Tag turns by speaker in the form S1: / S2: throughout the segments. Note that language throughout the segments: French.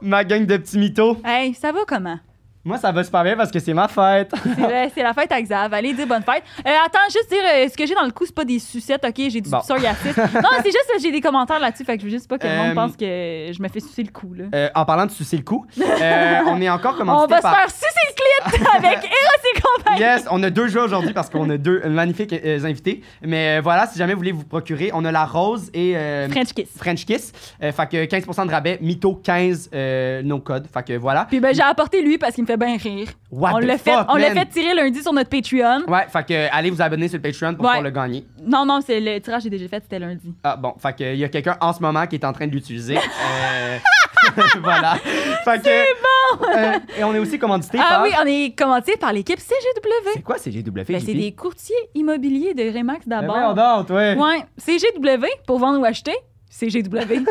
S1: ma gang de petits mythos.
S2: Hey, ça va comment?
S1: Moi, ça va super bien parce que c'est ma fête.
S2: C'est vrai, c'est la fête à Xav. Allez, dire bonne fête. Euh, attends, juste dire, euh, ce que j'ai dans le cou, c'est pas des sucettes, OK? J'ai du
S1: Bon.
S2: psoriasis. Non, c'est juste que j'ai des commentaires là-dessus, fait que je veux juste pas que le monde
S1: Euh,
S2: pense que je me fais sucer le cou, là.
S1: Euh, en parlant de sucer le cou, euh, on est encore
S2: On
S1: commandité
S2: va se
S1: par...
S2: faire sucer le clit avec Eros et compagnie.
S1: Yes, on a deux jeux aujourd'hui parce qu'on a deux magnifiques euh, invités. Mais euh, voilà, si jamais vous voulez vous procurer, on a la rose et euh,
S2: French kiss.
S1: French Kiss. Euh, fait que 15% de rabais, mytho 15, euh, no code. Fait que voilà.
S2: Puis ben, j'ai apporté lui parce qu'il me fait bien rire.
S1: What
S2: on
S1: the
S2: l'a
S1: fuck,
S2: fait, on l'a
S1: man?
S2: fait tirer lundi sur notre Patreon.
S1: Ouais, fait que euh, allez vous abonner sur le Patreon pour
S2: Ouais.
S1: pouvoir le gagner.
S2: Non, non, c'est le tirage que j'ai déjà fait, c'était lundi.
S1: Ah bon, fait que il y a quelqu'un en ce moment qui est en train de l'utiliser. Euh, voilà. Fait que euh, et on est aussi commandité
S2: Ah
S1: par
S2: oui, on est commenté par l'équipe CGW.
S1: C'est Ben quoi ces GW
S2: Ben, c'est des courtiers immobiliers de Remax d'abord.
S1: on ouais.
S2: Ouais, CGW pour vendre ou acheter. CGW.
S1: Fait que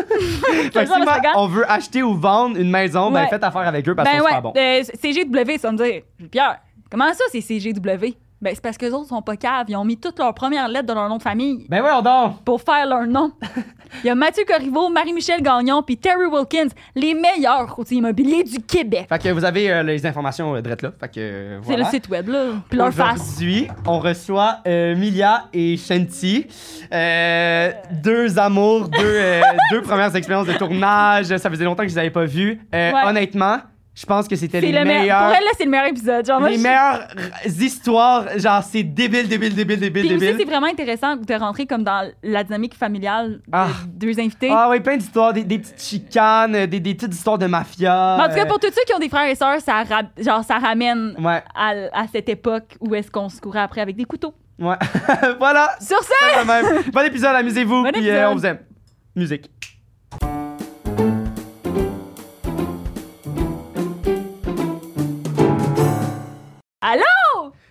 S1: si
S2: Comme ça,
S1: ma-
S2: regarde.
S1: on veut acheter ou vendre une maison, ben
S2: Ouais.
S1: faites affaire avec eux parce
S2: ben
S1: qu'on
S2: ouais,
S1: c'est bon.
S2: euh, CGW, ça me dire, Pierre, comment ça c'est CGW? Ben c'est parce que les autres sont pas caves, ils ont mis toutes leurs premières lettres de leur nom de famille
S1: Ben ouais, on dort.
S2: pour faire leur nom. Il y a Mathieu Corriveau, Marie-Michel Gagnon puis Terry Wilkins, les meilleurs courtiers immobiliers du Québec.
S1: Fait que vous avez euh, les informations euh, drettes là. Fait que euh,
S2: C'est
S1: voilà.
S2: le site web là, puis leur face.
S1: Aujourd'hui, on reçoit euh, Milia et Shanti. Euh, deux amours, deux, euh, deux premières expériences de tournage. Ça faisait longtemps que je les avais pas vues. Euh,
S2: Ouais.
S1: Honnêtement, je pense que c'était
S2: C'est
S1: les
S2: le meilleur.
S1: meilleurs.
S2: Pour elle là, c'est le meilleur épisode. Genre, moi,
S1: les
S2: je-
S1: meilleures histoires, genre c'est débile, débile, débile, débile,
S2: Puis aussi, c'est
S1: débile.
S2: vraiment intéressant de rentrer comme dans la dynamique familiale de
S1: Ah.
S2: deux invités.
S1: Ah oui, plein d'histoires, des, des petites chicanes, euh, des, des petites histoires de mafia.
S2: Mais en tout cas,
S1: euh,
S2: pour tous ceux qui ont des frères et sœurs, ça, ra- genre, ça ramène
S1: Ouais,
S2: à, à cette époque où est-ce qu'on se courait après avec des couteaux.
S1: ouais. voilà,
S2: Sur ce,
S1: c'est même. Bon épisode, amusez-vous.
S2: Bon
S1: puis euh,
S2: épisode.
S1: on vous aime. Musique.
S2: allô?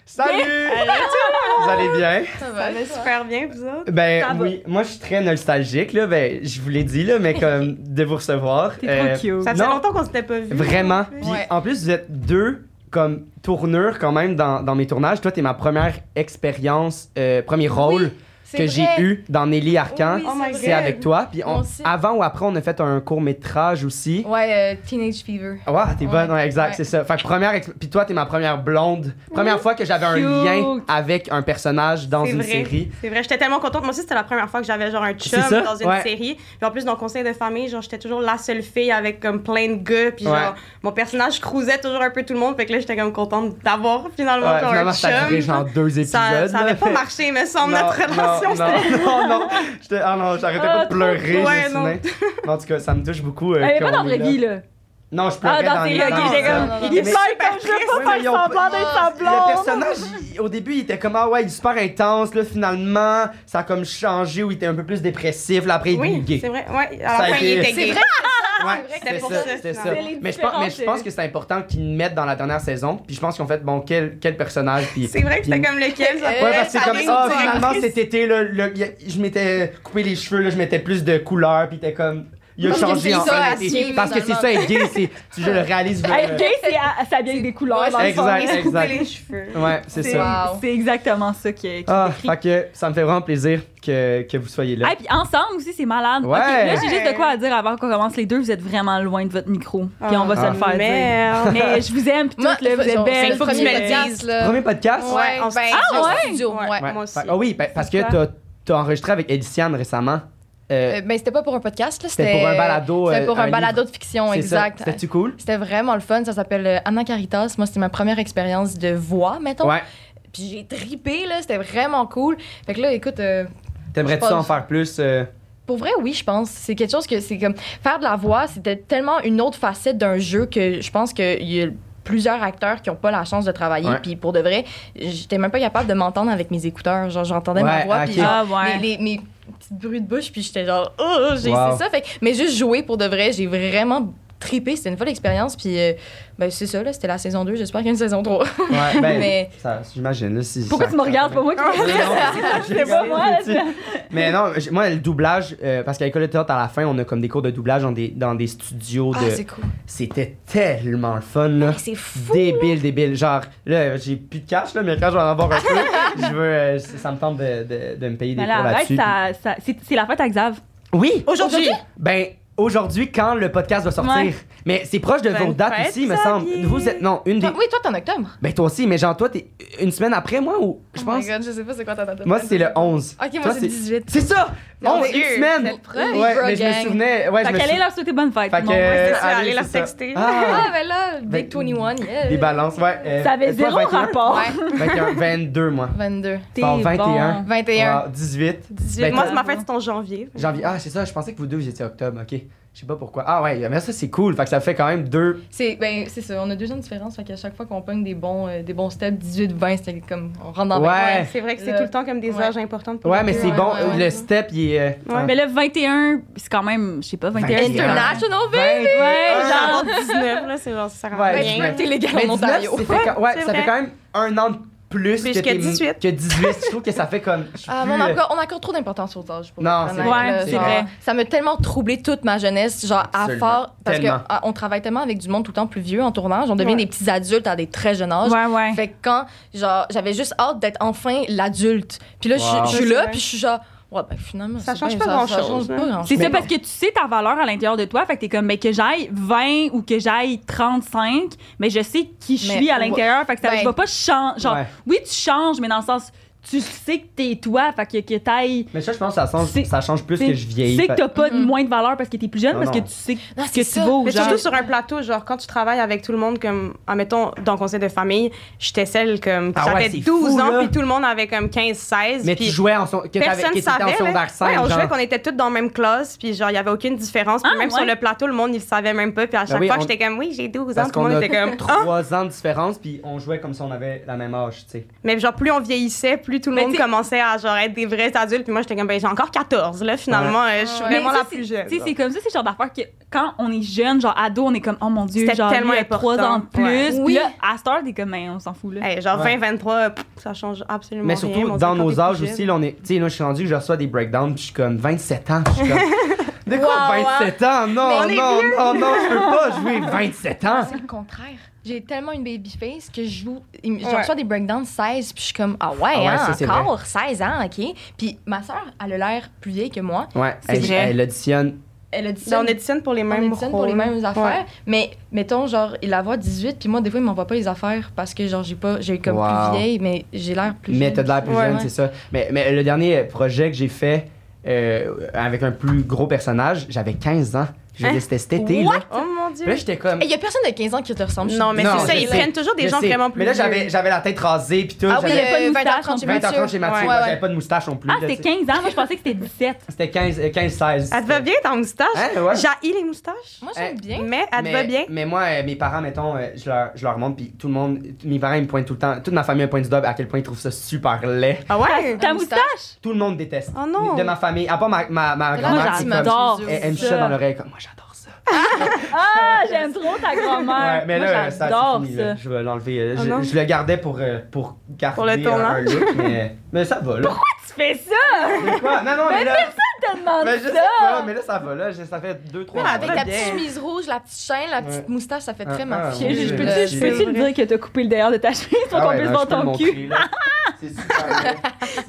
S1: Salut! vous allez bien?
S3: Ça va, super bien, vous autres.
S2: Ça
S1: Ben
S2: va.
S1: oui, moi je suis très nostalgique là, ben je vous l'ai dit là, mais comme de vous recevoir.
S2: T'es
S1: Euh,
S2: trop cute.
S3: Ça faisait
S1: Non.
S3: longtemps qu'on s'était pas vus.
S1: Vraiment. Puis
S3: Ouais.
S1: en plus vous êtes deux comme tourneurs quand même dans, dans mes tournages. Toi t'es ma première expérience, euh, premier rôle que j'ai eu dans Nelly Arcan.
S4: Oui,
S3: Oh
S4: c'est
S3: my
S1: C'est
S3: God.
S4: vrai.
S1: avec toi. Puis on-
S4: Moi aussi.
S1: avant ou après on a fait un court métrage aussi.
S4: Ouais, euh, Teenage Fever.
S1: Ah, wow, t'es
S4: Ouais.
S1: bonne, ouais, exact,
S4: Ouais.
S1: c'est ça. Fait que première, ex- puis toi, t'es ma première blonde. Première fois que j'avais un
S2: Cute.
S1: lien avec un personnage dans
S3: C'est
S1: une
S3: vrai.
S1: série.
S3: C'est vrai, j'étais tellement contente. Moi aussi, c'était la première fois que j'avais genre un chum
S1: C'est ça,
S3: dans une
S1: ouais.
S3: série. Puis en plus, dans le conseil de famille, genre, j'étais toujours la seule fille avec comme plein de gars. Puis
S1: Ouais.
S3: genre, mon personnage cruisait toujours un peu tout le monde. Fait que là, j'étais comme contente d'avoir finalement
S1: Ouais,
S3: genre
S1: finalement,
S3: un
S1: ça a duré
S3: chum.
S1: genre deux épisodes.
S3: Ça, ça avait
S1: là.
S3: pas marché, mais semble, notre relation.
S1: Non,
S3: c'était-
S1: non, non, non. J'étais- ah non, j'arrêtais
S2: Ah,
S1: pas de pleurer,
S3: ouais,
S1: je me souvenais. Mais En tout cas, ça me touche beaucoup. euh,
S2: Elle est pas
S1: qu'on
S2: dans la
S1: est
S2: vraie
S1: là.
S2: vie, là.
S1: Non, je pleurais
S2: Ah, dans
S1: les
S2: tes
S4: ok,
S1: dans
S2: j'ai
S4: non,
S1: ça.
S2: comme.
S4: non,
S2: Il est
S1: Mais-
S2: super comme je
S3: triste.
S2: veux
S1: Oui,
S2: pas
S1: mais ils ont
S2: faire semblant
S1: pas-
S2: d'être sa
S1: Le
S2: blonde.
S1: personnage, il- au début, il était comme, ah ouais, il est super intense, là, finalement, ça a comme changé, où il était un peu plus dépressif, là, après, il est
S3: Oui,
S1: gay.
S3: c'est vrai. Ouais,
S1: Ça
S3: à
S1: a
S3: la fin, il
S1: été-
S3: était
S1: C'est
S3: gay.
S4: vrai.
S1: Ouais,
S4: C'est
S1: c'était
S3: pour
S1: ça,
S3: ça,
S1: c'était ça.
S3: finalement.
S2: C'est les
S1: Mais je, pense, mais je
S2: différences,
S1: pense que c'est important qu'ils le mettent dans la dernière saison. Puis je pense qu'ils ont fait, bon, quel, quel personnage. Puis,
S3: C'est vrai que
S1: puis-
S3: c'était comme lequel. ça
S4: Ouais,
S1: Ouais,
S3: pourrait
S1: parce que c'est
S3: être
S1: comme
S3: sa
S1: ça.
S3: ligne
S1: finalement,
S3: directrice.
S1: cet été, là, le- y a- je m'étais coupé les cheveux, là, je mettais plus de couleurs. Puis t'es comme. Il a
S4: Parce que
S1: changé
S4: c'est
S1: en
S4: ça,
S1: un
S4: à
S1: été.
S4: suivre,
S1: Parce que c'est ça, être gay. c'est- Tu, je le réalise. je le-
S2: Hey, Gay, c'est à- ça vient avec des couleurs. dans le fond.
S1: euh, Exact,
S3: Il se coupait
S1: exact.
S3: les cheveux.
S1: Ouais, c'est
S2: C'est-
S1: ça.
S4: Wow.
S2: C'est exactement ça qui est.
S1: Ah, fait que ça me fait vraiment plaisir que, que vous soyez là.
S2: Hey, puis ensemble aussi, c'est malade.
S1: Ouais.
S2: Ok, là, j'ai juste de
S3: Ouais.
S2: quoi à dire avant qu'on commence les deux. Vous êtes vraiment loin de votre micro. Puis on va se
S1: Ah.
S2: le faire dire.
S3: Merde.
S2: Mais je vous aime, puis tout,
S4: Moi,
S2: là, vous êtes belle.
S4: Il faut que tu me
S2: puis, euh,
S4: le dises, là.
S1: Premier podcast?
S4: Ouais,
S3: Ouais,
S4: en
S3: en
S4: ben,
S2: Ah,
S4: en
S2: ouais?
S4: studio, ouais.
S3: Ouais. moi aussi.
S1: Fait- Ah oui, ben, parce que
S2: C'est
S1: t'as t'as enregistré avec Ediciane récemment. Euh,
S4: Euh, ben, c'était pas pour un podcast, là.
S1: C'était pour un balado.
S4: C'était
S1: euh,
S4: pour un,
S1: livre.
S4: balado de fiction,
S1: C'est ça.
S4: exact.
S1: C'était-tu cool?
S4: C'était vraiment le fun. Ça s'appelle euh, Anna Caritas. Moi, c'était ma première expérience de voix, mettons.
S1: Ouais.
S4: Puis j'ai tripé, là. C'était vraiment cool. Fait que là, écoute, euh,
S1: T'aimerais-tu
S4: Je
S1: ça en
S4: pense-
S1: faire plus? euh,
S4: Pour vrai, oui, je pense. C'est quelque chose que c'est comme faire de la voix, c'était tellement une autre facette d'un jeu que je pense qu'il y a plusieurs acteurs qui n'ont pas la chance de travailler.
S1: Ouais.
S4: Puis pour de vrai, j'étais même pas capable de m'entendre avec mes écouteurs. Genre, j'entendais
S1: Ouais,
S4: ma voix,
S1: ok.
S4: puis genre,
S2: Ah, ouais.
S4: les- les- mes petits bruits de bouche, puis j'étais genre, oh, j'ai
S1: Wow.
S4: c'est ça. Fait, que- mais juste jouer pour de vrai, j'ai vraiment tripé. C'était une folle expérience. Puis euh, ben, c'est ça, là, c'était la saison 2. J'espère qu'il y a une saison 3.
S1: Ouais, ben,
S4: Mais-
S1: ça, j'imagine. là, si-
S2: Pourquoi
S1: ça-
S2: tu me
S1: ça-
S2: regardes? C'est pas moi qui me regarde. C'est pas moi, là, c'est-
S1: Mais non, j- moi, le doublage, euh, parce qu'à l'école de théâtre, à la fin, on a comme des cours de doublage dans des, dans des studios.
S4: Ah,
S1: de...
S4: c'est cool.
S1: C'était tellement le fun, là.
S4: C'est fou.
S1: Débile, débile. Genre, là, j'ai plus de cash, là, mais quand je vais en avoir un peu, je veux, euh, c- ça me tente de, de, de me payer des
S2: Mais
S1: cours
S2: là, arrête,
S1: là-dessus.
S2: ça- ça- c'est c'est la fête à Xav.
S1: Oui!
S3: Aujourd'hui,
S1: Ben, aujourd'hui quand le podcast va sortir.
S2: Ouais.
S1: Mais c'est proche de
S3: Bonne
S1: votre date
S3: fête,
S1: aussi, me semble.
S3: Xavier.
S1: Vous êtes. Non, une des.
S4: Toi- Ah, oui, toi, t'es en octobre.
S1: Ben toi aussi, mais genre toi, t'es une semaine après moi ou. Je
S4: Oh
S1: pense.
S4: my god, je sais pas c'est quoi ta date.
S1: Moi, c'est le 11.
S4: Ok,
S1: Toi,
S4: moi, c'est le 18.
S1: C'est ça!
S4: Mon
S1: 11, une
S4: Dieu,
S1: semaine!
S4: c'est le premier
S1: Ouais,
S4: bro
S1: mais je me
S4: gang.
S1: souvenais. Ouais, je
S2: fait
S1: me
S2: qu'elle est
S1: sou-
S2: leur souhaiter bonne fête.
S1: Fait
S2: tout
S1: que,
S2: le monde.
S3: c'est ça,
S1: allez,
S3: allez leur
S1: c'est ça.
S3: texter.
S1: Ah,
S4: Ah, ben là, Big
S1: Ben-
S4: 21, yeah.
S1: des Ah! balances, ouais. euh,
S2: Ça
S1: toi,
S2: avait zéro
S1: 21,
S2: rapport.
S4: Ouais,
S1: 21, 22, moi.
S4: 22.
S2: T'es
S1: Bon, 21.
S4: 21.
S1: Ah, 18.
S4: 18.
S1: Ben,
S3: Moi,
S1: t'as-
S3: c'est ma fête, c'est en janvier.
S1: Janvier. Ah, c'est ça, je pensais que vous deux, vous étiez octobre, ok. Je sais pas pourquoi. Ah ouais, mais ça, c'est cool. Fait que ça fait quand même deux.
S4: C'est ben c'est ça, on a deux ans de différence, fait qu'à chaque fois qu'on pogne des bons euh, des bons steps 18 20, c'était comme on rentre dans
S1: Ouais.
S3: Ouais, c'est vrai que c'est
S4: Le-
S3: tout le temps comme des
S4: Ouais.
S3: âges importants pour
S1: Ouais,
S3: nous
S1: mais
S3: deux.
S1: c'est
S4: Ouais,
S1: bon.
S4: ouais, ouais.
S1: Le step, il est. euh,
S3: Ouais.
S2: Mais le 21, c'est quand même, je sais pas, 21.
S1: 21.
S2: c'est quand même-
S4: International baby.
S2: Ouais,
S1: Ah.
S2: genre.
S3: Genre 19, là, c'est genre, ça sert à
S1: Ben, Ouais,
S4: Ben, tu peux
S1: ouais.
S3: rien.
S4: être illégal
S1: Mais
S4: en
S1: 19,
S4: Ontario.
S1: c'est fait quand- ouais,
S3: C'est
S1: ça fait
S3: vrai.
S1: quand même un an de plus
S3: Plus
S1: que,
S3: que
S1: t'es-
S3: 18.
S1: Que 18, je trouve que ça fait comme. je suis
S4: Ah,
S1: plus,
S4: mais on,
S1: euh,
S4: a encore, on a encore trop d'importance aux âges. pour
S1: Non,
S4: être
S1: c'est
S4: honnête,
S2: vrai,
S4: là,
S2: c'est
S4: genre,
S2: vrai.
S4: Ça m'a tellement troublé toute ma jeunesse, genre à
S1: Absolument.
S4: fort, parce
S1: Tellement.
S4: que ah, on travaille tellement avec du monde tout le temps plus vieux en tournage, on devient
S3: Ouais.
S4: des petits adultes à des très jeunes âges.
S2: Ouais, ouais.
S4: Fait que quand, genre, j'avais juste hâte d'être enfin l'adulte. Puis là, je-
S1: Wow.
S4: je
S3: Ça,
S4: suis
S3: c'est
S4: là,
S3: vrai.
S4: puis je suis genre, ouais, ben finalement,
S3: Ça
S4: c'est
S3: change
S4: bien,
S3: pas
S4: Ça
S3: grand-chose,
S4: change pas
S3: hein.
S4: grand-chose.
S2: C'est ça,
S4: Mais
S2: parce que tu sais ta valeur à l'intérieur de toi. Fait que t'es comme, mais que j'aille 20 ou que j'aille 35, mais je sais qui je
S4: Mais
S2: suis à
S4: ouais.
S2: l'intérieur. Fait que ça
S4: Ben,
S2: je vais pas changer. Genre,
S1: ouais.
S2: oui, tu changes, mais dans le sens, tu sais que t'es toi. Fait que, que t'ailles.
S1: Mais ça, je pense que ça change,
S2: C'est-
S1: ça change plus
S2: c'est-
S1: que je vieillis.
S2: Tu sais que
S1: Fait-
S2: t'as pas de
S4: Mhm.
S2: moins de valeur parce que t'es plus jeune,
S1: Non,
S2: parce
S1: non.
S2: que tu sais
S4: Non,
S2: que
S4: c'est
S2: tu
S4: ça.
S2: vaux.
S3: Mais
S2: genre.
S3: surtout sur un plateau, genre quand tu travailles avec tout le monde, comme, admettons, dans le conseil de famille, j'étais celle comme, qui
S1: Ah ouais,
S3: j'avais
S1: c'est
S3: 12
S1: fou,
S3: ans,
S1: là.
S3: puis tout le monde avait comme 15, 16.
S1: Mais
S3: puis
S1: tu jouais en son... que t'avais-
S3: personne
S1: que
S3: ne
S1: t'étais en
S3: savait. là.
S1: secondaire 5,
S3: Ouais, on
S1: genre.
S3: jouait qu'on était toutes dans la même classe, puis genre, il n'y avait aucune différence. Puis
S2: Ah,
S3: même
S2: ouais.
S3: sur le plateau, le monde, il le savait même pas. Puis à chaque
S1: Ben oui,
S3: fois,
S1: on-
S3: j'étais comme, oui, j'ai 12 ans,
S1: Parce
S3: tout le
S1: qu'on
S3: monde
S1: a
S3: était comme, ah!
S1: 3 ans de différence, puis on jouait comme si on avait la même âge, tu sais.
S3: Mais genre, plus on vieillissait, plus tout le
S2: Mais
S3: monde
S2: t'sais-
S3: commençait à genre être des vrais adultes. Puis moi, j'étais comme, ben, j'ai encore 14, là, finalement, euh, je
S4: Ah
S3: suis
S4: ouais.
S3: vraiment
S2: Mais
S3: la
S2: ça,
S3: plus
S2: c'est-
S3: jeune.
S2: Tu sais, c'est comme ça, c'est le genre d'affaire que quand on est jeune, genre ado, on est comme, oh mon Dieu,
S3: C'était
S2: genre,
S3: tellement
S2: lui, il a trois
S3: important.
S2: ans de plus.
S3: Ouais.
S2: Puis
S4: Oui.
S2: là, à cette heure, t'es comme, mais on s'en fout, là.
S3: Hey, genre,
S1: Ouais.
S3: 20, 23, pff, ça change absolument
S1: Mais
S3: rien,
S1: surtout,
S3: mon Dieu,
S1: dans
S3: quand
S1: nos
S3: t'es
S1: âges
S3: plus jeune.
S1: aussi, là, on est... tu sais, là, je suis rendu que je reçois des breakdowns, puis je suis comme 27 ans. Je suis comme. De quoi
S4: Wow,
S1: 27 ans? Non,
S4: on est
S1: non, non, non, je peux pas jouer 27 ans.
S4: C'est le contraire. J'ai tellement une baby face que je joue. Je
S3: Ouais.
S4: reçois des breakdowns 16, puis je suis comme, ah ouais,
S1: ouais,
S4: hein,
S1: ça, c'est
S4: encore 16 ans, OK. Puis ma soeur, elle a l'air plus vieille que moi.
S1: Ouais,
S4: C'est
S1: elle,
S4: vrai.
S1: elle auditionne.
S4: Elle a dit
S3: Là, Ben, on éditionne pour les
S4: on
S3: mêmes
S4: éditionne pour les
S3: rôles.
S4: mêmes affaires.
S3: hein. Ouais.
S4: Mais mettons, genre, il la voit 18, puis moi, des fois, il m'envoie pas les affaires parce que, genre, j'ai pas, j'ai comme
S1: Wow.
S4: plus vieille, mais j'ai l'air plus
S1: Mais
S4: vieille.
S1: t'as de l'air plus
S4: Ouais,
S1: jeune,
S4: ouais.
S1: c'est ça. Mais, mais le dernier projet que j'ai fait euh, avec un plus gros personnage, j'avais 15 ans. Je
S3: Hein?
S1: l'ai- C'était cet été, là.
S3: Oh mon Dieu.
S1: Puis Là, j'étais comme.
S4: Il Eh, y a personne de 15 ans qui te ressemble. je suis
S3: Non, mais
S1: Non,
S3: c'est ça,
S1: je
S3: ils
S1: sais.
S3: prennent toujours des
S1: Je
S3: gens
S1: sais.
S3: vraiment plus
S1: Mais là,
S3: vieux.
S1: j'avais, j'avais la tête rasée, puis tout.
S4: Ah oui,
S1: j'avais
S2: pas de
S4: euh, 20 ans
S2: moustache,
S4: quand j'ai
S1: 20 ans
S4: Mathieu.
S1: quand j'ai Mathieu,
S3: Ouais,
S1: moi,
S4: ouais.
S1: j'avais pas de moustache non plus.
S2: Ah,
S1: là,
S2: c'était
S1: tu sais.
S2: 15 ans. Moi, je pensais que c'était 17.
S1: C'était 15, euh, 15 16.
S3: Elle te va bien, ta moustache?
S1: Hein, ouais.
S3: J'ai les moustaches.
S4: Moi, j'aime
S1: Eh,
S4: bien.
S3: Mais elle te
S1: mais,
S3: va bien.
S1: Mais moi, euh, mes parents, mettons, euh, je, leur, je leur montre, puis tout le monde, t- mes parents, ils me pointent tout le temps, toute ma famille me pointe du doigt à quel point ils trouvent ça super laid.
S3: Ah ouais?
S2: Ta
S4: Un moustache.
S2: moustache?
S1: Tout le monde déteste.
S3: Oh non.
S1: De ma famille, à part ma, ma, ma
S4: T'as
S1: grand-mère,
S4: l'air
S1: qui
S4: gentil,
S1: est comme-
S2: j'adore.
S1: elle, elle me
S2: Ça.
S1: chute dans l'oreille, comme, moi, j'adore ça.
S2: Ah, j'aime trop ta grand-mère.
S1: Ouais, mais
S2: Moi,
S1: là, euh, ça,
S2: j'adore
S1: c'est fini,
S2: ça.
S1: là. Je vais l'enlever. euh,
S3: Oh
S1: je,
S3: non.
S1: je le gardais pour, euh, pour garder
S3: Pour le
S1: un-
S3: tournant.
S1: un look, mais, mais ça va, là.
S2: Tu fais ça?
S1: De quoi? Non, non, mais là,
S2: Je te demande
S1: mais je sais
S2: ça.
S1: pas, mais là, ça va, là, je- ça fait deux, trois
S3: Ouais,
S1: mois.
S4: Avec
S3: Ouais.
S4: la
S3: Bien.
S4: petite chemise rouge, la petite chaîne, la petite
S1: Ouais.
S4: moustache, ça fait
S1: Ah,
S4: très
S1: ah,
S4: mafieux.
S1: oui,
S2: Je- je
S1: oui,
S2: peux-tu
S1: oui.
S2: je peux-tu te dire que t'as coupé le derrière de ta chemise pour
S1: Ah
S2: qu'on
S1: ouais,
S2: puisse
S1: non,
S2: voir
S1: je peux le
S2: ton
S1: montrer,
S2: cul?
S1: là. C'est super. laid.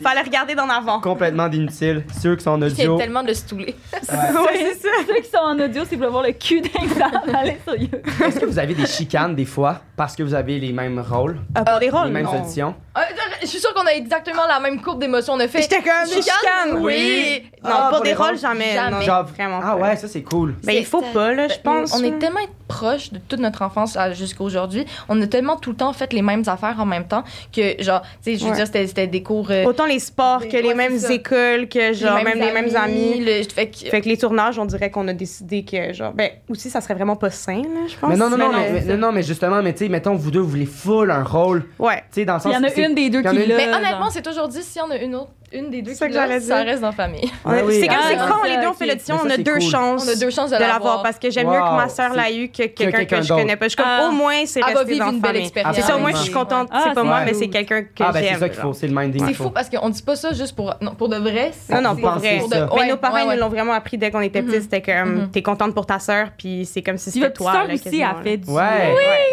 S3: Fallait regarder d'en avant.
S1: complètement d'inutile. Ceux qui sont en
S4: C'est
S1: audio.
S4: tellement de stoulé.
S3: Ouais, c'est ça.
S2: Ceux qui sont en audio, si vous voulez voir le cul d'Alexandre, allez sur YouTube.
S1: Est-ce que vous avez des chicanes des fois parce que vous avez les mêmes rôles,
S3: Ah, pour des
S2: Oh
S1: les
S3: rôles,
S1: mêmes
S3: non.
S1: auditions?
S4: Ah, Je suis sûre qu'on a exactement la même courbe d'émotions. On a fait.
S3: J'étais comme
S4: Chicane,
S3: chicane.
S4: oui.
S3: Non,
S1: Ah,
S3: pour des rôles, jamais.
S4: jamais.
S3: Non,
S1: Genre-
S3: vraiment.
S1: Ah
S3: pas.
S1: ouais, ça c'est cool.
S3: Ben, il faut
S4: C'est-
S3: pas, là, je pense. hein.
S4: On
S3: là.
S4: est tellement proche de toute notre enfance à- jusqu'à aujourd'hui. On a tellement tout le temps fait les mêmes affaires en même temps que, genre, tu sais, je veux
S3: Ouais.
S4: dire, c'était- c'était des cours. euh,
S3: Autant les sports que
S4: Ouais,
S3: les
S4: c'est
S3: mêmes
S4: ça.
S3: écoles, que genre même les mêmes amis.
S4: le- fait que-
S3: Fait que les tournages, on dirait qu'on a décidé que genre. Ben, aussi, ça serait vraiment pas sain, là, je pense.
S1: Mais non, non, non,
S3: Mais
S1: mais, mais- non, non, mais justement, mais tu sais, mettons, vous deux, vous voulez full un rôle.
S3: Ouais.
S1: Tu sais, dans le
S2: Il
S1: sens.
S2: y en a
S1: Ah, c'est-
S2: une des deux
S1: il y en a
S2: qui
S1: une-
S2: l'a.
S4: mais honnêtement,
S2: genre.
S4: c'est toujours dit, s'il y en a une autre, une des deux
S3: C'est ça
S4: qui
S3: que
S4: l'a,
S3: j'allais
S4: ça
S3: dire.
S4: reste en famille.
S3: On a-
S1: Ah oui.
S3: C'est comme
S2: Ah,
S3: c'est
S2: ah,
S3: quand les deux on
S2: ok.
S3: fait l'audition,
S1: Mais
S3: on
S1: ça,
S3: a
S1: c'est
S3: deux
S1: cool.
S3: chances.
S4: On a deux chances de,
S3: de l'avoir
S4: l'avoir.
S3: parce que j'aime mieux que
S1: Wow,
S3: ma sœur
S1: c'est-
S3: l'a eu que quelqu'un que,
S1: quelqu'un
S3: je
S1: d'autre.
S3: connais pas. Je suis comme
S2: Ah.
S3: au moins c'est
S4: Elle va
S3: resté
S4: vivre
S3: dans la
S4: une belle
S3: famille.
S4: expérience.
S3: C'est ça, au moins
S1: Ah,
S3: je suis
S1: oui.
S3: contente.
S2: Ah,
S3: c'est pas
S2: c'est
S3: moi,
S1: cool.
S3: mais c'est quelqu'un que
S1: Ah,
S3: j'aime.
S1: ben c'est ça qu'il faut, c'est le minding.
S4: C'est
S1: qu'il
S4: fou
S1: faut.
S4: parce qu'on dit pas ça juste pour. Non, pour de vrai. c'est-
S3: Non, non,
S1: Vous
S3: pour
S1: pensez
S3: vrai.
S1: ça.
S4: Pour de-
S3: Mais
S4: ouais,
S3: nos parents
S4: ouais,
S3: ils
S4: ouais.
S3: nous l'ont vraiment appris dès qu'on était petits.
S4: Mhm.
S3: C'était comme
S4: Mhm.
S3: t'es contente pour ta sœur, puis c'est comme si
S2: Puis votre
S3: c'était toi.
S2: sœur
S3: là,
S2: aussi
S3: quasiment,
S2: a
S3: là.
S2: fait du.
S1: Ouais.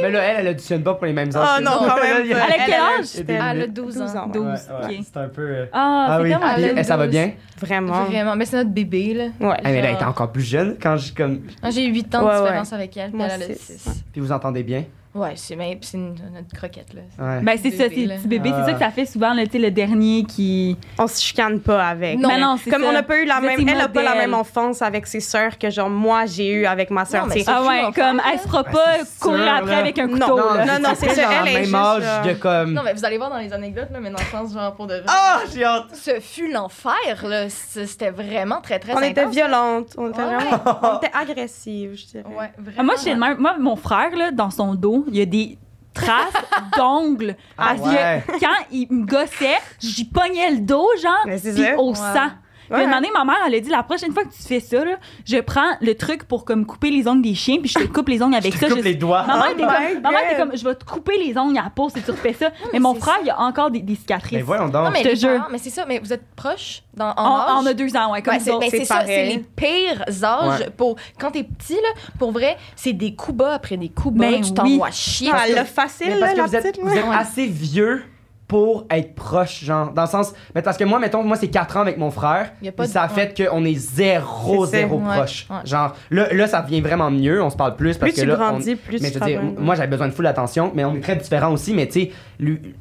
S1: Mais là, elle, elle auditionne pas pour les mêmes
S3: Oh
S1: que
S3: non,
S1: nous.
S3: quand même.
S1: Elle,
S3: pas.
S2: Elle a quel
S3: Elle a-
S2: âge?
S1: Elle a
S4: Elle a
S1: 12
S4: 12 ans.
S3: ans.
S2: 12,
S1: Ouais, ouais,
S2: ok.
S1: C'est un peu. euh,
S2: Ah,
S1: Ah oui,
S4: comme
S1: puis
S4: elle a
S1: elle, ça va
S4: 12.
S1: bien?
S3: Vraiment.
S4: Vraiment. Mais c'est notre bébé, là.
S3: Ouais.
S1: Ah, mais là, elle
S4: Genre-
S1: était encore plus jeune quand je comme.
S4: Moi, j'ai 8 ans de
S3: Ouais,
S4: différence avec elle, puis
S3: Moi,
S4: elle a le
S3: six.
S4: 6.
S1: Puis vous entendez bien?
S4: Ouais, c'est même, c'est une- notre croquette, là.
S1: Ouais.
S2: Ben, c'est ça, c'est
S4: Bébé,
S2: le
S4: là.
S2: petit bébé.
S1: Ah.
S2: C'est ça que ça fait souvent, le, tu sais, le dernier qui.
S3: On se chicane pas avec.
S4: Non.
S2: Mais non, c'est
S3: Comme
S2: ça.
S3: on n'a pas eu la
S2: Vous êtes
S3: même, elle n'a pas la
S2: modèles.
S3: même enfance avec ses sœurs que genre moi j'ai eu avec ma sœur.
S4: Non, mais
S3: tu sais.
S4: ça-
S2: Ah ouais,
S4: Surtout
S2: comme
S4: l'enfant,
S2: elle se fera
S1: là.
S2: pas
S1: Ben, c'est
S2: courir
S1: sûr,
S2: après
S1: là.
S2: avec un
S3: Non,
S2: couteau. là.
S3: non, non, c'est
S1: pile
S3: ça,
S1: dans
S3: elle
S1: le
S3: est
S1: même
S3: juste, euh,
S1: âge
S3: là.
S1: de comme.
S4: Non, mais vous allez voir dans les anecdotes, là, mais dans le sens, genre, pour de vrai.
S1: Mm. Ah, j'ai hâte!
S4: Ce fut l'enfer, là. C- C'était vraiment très, très
S3: on était
S4: intense.
S3: violente, on était
S4: Ouais.
S3: vraiment, on était agressive, je dirais.
S4: Ouais, vraiment.
S2: Ah, Moi, je suis de même. Moi, mon frère, là, dans son dos, il y a des traces d'ongles.
S1: Ah
S2: parce
S1: ouais.
S2: que quand il me gossait, j'y pognais le dos, genre,
S3: Mais c'est
S2: puis
S3: ça.
S2: au
S4: Ouais.
S2: sang. Puis une année, ma mère, elle a dit la prochaine fois que tu fais ça, là, je prends le truc pour comme couper les ongles des chiens, puis je te coupe les ongles avec
S1: Je
S2: ça.
S1: te coupe
S2: je-
S1: les doigts.
S2: Maman
S3: Oh
S2: était
S3: my
S2: comme, maman était
S3: God.
S2: comme, je vais te couper les ongles à la peau si tu refais ça. mais,
S4: mais
S2: mon
S4: c'est
S2: frère, il a encore des, des cicatrices.
S1: Mais Ben, voyons
S4: Non,
S1: donc.
S4: mais
S2: Je te
S4: les
S2: jure.
S4: parents- Mais c'est ça, mais vous êtes proches dans, en
S2: on, on
S4: âge.
S2: a deux ans, ouais, comme
S4: Ouais,
S2: nous
S4: c'est,
S2: autres.
S4: ben,
S3: c'est
S4: c'est ça, c'est
S3: pareil.
S4: les pires âges.
S1: Ouais.
S4: Pour, quand t'es petit, là, pour vrai, c'est des coups bas après des coups bas.
S2: Ben
S4: tu
S2: oui.
S4: t'envoies chier.
S3: Ah, elle l'a
S1: Mais
S3: facile,
S1: parce
S3: là,
S1: que
S3: la
S1: vous êtes,
S3: petite.
S1: vous
S3: là.
S1: êtes
S4: Ouais.
S1: assez vieux pour être proche, genre. Dans le sens. Mais parce que moi, mettons, moi, c'est 4 ans avec mon frère.
S4: Y a pas
S1: Puis
S4: de-
S1: ça a fait qu'on est zéro,
S3: C'est ça,
S1: zéro
S4: ouais,
S1: proche.
S4: ouais.
S1: Genre, là, là, ça devient vraiment mieux, on se parle plus. Parce que
S3: Plus tu
S1: là, on-
S3: grandis, plus
S1: mais
S3: tu
S1: je
S3: te
S1: veux dire,
S3: rappelles.
S1: moi, j'avais besoin de full attention, mais on est très différents aussi. Mais tu sais, lui-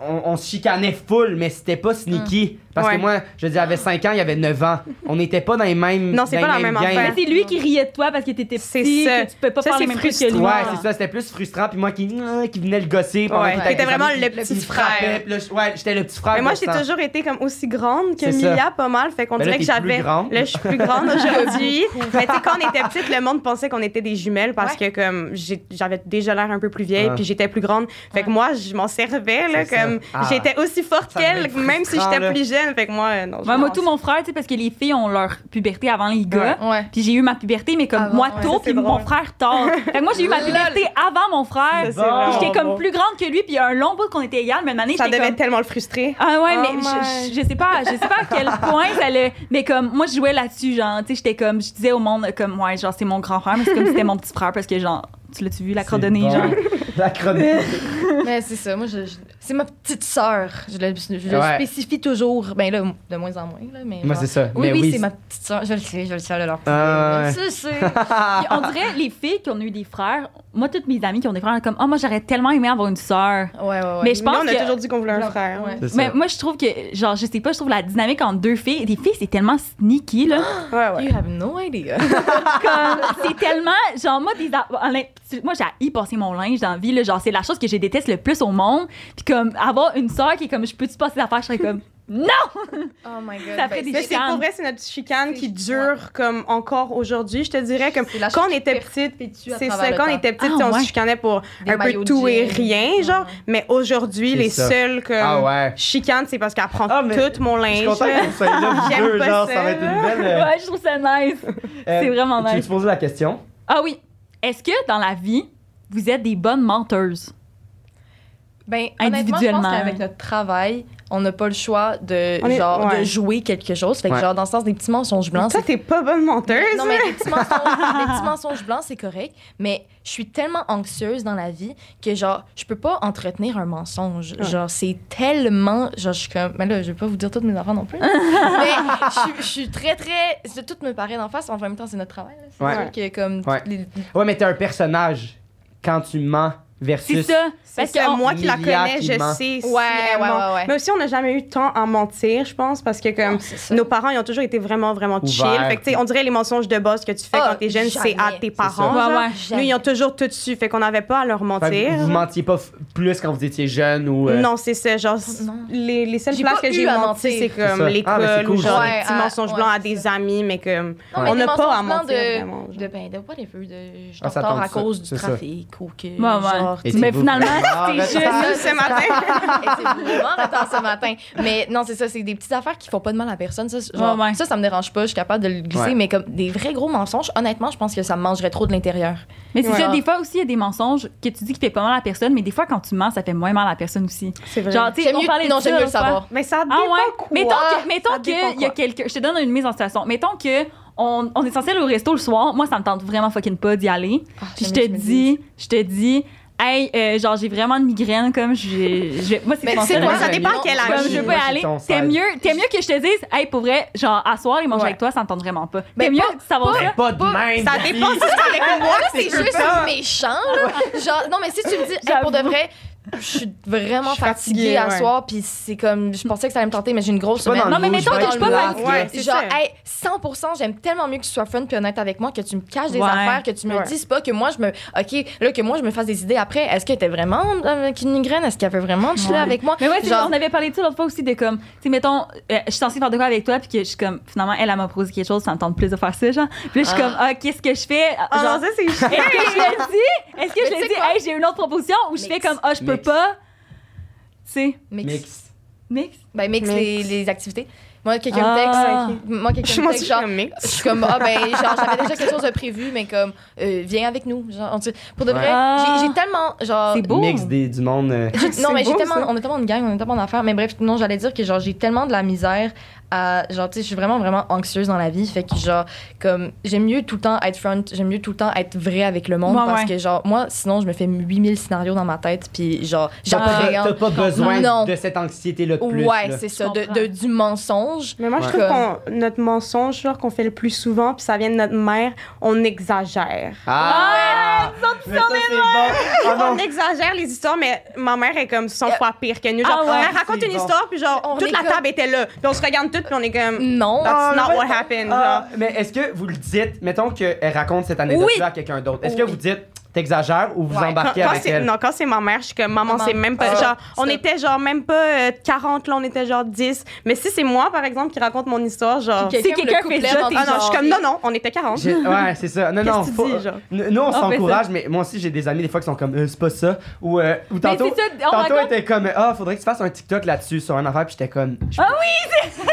S1: on, on se chicanait full, mais c'était pas sneaky. Parce
S3: Ah. Ouais.
S1: que moi, je veux dire, j'avais 5 ans, il y avait 9 ans. On n'était pas dans les mêmes.
S3: Non, c'est
S1: dans
S3: pas
S1: les
S3: la
S1: mêmes
S3: même
S1: gangs.
S2: Mais
S3: affaire.
S2: c'est lui qui riait de toi parce que t'étais
S3: C'est
S2: petit,
S3: ça.
S2: que tu peux pas
S3: Ça,
S2: faire les
S3: c'est
S2: mêmes trucs que lui.
S1: Ouais,
S3: frustrant.
S1: c'est ça, c'était plus frustrant. Puis moi qui, euh, qui venais le gosser pendant
S3: Ouais.
S1: qu'il était avec
S3: T'étais
S1: sa
S3: vraiment
S1: famille,
S3: le
S1: puis
S3: petit
S1: il me
S3: frère.
S1: frappait, puis là, je- ouais, j'étais le petit frère.
S3: Mais moi,
S1: dans
S3: j'ai
S1: le sens.
S3: toujours été comme aussi grande que
S1: C'est ça.
S3: Mia, pas mal. Fait qu'on
S1: Ben là,
S3: dirait que
S1: t'es plus
S3: j'avais.
S1: grande.
S3: Là, je suis plus grande aujourd'hui. mais tu sais, quand on était petite, le monde pensait qu'on était des jumelles parce que comme j'ai- j'avais déjà l'air un peu plus vieille,
S1: Ah.
S3: puis j'étais plus grande. Fait que
S4: Ouais.
S3: moi, je m'en servais là,
S1: C'est ça.
S3: comme
S1: Ah.
S3: j'étais aussi forte
S1: Ça devait
S3: qu'elle,
S1: être
S3: même si
S1: frustrant,
S3: j'étais
S1: là.
S3: plus jeune. Fait que moi, euh, non. je
S2: Ouais, moi,
S3: pense.
S2: tout mon frère, tu sais, parce que les filles ont leur puberté avant les gars.
S4: Ouais.
S2: Puis j'ai eu ma puberté, mais comme
S4: Avant,
S2: moi
S4: ouais.
S2: tôt,
S3: Ça, c'est
S2: puis mon
S3: drôle.
S2: frère tard. fait que moi, j'ai eu ma puberté avant mon frère.
S3: Ça, c'est vrai.
S2: J'étais comme
S1: bon.
S2: plus grande que lui, puis il y a un long bout qu'on était égales, mais une année,
S3: Ça
S2: j'étais
S3: devait
S2: comme...
S3: tellement le frustrer.
S2: Ah ouais,
S3: Oh
S2: mais je-
S3: my.
S2: je, je sais pas, je sais pas à quel point ça allait. Mais comme, moi, je jouais là-dessus, genre, tu sais, j'étais comme, je disais au monde, comme, ouais, genre, c'est mon grand frère, mais c'est comme si c'était mon petit frère, parce que, genre, tu l'as-tu vu, la
S1: C'est
S2: coordonnée,
S1: bon.
S2: genre.
S1: La chronique.
S4: Mais c'est ça. Moi, je, je- c'est ma petite sœur. Je le, je le
S1: Ouais.
S4: spécifie toujours. Ben là, de moins en moins. Là, mais
S1: moi,
S4: genre-
S1: c'est ça. mais
S4: Oui, oui, c'est ma petite sœur. Je le sais, je le sais, elle a leur
S1: Ah, ouais.
S4: Je le sais.
S2: Puis on dirait, les filles qui ont eu des frères, moi, toutes mes amies qui ont des frères, elles sont comme, oh, moi, j'aurais tellement aimé avoir une sœur.
S4: Ouais, ouais, ouais.
S2: Mais je
S3: Nous,
S2: pense
S3: on a
S2: que-
S3: toujours dit qu'on voulait un
S4: Genre,
S3: frère. hein.
S4: ouais.
S1: C'est ça.
S2: Mais moi, je trouve que, genre, je sais pas, je trouve la dynamique entre deux filles, des filles, c'est tellement sneaky, là.
S3: Ouais, ouais.
S4: You have no idea.
S2: Comme, c'est tellement, genre, moi, des, honnêt- tu- moi, j'ai y passer mon linge dans la vie, là. Genre, c'est la chose que je déteste le plus au monde. Puis, comme, avoir une sœur qui est comme, je peux-tu passer l'affaire, je serais comme, non!
S4: Oh my god.
S2: Ça fait des
S3: Mais c'est
S2: chicanes.
S3: pour vrai, c'est notre chicane qui
S4: Ouais.
S3: dure comme encore aujourd'hui. Je te dirais comme
S4: C'est la
S3: quand
S4: chose
S3: on
S4: qui
S3: était
S4: perpétue
S3: petite,
S4: à
S3: c'est
S4: travers
S3: ça.
S4: le
S3: Quand on
S4: temps.
S3: était petite,
S2: Ah,
S3: on
S2: ouais.
S3: se chicanait pour
S4: Des
S3: un
S4: maillots de
S3: peu tout et
S4: gym.
S3: rien, genre.
S4: Ouais.
S3: Mais aujourd'hui,
S1: C'est
S3: les
S1: ça.
S3: seuls que
S1: Ah
S2: euh,
S1: ouais.
S3: chicane, c'est parce qu'elle prend
S1: Ah, mais
S3: tout mon
S1: Je
S3: linge.
S1: suis content que vous soyez là, vous
S3: J'aime
S1: deux,
S3: pas
S1: genre,
S3: ça.
S1: ça va être une belle. euh,
S2: Ouais, je trouve ça nice. c'est
S1: euh,
S2: vraiment
S1: Tu
S2: nice.
S1: veux poser la question?
S2: Ah oui. Est-ce que dans la vie, vous êtes des bonnes menteuses?
S4: Ben, honnêtement, je pense
S2: Individuellement.
S4: qu'avec notre travail, on n'a pas le choix de,
S3: On est-
S4: genre,
S3: ouais.
S4: de jouer quelque chose. Fait que,
S1: Ouais.
S4: genre, dans le sens des petits mensonges
S3: Mais
S4: blancs,
S3: Toi, t'es pas bonne menteuse.
S4: non, mais les petits mensonges, les petits mensonges blancs, c'est correct. Mais je suis tellement anxieuse dans la vie que, genre, je peux pas entretenir un mensonge.
S3: Ouais.
S4: Genre, c'est tellement. Genre, je suis comme. Mais là, je vais pas vous dire toutes mes affaires non plus. mais je, suis- je suis très, très. je- Tout me paraît d'en face. En même temps, c'est notre travail. là. C'est
S1: Ouais.
S4: sûr que, comme.
S1: Ouais.
S4: toutes les-
S1: Ouais, mais t'es un personnage quand tu mens
S2: C'est
S1: versus.
S2: ça.
S3: C'est
S2: Parce
S3: ça,
S2: que on-
S3: moi qui la
S1: Milia
S3: connais,
S1: qui
S3: je
S1: ment.
S3: sais. si
S4: Ouais,
S3: elle
S4: ouais,
S3: ment.
S4: ouais, ouais.
S3: Mais aussi, on n'a jamais eu de temps à mentir, je pense, parce que comme
S4: Non, c'est ça.
S3: nos parents, ils ont toujours été vraiment, vraiment chill.
S1: Ouverts.
S3: Fait que, tu sais, on dirait les mensonges de boss que tu fais
S4: Ah,
S3: quand t'es jeune, c'est à
S4: jamais.
S3: tes
S1: ça.
S3: parents.
S2: Ouais,
S3: genre.
S2: ouais.
S3: Nous,
S4: Jamais.
S3: ils ont toujours tout su, fait qu'on n'avait pas à leur
S1: Fait que
S3: mentir.
S1: vous, vous mentiez pas f- plus quand vous étiez jeune ou. euh,
S3: Non, c'est ça. Genre,
S4: Non.
S3: les, les seules
S4: J'ai
S3: places
S4: pas
S3: que j'ai
S4: eu à
S3: menti,
S4: mentir.
S3: c'est
S1: C'est ça.
S3: comme l'école
S1: Ah, mais c'est
S3: ou
S1: cool,
S3: genre
S4: ça.
S3: des petits
S4: Ouais, ah,
S3: mensonges
S4: ouais,
S3: blancs à
S4: c'est
S3: des
S4: ça.
S3: amis, mais comme
S4: Non, mais
S3: on
S4: des
S3: n'a pas à
S4: mensonges blancs
S3: mentir
S4: de-
S3: vraiment. genre.
S4: De, ben, de whatever, de, je
S1: Ah, ça
S4: t'en
S1: tombe
S4: à
S1: ça,
S4: cause du
S1: c'est ça.
S4: trafic ou que.
S2: Ouais, ouais.
S4: Genre,
S1: Étiez-vous
S2: Mais finalement,
S1: vraiment
S2: c'était
S1: arrêté?
S2: juste-
S3: Ah,
S4: ça,
S3: ce matin.
S4: Et c'est vraiment le temps ce matin. Mais non, c'est ça, c'est des petites affaires qui font pas de mal à personne. Ça, c'est- genre,
S2: Ouais, ouais.
S4: ça, ça me dérange pas, je suis capable de le glisser,
S1: Ouais.
S4: mais comme des vrais gros mensonges, honnêtement, je pense que ça me mangerait trop de l'intérieur.
S2: Mais c'est
S4: Ouais.
S2: ça, des fois aussi, il y a des mensonges que tu dis qui fait pas mal à la personne, mais des fois, quand tu mens, ça fait moins mal à la personne aussi.
S3: C'est vrai.
S2: Genre, tu sais,
S4: J'aime
S2: on
S4: mieux,
S2: parlait de
S4: non,
S2: ça,
S4: j'aime mieux le
S2: l'autre fois.
S4: savoir.
S3: mais ça dépend
S2: Ah ouais?
S3: quoi.
S2: Mettons que, mettons
S3: Ça dépend
S2: que il y a
S3: quoi.
S2: quelqu'un. Je te donne une mise en situation. Mettons que on, on est censé aller au resto le soir. Moi, ça me tente vraiment fucking pas d'y aller.
S4: Ah,
S2: Puis je
S4: j'aime
S2: te
S4: mieux que tu me le dises.
S2: dis, je te dis, hey, euh, genre, j'ai vraiment une migraine, comme, je, je, moi, c'est
S4: Mais
S2: mon
S4: c'est
S2: seul-
S4: quoi,
S2: Comme,
S3: ça dépend à quel âge.
S2: je veux
S1: Moi,
S2: pas y
S1: c'est
S2: aller.
S1: ton
S2: T'aimes
S1: side.
S2: mieux, t'aimes mieux que je te dise, hey, pour vrai, genre, à soir, les manger
S4: Ouais.
S2: avec toi, ça me tente vraiment pas.
S4: Ben,
S2: T'aimes mieux
S4: pas-
S2: savoir
S4: pas-
S2: ça.
S1: Pas de
S4: Pas-
S1: même.
S3: Ça
S1: Sophie.
S3: dépend si c'est avec moi,
S4: c'est
S3: c'est
S4: juste
S3: pas.
S4: méchant, là. Genre, non, mais si tu me dis, Hey,
S2: J'avoue.
S4: pour de vrai, je suis vraiment
S3: Je suis
S4: fatiguée,
S3: fatiguée,
S4: à
S3: ouais.
S4: soir, puis c'est comme, je pensais que ça allait me tenter, mais j'ai une grosse
S1: Je suis pas
S4: semaine.
S1: dans
S2: Non, mais
S1: le mood, je
S2: mettons
S1: vais
S2: que je suis pas
S1: être
S2: dans-
S1: là.
S3: Ouais. c'est
S4: Genre,
S3: ça.
S4: hey, 100%, j'aime tellement mieux que tu sois fun puis honnête avec moi, que tu me caches des
S2: Ouais.
S4: affaires, que tu me
S3: Ouais.
S4: dises pas que moi, je me. OK, là, que moi, je me fasse des idées après. Est-ce qu'elle était vraiment avec une migraine? Est-ce qu'elle veut vraiment chiller
S2: Ouais.
S4: avec moi?
S2: Mais ouais, tu sais,
S4: Genre-
S2: on avait parlé de ça l'autre fois aussi, de comme, tu sais, mettons, euh, je suis censée faire de quoi avec toi, puis que je suis comme, finalement, elle, elle m'a proposé quelque chose, ça me tente plus de faire ça, genre. Puis là, je suis
S4: Ah.
S2: comme, ah, qu'est-ce que je fais?
S3: Oh
S2: Genre,
S3: non, ça, c'est chiant.
S2: Est-ce que je le dis? Est-ce que
S4: Mais
S2: je
S4: tu sais
S2: le dis?
S4: quoi?
S2: Hey, j'ai une autre proposition ou je fais
S4: Mix.
S2: comme, ah, je peux
S1: Mix.
S2: pas? Tu sais,
S4: Mix.
S1: Mix.
S2: mix.
S4: Ben, mix,
S3: Mix.
S4: Les, les activités. Moi, quelqu'un me
S2: Ah.
S4: texte. hein, Moi, quelqu'un
S3: Je
S4: me
S3: m'en
S4: texte,
S3: suis
S4: genre.
S3: fermée.
S4: Je suis comme, ah ben, genre, j'avais déjà quelque chose de prévu, mais comme, euh, viens avec nous. Genre, on- pour de vrai,
S2: Ah.
S4: j'ai j'ai tellement, genre,
S2: C'est beau.
S1: Mix des- du monde. euh,
S4: Je- non,
S3: C'est
S4: mais j'ai
S3: beau,
S4: tellement,
S3: ça.
S4: on est tellement une gang, on est tellement d'affaires. Mais bref, non, j'allais dire que genre j'ai tellement de la misère à genre tu sais, je suis vraiment vraiment anxieuse dans la vie, fait que genre comme j'aime mieux tout le temps être front, j'aime mieux tout le temps être vrai avec le monde
S2: Ouais,
S4: parce
S2: ouais.
S4: que genre moi sinon je me fais 8000 scénarios dans ma tête puis genre
S1: T'as pas- t'as
S4: j'appréhende.
S1: pas besoin
S4: Non.
S1: de cette anxiété-là de plus.
S4: Ouais,
S1: là.
S4: c'est ça,
S2: Je
S4: de,
S2: comprends.
S4: de- du mensonge.
S3: Mais moi, je
S4: Ouais.
S3: trouve que notre mensonge, genre, qu'on fait le plus souvent, puis ça vient de notre mère, on exagère.
S1: Ah! Mais ça, c'est bon. Ah
S3: On
S1: non.
S3: exagère les histoires, mais ma mère est comme 100
S4: Yeah.
S3: fois pire que nous.
S2: Ah
S3: Genre,
S2: ouais,
S3: elle raconte
S1: c'est
S3: une
S1: bon.
S3: histoire, puis genre,
S4: Euh, On est
S3: toute la
S4: comme-
S3: table était là. Puis on se regarde toutes, puis on est comme,
S4: Non.
S3: that's
S1: Ah,
S3: not
S1: mais-
S3: what happened.
S1: Ah,
S3: genre.
S1: mais est-ce que vous le dites, mettons qu'elle raconte cette anecdote-là
S4: Oui.
S1: à quelqu'un d'autre, est-ce que
S4: Oui.
S1: vous dites t'exagères ou vous
S4: Ouais.
S3: Quand,
S1: embarquez
S3: quand
S1: avec
S3: Ah, c'est,
S1: elle?
S3: non, quand c'est ma mère, je suis comme, maman,
S4: Maman, Ah.
S3: c'est même pas.
S4: stop,
S3: genre, on
S4: stop.
S3: était genre même pas euh, 40, là, on était genre 10. Mais si c'est moi, par exemple, qui raconte mon histoire, genre.
S2: Si quelqu'un fait ça, t'es
S3: Ah non, je suis comme, non, non, on était 40.
S1: J'ai- Ouais, c'est ça. Non, non,
S3: Qu'est-ce que
S1: faut-
S3: tu dis, genre?
S1: N- Nous, on s'encourage,
S2: fait
S1: mais moi aussi, j'ai des amis, des fois, qui sont comme, Euh, c'est pas ça. Ou, euh, ou
S2: Mais
S1: tantôt,
S2: c'est ça, on
S1: tantôt,
S2: raconte-
S1: était comme, ah, faudrait que tu fasses un TikTok là-dessus, sur un affaire, puis j'étais comme. Ah oui, c'est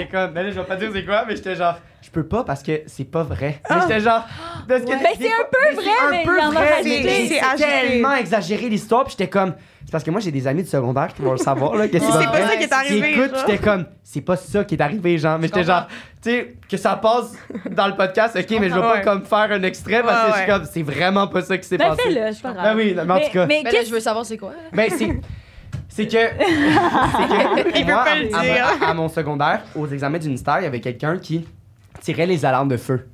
S1: J'étais comme, ben là, je vais pas dire c'est quoi, mais j'étais genre, je peux pas parce que c'est pas vrai. Mais j'étais genre, parce que.
S2: Ah! Ouais.
S1: des-
S2: Ben, c'est
S1: des
S2: un
S1: fois-
S2: peu
S1: mais
S2: vrai, mais
S1: c'est
S2: il
S1: un
S2: en
S1: peu
S2: a
S1: vrai.
S2: rajouté.
S1: mais
S3: C'est
S1: C'est
S3: ajouté.
S1: tellement exagéré l'histoire, puis j'étais comme, c'est parce que moi, j'ai des amis du secondaire qui vont le savoir, là, que
S4: C'est
S1: c'est pas
S3: C'est pas
S1: vrai.
S3: ça qui est arrivé.
S1: J'écoute,
S3: genre.
S1: j'étais comme, c'est pas ça qui est arrivé, genre. Mais
S4: Je
S1: j'étais genre, tu sais, que ça passe dans le podcast, ok, mais je veux
S3: comprends.
S1: pas
S3: Ouais.
S1: comme faire un extrait parce que
S3: Ouais,
S1: je suis
S3: ouais.
S1: comme, c'est vraiment pas ça qui s'est
S2: Ben,
S1: passé.
S2: fais-le, c'est pas
S1: Ben
S2: grave.
S1: oui, mais en tout cas.
S2: Mais,
S4: Mais là,
S2: qu'est-ce
S4: je veux savoir c'est quoi.
S1: Ben, c'est. C'est que. C'est que.
S3: Il
S1: moi,
S3: veut pas
S1: à-
S3: le
S1: à,
S3: dire.
S1: à- à mon secondaire, aux examens du ministère, il y avait quelqu'un qui tirait les alarmes de feu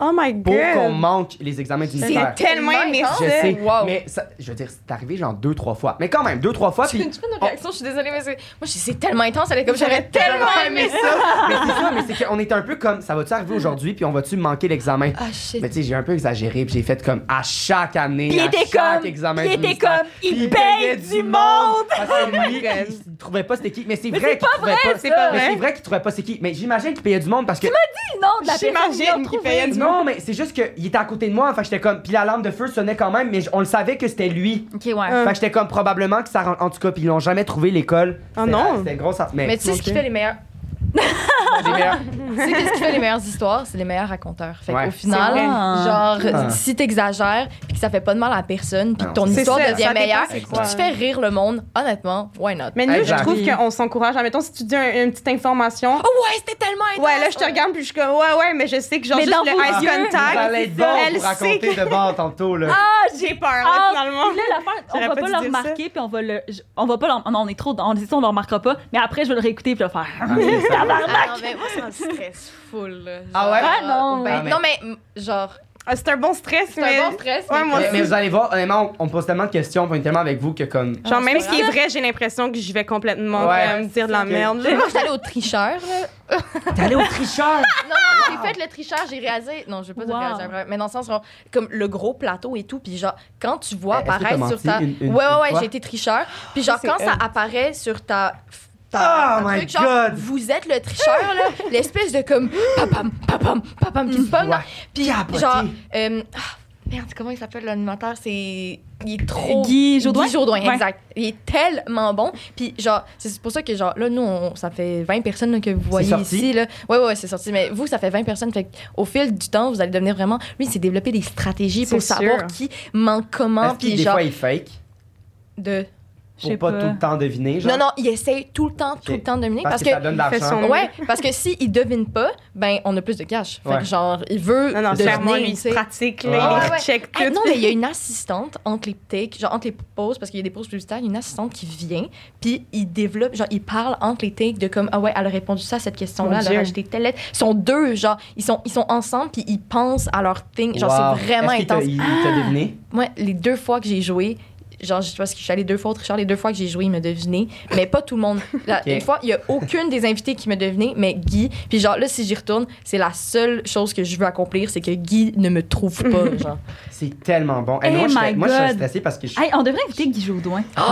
S3: Oh my
S1: pour qu'on
S3: god.
S1: manque les examens du ministère.
S3: C'est tellement
S4: Nice, hein?
S3: énervant.
S1: Je sais.
S4: Wow.
S1: Mais ça- je veux dire, c'est arrivé genre deux, trois fois. Mais quand même, deux, trois fois.
S4: Tu
S1: Puis
S4: fais une réaction, je suis désolée, mais c'est. Moi, je- c'est tellement intense, elle est comme
S3: J'aurais
S4: j'aurais tellement aimé
S1: mais ça, mais c'est ça, mais c'est qu'on était un peu comme ça va-tu arriver aujourd'hui, puis on va-tu manquer l'examen?
S4: Ah, shit.
S1: Mais tu sais, j'ai un peu exagéré, puis j'ai fait comme à chaque année,
S2: Puis il
S1: à
S2: était
S1: chaque
S2: comme-
S1: examen
S2: puis il
S1: du
S2: était
S1: ministère,
S2: comme, il
S1: puis
S2: paye du monde!
S1: Parce que Ah, lui, il trouvait pas c'était qui. Mais c'est vrai qu'il trouvait pas.
S3: C'est pas
S1: Mais c'est
S3: vrai.
S1: vrai qu'il trouvait pas c'est qui. Mais j'imagine qu'il payait du monde parce que.
S2: que le nom de la personne
S3: J'imagine
S2: qu'ils ont
S3: qu'il
S2: trouvé?
S3: payait du monde.
S1: Non, mais c'est juste qu'il était à côté de moi, enfin j'étais comme. Puis l'alarme de feu sonnait quand même, mais j- on le savait que c'était lui.
S2: Ok, ouais.
S3: Euh.
S1: Fait que j'étais comme probablement que ça. ren- En tout cas, puis ils l'ont jamais trouvé l'école.
S3: Ah
S1: C'était-
S3: non.
S1: C'était une grosse. aff- Mais,
S4: Mais tu sais ce qui
S1: Ok.
S4: fait les meilleurs.
S1: Les meilleurs.
S4: tu sais qu'est-ce qui fait les meilleures histoires, c'est les meilleurs raconteurs. Fait
S1: Ouais.
S4: qu'au final,
S3: C'est
S2: vrai.
S4: genre
S1: Ah.
S4: si t'exagères puis que ça fait pas de mal à la personne puis que
S1: Ah
S4: ton
S1: non,
S3: c'est
S4: histoire
S3: ça, ça
S4: devient
S3: dépend
S4: meilleure,
S3: c'est
S4: puis
S3: quoi.
S4: tu fais rire le monde, honnêtement, why not
S3: Mais nous,
S1: Exact.
S3: je trouve qu'on s'encourage. Admettons, si tu dis un- une petite information,
S4: Oh ouais, c'était tellement intense.
S3: Ouais, là, je te regarde, puis je suis comme, ouais, ouais, mais je sais que genre
S2: Mais
S3: juste
S2: dans
S3: le
S2: vos
S3: eye
S2: yeux,
S1: Vous
S3: contact,
S1: allez être bon
S3: Ah, Elle
S1: pour
S3: sait
S1: raconter de bord tantôt, là.
S2: Ah,
S3: j'ai peur, là,
S2: Ah,
S3: finalement.
S2: Puis là, l'affaire, on
S3: J'aurais
S2: va
S3: pas
S2: pas
S3: dû
S2: le
S3: dire ça.
S2: remarquer, puis on va le. je- On va pas le. Non, on est trop. On, on le remarquera pas, mais après, je vais le réécouter, puis le faire.
S4: Ah non, mais moi, ça me stresse full. là. Genre,
S1: Ah ouais?
S2: Ah non.
S4: ben,
S1: Ah, mais-
S4: Non, mais mm, genre,
S3: Ah, c'est un bon stress,
S4: c'est
S3: mais.
S4: un bon stress.
S3: Ouais,
S4: mais
S3: moi
S4: comme-
S1: Mais, mais
S3: aussi.
S1: vous allez voir, honnêtement, on, on pose tellement de questions, on est tellement avec vous que comme.
S3: Genre, même
S4: Ah, c'est
S3: ce qui est vrai, j'ai l'impression que je vais complètement
S1: Ouais.
S3: euh, me dire de la
S1: Ok.
S3: merde. là.
S4: Moi, j'étais allée au tricheur, là.
S1: T'es allé au tricheur!
S4: Non, non, j'ai fait le tricheur, j'ai réalisé. Non, je vais pas dire
S2: Wow.
S4: réaliser après, mais dans le sens, genre, comme le gros plateau et tout, puis genre, quand tu vois
S1: Ben, Est-ce que t'as
S4: apparaître sur
S1: menti
S4: ta.
S1: une- une-
S4: ouais, ouais,
S1: une fois?
S4: ouais,
S1: Ah,
S4: j'ai été tricheur. Puis genre,
S3: c'est
S4: quand ça
S3: elle.
S4: apparaît sur ta.
S1: Oh
S4: un
S1: my
S4: truc, genre,
S1: God.
S4: Vous êtes le tricheur, là. L'espèce de comme. Papam, papam, papam, qui se pogne.
S1: Ouais.
S4: là. Puis
S1: Capoté.
S4: genre. euh, ah, Merde, comment il s'appelle l'animateur? C'est. Il est trop.
S2: Guy Jodoin?
S4: Guy Jodoin,
S2: Ouais.
S4: exact. Il est tellement bon. Puis, genre, c'est pour ça que, genre, là, nous, on- ça fait 20 personnes là, que vous voyez
S1: sorti?
S4: ici. Là. Ouais, ouais, ouais, c'est sorti. Mais vous, ça fait 20 personnes. Fait au fil du temps, vous allez devenir vraiment. Lui, il s'est développé des stratégies pour
S3: C'est
S4: savoir
S3: sûr.
S4: qui manque comment.
S1: Est-ce que
S4: Puis,
S1: des
S4: genre,
S1: fois, il fake?
S4: de.
S2: Je Je sais
S1: pour pas,
S2: pas.
S1: tout le temps deviner. Genre,
S4: Non, non, il essaye tout le temps, tout
S1: Ok.
S4: le temps de dominer.
S1: Parce,
S4: Parce,
S1: que, ça donne de
S3: fait
S1: l'argent.
S3: son-
S4: Ouais, parce que s'il il devine pas, ben on a plus de cash. Fait
S1: Ouais.
S4: que genre, il veut
S3: Non, non,
S4: deviner,
S3: clairement, lui, il
S4: tu
S3: se
S4: sais.
S3: pratique,
S1: Ouais.
S3: là, il
S4: Ouais, ouais.
S3: check
S4: Ah,
S3: tout.
S4: non, mais il y a une assistante entre les takes, genre entre les pauses, parce qu'il y a des pauses publicitaires, il y a une assistante qui vient, puis il développe, genre il parle entre les takes de comme, ah ouais, elle a répondu ça à cette
S3: Mon
S4: question-là, elle
S3: Dieu.
S4: a rajouté telle lettre. Ils sont deux, genre, ils sont, ils sont ensemble, puis ils pensent à leur thing. Genre,
S1: Wow.
S4: c'est vraiment
S1: Est-ce qu'il t'a-
S4: intense.
S1: Il t'a deviné.
S4: Moi, les deux fois que j'ai joué, genre, je sais pas si je suis allée deux fois au tricheur, les deux fois que j'ai joué, il me deviné, mais pas tout le monde. La,
S1: Ok.
S4: Une fois, il y a aucune des invités qui me devinait, mais Guy. Puis genre, là, si j'y retourne, c'est la seule chose que je veux accomplir, c'est que Guy ne me trouve pas, genre.
S1: C'est tellement bon. Et
S2: Hey
S1: moi, je,
S2: Oh my
S1: moi, je suis
S2: God.
S1: stressée parce que je suis
S2: Hey, on devrait inviter Guy Jodoin.
S1: Oh!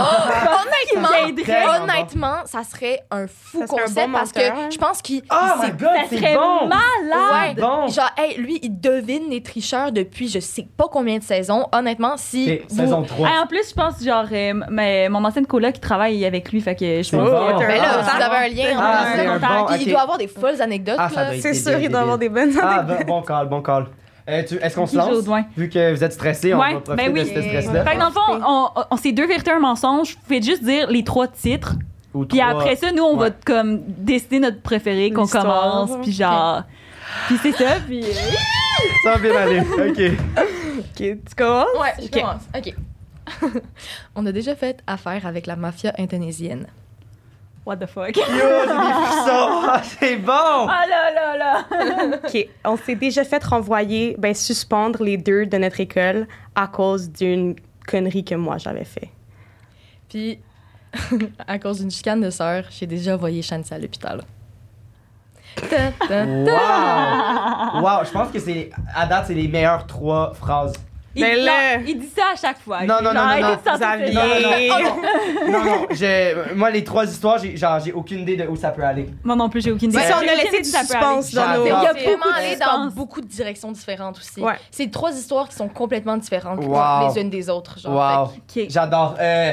S4: honnêtement,
S1: tellement bon.
S4: honnêtement, ça serait un fou
S3: Ça serait un
S4: concept
S3: bon
S4: parce que
S3: menteur, hein.
S4: je pense qu'il.
S1: Oh
S4: il
S1: my
S4: sait-
S1: god,
S2: Ça
S1: c'est
S2: serait
S1: bon!
S2: malade!
S4: Ouais,
S1: bon.
S4: Genre, hey, lui, il devine les tricheurs depuis je sais pas combien de saisons. Honnêtement, si.
S1: Ok,
S4: vous-
S1: saison 3.
S2: Hey, en plus, je pense, genre, euh, mais mon ancienne coloc qui travaille avec lui, fait que je
S1: C'est
S2: pense
S1: bon.
S2: que-
S4: Ben là,
S1: Ah,
S4: vous avez un lien.
S1: Ah,
S4: entre
S1: c'est
S4: les
S1: un
S4: deux.
S1: bon,
S4: Puis
S1: ok.
S4: Il doit avoir des folles anecdotes.
S1: Ah, ça
S4: là.
S1: doit être
S3: C'est
S1: des-
S3: sûr,
S1: des-
S3: il doit avoir des bonnes
S1: Ah, bon, bon call, bon call. Euh, tu- Est-ce qu'on se
S2: Guy
S1: lance?
S2: Jodoin.
S1: Vu que vous êtes stressé, on
S2: Ouais,
S1: va profiter
S2: ben oui.
S1: de ce stress-là.
S2: Fait que dans le fond, on, on- on s'est deux vérités, un mensonge. Vous pouvez juste dire les trois titres.
S1: Ou
S2: Puis
S1: trois.
S2: après ça, nous, on
S1: Ouais.
S2: va comme décider notre préféré qu'on
S3: L'histoire.
S2: commence. Puis genre. Puis c'est ça. Puis. euh,
S1: Ça va bien aller. OK.
S3: Ok, tu commences?
S4: Ouais, je
S3: Ok.
S4: commence. OK. On a déjà fait affaire avec la mafia indonésienne.
S2: What the fuck?
S1: Yo, j'ai des frissons. Ah, c'est bon!
S2: Ah là là là!
S3: OK. On s'est déjà fait renvoyer, ben, suspendre les deux de notre école à cause d'une connerie que moi j'avais fait.
S4: Puis, à cause d'une chicane de sœur, j'ai déjà envoyé Shanti à l'hôpital. Ta, ta.
S1: Wow! Wow, je pense que c'est, à date, c'est les meilleures trois phrases.
S2: Il,
S3: Ben
S2: non,
S3: là.
S2: il dit ça à chaque fois.
S1: Non, non, non,
S2: Genre,
S1: non,
S2: arrêtez
S1: non.
S2: de sortir
S3: Xavier.
S2: de-
S1: non, non, Non, non, j'ai, moi, les trois histoires, j'ai, genre, j'ai aucune idée de où ça peut aller.
S2: Moi non plus, j'ai aucune idée.
S3: C'est ça, on
S2: J'ai
S3: a
S2: aucune
S3: laissé
S2: idée
S3: du
S2: où ça peut aller.
S3: suspense dans
S1: J'adore.
S3: nos...
S4: Il y a
S2: C'est
S4: vraiment
S2: beaucoup de
S4: allé dans
S2: suspense.
S4: beaucoup de directions différentes aussi.
S3: Ouais.
S4: C'est trois histoires qui sont complètement différentes
S1: Wow.
S4: les unes des autres. Genre,
S1: Wow.
S4: Fait
S2: Ok.
S1: J'adore. Euh,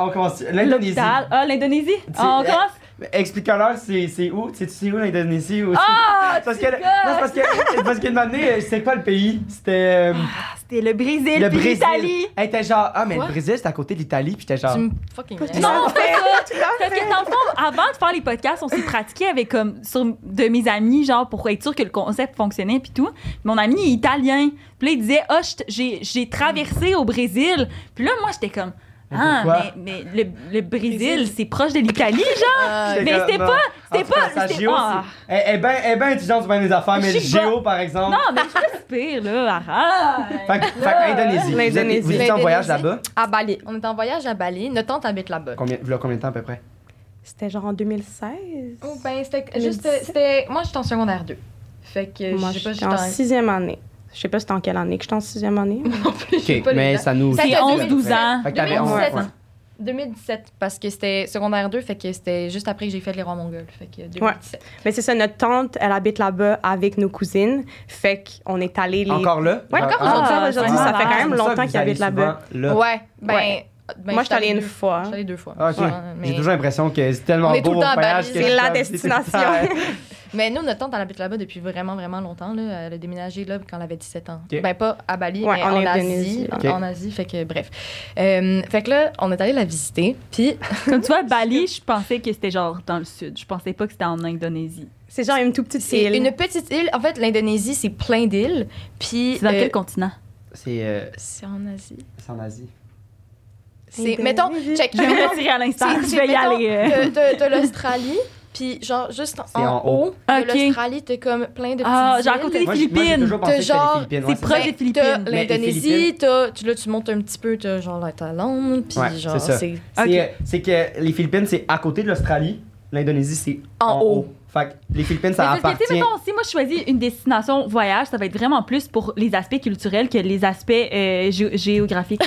S1: on commence. L'Indonésie.
S2: L'hôpital. Ah, l'Indonésie? Ah, on
S1: C'est-
S2: commence?
S1: Explique-leur, c'est, c'est où? Tu sais, tu sais où l'Indonésie? Ou
S2: Ah!
S1: c'est- parce
S2: tu
S1: que, non, c'est
S2: gosses.
S1: parce que, c'est parce qu'une année, je sais pas le pays. C'était euh,
S2: Ah, C'était le Brésil,
S1: le
S2: puis
S1: Brésil.
S2: l'Italie.
S1: Elle était genre, ah, mais
S4: Quoi?
S1: le Brésil, c'est à côté de l'Italie, puis j'étais
S4: que
S1: genre.
S4: Tu me fucking.
S2: Non, c'est ça. Parce que dans le fond, avant de faire les podcasts, on s'est pratiqué avec comme sur de mes amis, genre pour être sûr que le concept fonctionnait puis tout. Mon ami est italien. Puis là, il disait, oh, je t- j'ai, j'ai traversé au Brésil. Puis là, moi, j'étais comme.
S1: Mais
S2: Ah,
S1: pourquoi?
S2: mais, mais le, le Brésil, c'est proche de l'Italie, genre.
S4: Euh,
S2: mais
S1: comme,
S2: c'était
S1: non.
S2: pas-
S1: En
S2: c'était
S1: tout cas,
S2: pas-
S1: sa
S2: c'était-
S1: géo,
S2: ah.
S1: c'est- Elle elle est bien elle est bien étudiante du bien des affaires, mais
S2: Je
S1: le
S2: sais
S1: géo, par exemple.
S2: Non, mais je suis pas si pire, là. Arrête.
S1: Fait que, fait que Indonésie. Vous étiez-
S3: L'Indonésie.
S1: Vous étiez en voyage
S4: Ah. L'Indonésie.
S1: là-bas?
S4: à Bali. On est en voyage à Bali. Notre tante habite là-bas.
S1: Combien, v'là combien de temps à peu près?
S3: C'était genre en 2016?
S4: Oh, ben, c'était
S3: Le
S4: juste.
S3: 17.
S4: C'était, moi, j'étais en secondaire 2. Fait que
S3: Euh, Moi,
S4: je sais pas,
S3: j'étais
S4: j'étais
S3: en
S4: en.
S3: sixième année. Je sais pas c'était en quelle année que j'étais en sixième année.
S1: Ok,
S4: pas les
S1: mais
S4: dates.
S1: ça nous.
S4: Ça
S2: J'ai
S4: fait
S2: 11-12 ans.
S1: Fait que t'avais
S4: 2017.
S1: 11 ouais.
S4: 2017, parce que c'était secondaire 2, fait que c'était juste après que j'ai fait les rois mongols. Fait que 2017.
S3: Mais c'est ça, notre tante, elle habite là-bas avec nos cousines. Fait qu'on est allés les...
S1: Encore là?
S3: Ouais,
S1: Genre,
S4: encore
S1: ah,
S4: aujourd'hui.
S3: Ah, aujourd'hui, ça
S2: Ah,
S3: fait quand
S1: c'est
S3: même
S1: pour ça que
S3: longtemps
S1: vous
S3: qu'ils habitent
S1: allez
S3: là-bas.
S1: souvent là.
S4: Ouais, ben.
S3: Ouais.
S4: ben,
S3: Moi, j'étais allée une
S4: deux-
S3: fois.
S4: Je suis allée deux fois.
S1: Ah, ok.
S4: Ouais,
S1: J'ai
S4: mais,
S1: toujours l'impression que c'est tellement
S4: On est
S1: beau
S4: tout le temps
S1: au
S4: à
S1: voyage
S4: Bali,
S1: que
S4: c'est
S1: je
S3: la
S1: suis comme-
S3: destination.
S4: mais nous, notre tante, elle habite là-bas depuis vraiment, vraiment longtemps. Là. Elle a déménagé là quand elle avait 17 ans.
S1: Ok.
S4: Ben, pas à Bali,
S3: Ouais,
S4: mais
S3: en
S4: en,
S3: Indonésie.
S4: Asie.
S1: Ok.
S4: En, en Asie, fait que bref. Euh, fait que là, on est allé la visiter, puis
S2: Comme tu vois, Bali, je pensais que c'était genre dans le sud. Je pensais pas que c'était en Indonésie.
S3: C'est genre une toute petite
S4: c'est
S3: île.
S4: une petite île. En fait, l'Indonésie, c'est plein d'îles, puis.
S2: C'est dans
S4: euh,
S2: quel continent?
S1: C'est euh,
S4: C'est en Asie.
S1: c'est en Asie.
S4: C'est, mettons, check,
S2: Je vais me retirer à l'instant.
S4: C'est-
S2: Je
S4: c'est,
S2: vais y
S4: mettons,
S2: aller. euh.
S4: De, de- de l'Australie, puis genre juste en,
S1: C'est en haut.
S4: haut de
S2: Ok.
S4: l'australie, t'as comme plein de petites
S2: Ah, genre à
S4: îles.
S2: côté des
S1: Moi, j'ai- moi, j'ai
S2: Philippines.
S1: toujours pensé que c'était
S4: genre,
S1: les Philippines.
S2: c'est
S1: ouais, c'est
S2: proche
S1: ça.
S2: des
S4: Ben, T'as
S2: Philippines.
S1: Mais les
S4: l'Indonésie,
S1: Ben, Philippines-
S4: t'as- tu- là tu montes un petit peu, t'as genre la Thaïlande, puis
S1: Ouais,
S4: genre
S1: c'est ça.
S3: Ben
S4: c'est
S1: C'est,
S2: Ok.
S1: euh, C'est que les Philippines, c'est à côté de l'Australie. L'Indonésie, c'est
S4: En
S1: en
S4: haut.
S1: haut. Fait que les Philippines, ça
S2: Mais parce que, tu
S1: appartient.
S2: sais, mettons, si moi je choisis une destination voyage, ça va être vraiment plus pour les aspects culturels que les aspects euh, gé- géographiques.